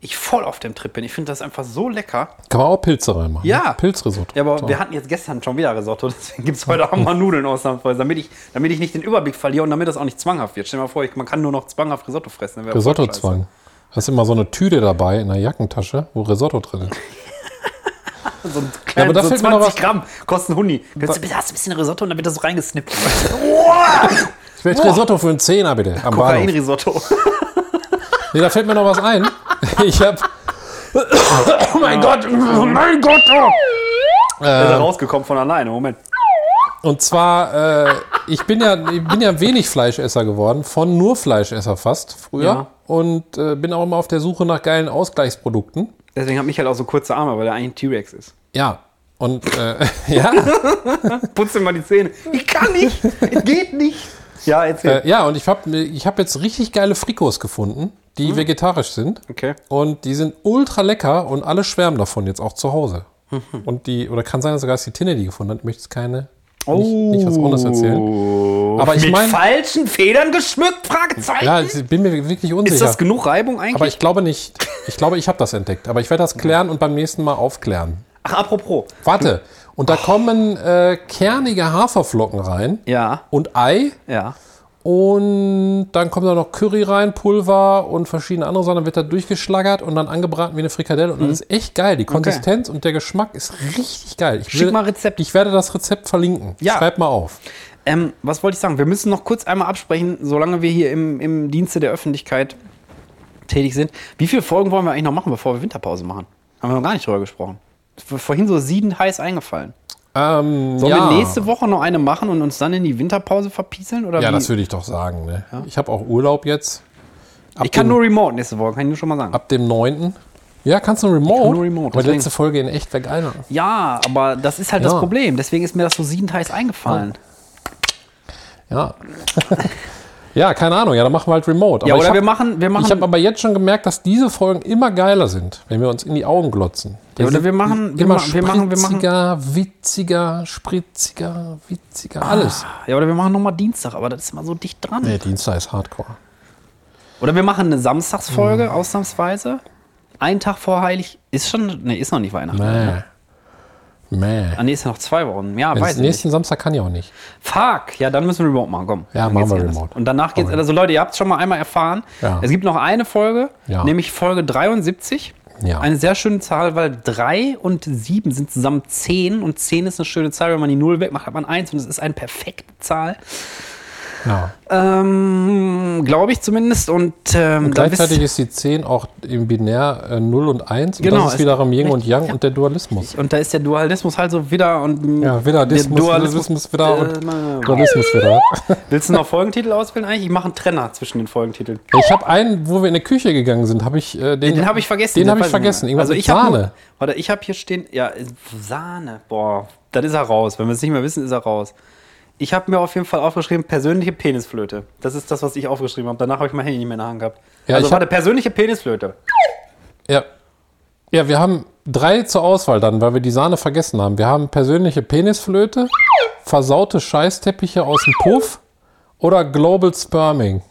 Speaker 2: ich voll auf dem Trip bin. Ich finde das einfach so lecker.
Speaker 1: Kann man auch Pilze reinmachen.
Speaker 2: Ja.
Speaker 1: Ne? Pilzrisotto.
Speaker 2: Ja, aber
Speaker 1: So.
Speaker 2: wir hatten jetzt gestern schon wieder Risotto, deswegen gibt es heute auch mal Nudeln ausnahmsweise, damit ich, damit ich nicht den Überblick verliere und damit das auch nicht zwanghaft wird. Stell dir mal vor, ich, man kann nur noch zwanghaft Risotto fressen. dann wär voll
Speaker 1: Risotto-Zwang. Hast immer so eine Tüte dabei in der Jackentasche, wo Risotto drin ist.
Speaker 2: scheiße. So ein
Speaker 1: Ja, aber
Speaker 2: aber
Speaker 1: da
Speaker 2: das so
Speaker 1: fällt mir noch
Speaker 2: 20
Speaker 1: was-
Speaker 2: Gramm kosten Huni. Kannst du bitte hast du ein bisschen Risotto und dann wird das so reingesnippt.
Speaker 1: Ich will jetzt Risotto für einen Zehner bitte. Am Bahnhof.
Speaker 2: Kokain-Risotto.
Speaker 1: Nee, da fällt mir noch was ein. Ich habe
Speaker 2: Oh mein Gott, oh mein Gott. Oh. Er ist
Speaker 1: Ähm.
Speaker 2: rausgekommen von alleine, Moment.
Speaker 1: Und zwar, äh, ich, bin ja, ich bin ja wenig Fleischesser geworden, von nur Fleischesser fast früher.
Speaker 2: Ja.
Speaker 1: Und äh, bin auch immer auf der Suche nach geilen Ausgleichsprodukten.
Speaker 2: Deswegen hat Michael auch so kurze Arme, weil er eigentlich ein T-Rex ist.
Speaker 1: Ja. Und äh, ja,
Speaker 2: Putz dir mal die Zähne. Ich kann nicht. Es geht nicht. Ja, erzähl.
Speaker 1: äh, ja, und ich habe ich hab jetzt richtig geile Frikos gefunden, die vegetarisch sind.
Speaker 2: Mhm. Okay.
Speaker 1: Und die sind ultra lecker und alle schwärmen davon jetzt auch zu Hause.
Speaker 2: Mhm.
Speaker 1: Und die, oder kann sein, dass sogar die Tinne die gefunden hat. Ich möchte jetzt keine, nicht, nicht was anderes erzählen. Aber ich
Speaker 2: Oh. Mit
Speaker 1: meine,
Speaker 2: falschen Federn geschmückt? Fragezeichen.
Speaker 1: ja, ich bin mir wirklich unsicher.
Speaker 2: ist das genug Reibung
Speaker 1: Aber
Speaker 2: eigentlich?
Speaker 1: ich glaube nicht. Ich glaube, ich habe das entdeckt. Aber ich werde das klären und beim nächsten Mal aufklären.
Speaker 2: Ach, apropos.
Speaker 1: Warte. Und da kommen äh, kernige Haferflocken rein
Speaker 2: Ja,
Speaker 1: und Ei.
Speaker 2: ja.
Speaker 1: Und dann kommt da noch Curry rein, Pulver und verschiedene andere Sachen. Dann wird da durchgeschlagert und dann angebraten wie eine Frikadelle. Und
Speaker 2: Mhm.
Speaker 1: das ist echt geil. Die Konsistenz und der Geschmack ist richtig geil. Ich
Speaker 2: Schick mal Rezept.
Speaker 1: Ich werde das Rezept verlinken.
Speaker 2: Ja.
Speaker 1: Schreib mal auf.
Speaker 2: Ähm, was wollte ich sagen? Wir müssen noch kurz einmal absprechen, solange wir hier im, im Dienste der Öffentlichkeit tätig sind. Wie viele Folgen wollen wir eigentlich noch machen, bevor wir Winterpause machen? Haben wir noch gar nicht drüber gesprochen. Ist mir Vorhin so siedend heiß eingefallen.
Speaker 1: Ähm,
Speaker 2: Sollen
Speaker 1: ja.
Speaker 2: wir nächste Woche noch eine machen und uns dann in die Winterpause verpieseln? Oder
Speaker 1: ja,
Speaker 2: wie?
Speaker 1: das würde ich doch sagen. Ne? Ich habe auch Urlaub jetzt. Ab
Speaker 2: Ich kann
Speaker 1: dem-
Speaker 2: nur remote nächste Woche, kann ich nur schon mal sagen.
Speaker 1: Ab dem 9. Ja, kannst du remote.
Speaker 2: kann nur remote,
Speaker 1: aber die
Speaker 2: deswegen-
Speaker 1: letzte Folge in echt weg einer.
Speaker 2: Ja, aber das ist halt
Speaker 1: Ja.
Speaker 2: das Problem. Deswegen ist mir das so siedend heiß eingefallen.
Speaker 1: Ja. ja, keine Ahnung. Ja, dann machen wir halt remote.
Speaker 2: Ja,
Speaker 1: Aber ich
Speaker 2: oder
Speaker 1: hab-
Speaker 2: wir machen, wir
Speaker 1: Ich habe
Speaker 2: machen,
Speaker 1: aber jetzt schon gemerkt, dass diese Folgen immer geiler sind, wenn wir uns in die Augen glotzen. Die
Speaker 2: Ja, oder
Speaker 1: sind
Speaker 2: wir machen- wir
Speaker 1: immer
Speaker 2: machen- wir machen- wir machen-
Speaker 1: spritziger, witziger, spritziger,
Speaker 2: Ah.
Speaker 1: witziger, alles.
Speaker 2: ja, oder wir machen nochmal Dienstag, aber das ist immer so dicht dran.
Speaker 1: Nee, Dienstag ist Hardcore.
Speaker 2: Oder wir machen eine
Speaker 1: Mhm.
Speaker 2: Samstagsfolge, ausnahmsweise. Einen Tag vor Heilig. Ist schon. Nee, ist noch nicht Weihnachten.
Speaker 1: Mäh. Mäh.
Speaker 2: Ah, nee, ist ja noch zwei Wochen. Ja,
Speaker 1: Wenn's
Speaker 2: weiß ich nicht.
Speaker 1: nächsten Samstag kann ich auch nicht.
Speaker 2: Fuck. Ja, dann müssen wir Remote machen. Komm.
Speaker 1: Ja,
Speaker 2: Dann
Speaker 1: machen
Speaker 2: geht's
Speaker 1: wir
Speaker 2: nicht anders.
Speaker 1: Remote.
Speaker 2: Und danach geht's.
Speaker 1: Machen wir.
Speaker 2: Also, Leute, ihr habt es schon mal einmal erfahren.
Speaker 1: Ja.
Speaker 2: Es gibt noch eine Folge,
Speaker 1: Ja.
Speaker 2: nämlich Folge 73.
Speaker 1: Ja.
Speaker 2: Eine sehr schöne Zahl, weil 3 und 7 sind zusammen 10 und 10 ist eine schöne Zahl. Wenn man die 0 wegmacht, hat man 1 und es ist eine perfekte Zahl.
Speaker 1: Ja.
Speaker 2: Ähm, Glaube ich zumindest. Und, ähm, dann wisst-
Speaker 1: Gleichzeitig ist die 10 auch im Binär äh, 0 und 1. Und
Speaker 2: Genau,
Speaker 1: das ist
Speaker 2: ist
Speaker 1: wiederum Yin und
Speaker 2: richtig,
Speaker 1: Yang
Speaker 2: ja.
Speaker 1: und der Dualismus.
Speaker 2: Und da ist der Dualismus halt so wieder und
Speaker 1: Ja, wieder
Speaker 2: der
Speaker 1: Dismus,
Speaker 2: Dualismus.
Speaker 1: Dualismus wieder
Speaker 2: Äh,
Speaker 1: und
Speaker 2: na, na.
Speaker 1: Dualismus wieder.
Speaker 2: Willst du noch Folgentitel auswählen eigentlich? Ich mache einen Trenner zwischen den Folgentiteln.
Speaker 1: Ich habe einen, wo wir in die Küche gegangen sind, habe ich äh, den,
Speaker 2: Den habe ich vergessen.
Speaker 1: Den
Speaker 2: das
Speaker 1: habe ich
Speaker 2: weiß nicht mehr.
Speaker 1: vergessen. Irgendwas
Speaker 2: Also
Speaker 1: mit
Speaker 2: ich habe
Speaker 1: Sahne.
Speaker 2: Warte, ich habe hier stehen, ja, Sahne. Boah, dann ist er raus. Wenn wir es nicht mehr wissen, ist er raus. Ich habe mir auf jeden Fall aufgeschrieben, persönliche Penisflöte. Das ist das, was ich aufgeschrieben habe. Danach habe ich mein Handy nicht mehr in der Hand gehabt.
Speaker 1: Ja,
Speaker 2: also
Speaker 1: ich hab-
Speaker 2: warte, persönliche Penisflöte.
Speaker 1: Ja. ja, wir haben drei zur Auswahl dann, weil wir die Sahne vergessen haben. Wir haben persönliche Penisflöte, versaute Scheißteppiche aus dem Puff oder Global Sperming.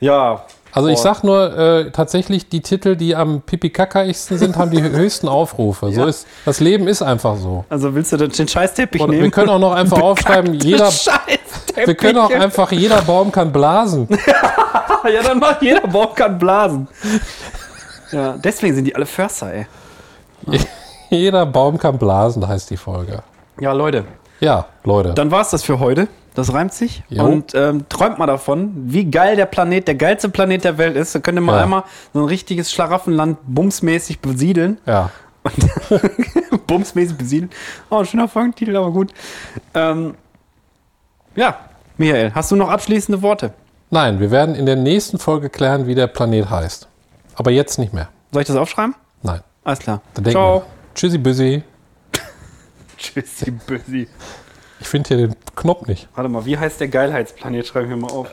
Speaker 2: Ja.
Speaker 1: Also ich
Speaker 2: Boah.
Speaker 1: sag nur, äh, tatsächlich die Titel, die am pipikakaigsten sind, haben die höchsten Aufrufe. So ist das Leben ist einfach so.
Speaker 2: Also willst du den den Scheißteppich
Speaker 1: Und
Speaker 2: nehmen?
Speaker 1: wir können auch noch einfach aufschreiben, jeder,
Speaker 2: Scheißteppich.
Speaker 1: wir können auch einfach, jeder Baum kann blasen.
Speaker 2: Ja, dann macht jeder Baum kann blasen. Ja, deswegen sind die alle Förster, ey.
Speaker 1: Jeder Baum kann blasen, heißt die Folge.
Speaker 2: Ja, Leute,
Speaker 1: Ja, Leute.
Speaker 2: dann war's das für heute. Das reimt sich.
Speaker 1: Jo.
Speaker 2: Und ähm, träumt mal davon, wie geil der Planet, der geilste Planet der Welt ist. Da könnt ihr mal
Speaker 1: Ja.
Speaker 2: einmal so ein richtiges Schlaraffenland bumsmäßig besiedeln.
Speaker 1: ja.
Speaker 2: Und bumsmäßig besiedeln. Oh, schöner Folgentitel, aber gut. Ähm, ja, Michael, hast du noch abschließende Worte?
Speaker 1: Nein, wir werden in der nächsten Folge klären, wie der Planet heißt. Aber jetzt nicht mehr.
Speaker 2: Soll ich das aufschreiben?
Speaker 1: Nein.
Speaker 2: Alles klar.
Speaker 1: Dann denken
Speaker 2: Ciao.
Speaker 1: Wir. Tschüssi, Büssi.
Speaker 2: Tschüssi, Büssi.
Speaker 1: Ich finde hier den Knopf nicht.
Speaker 2: Warte mal, wie heißt der Geilheitsplanet? Schreiben wir mal auf.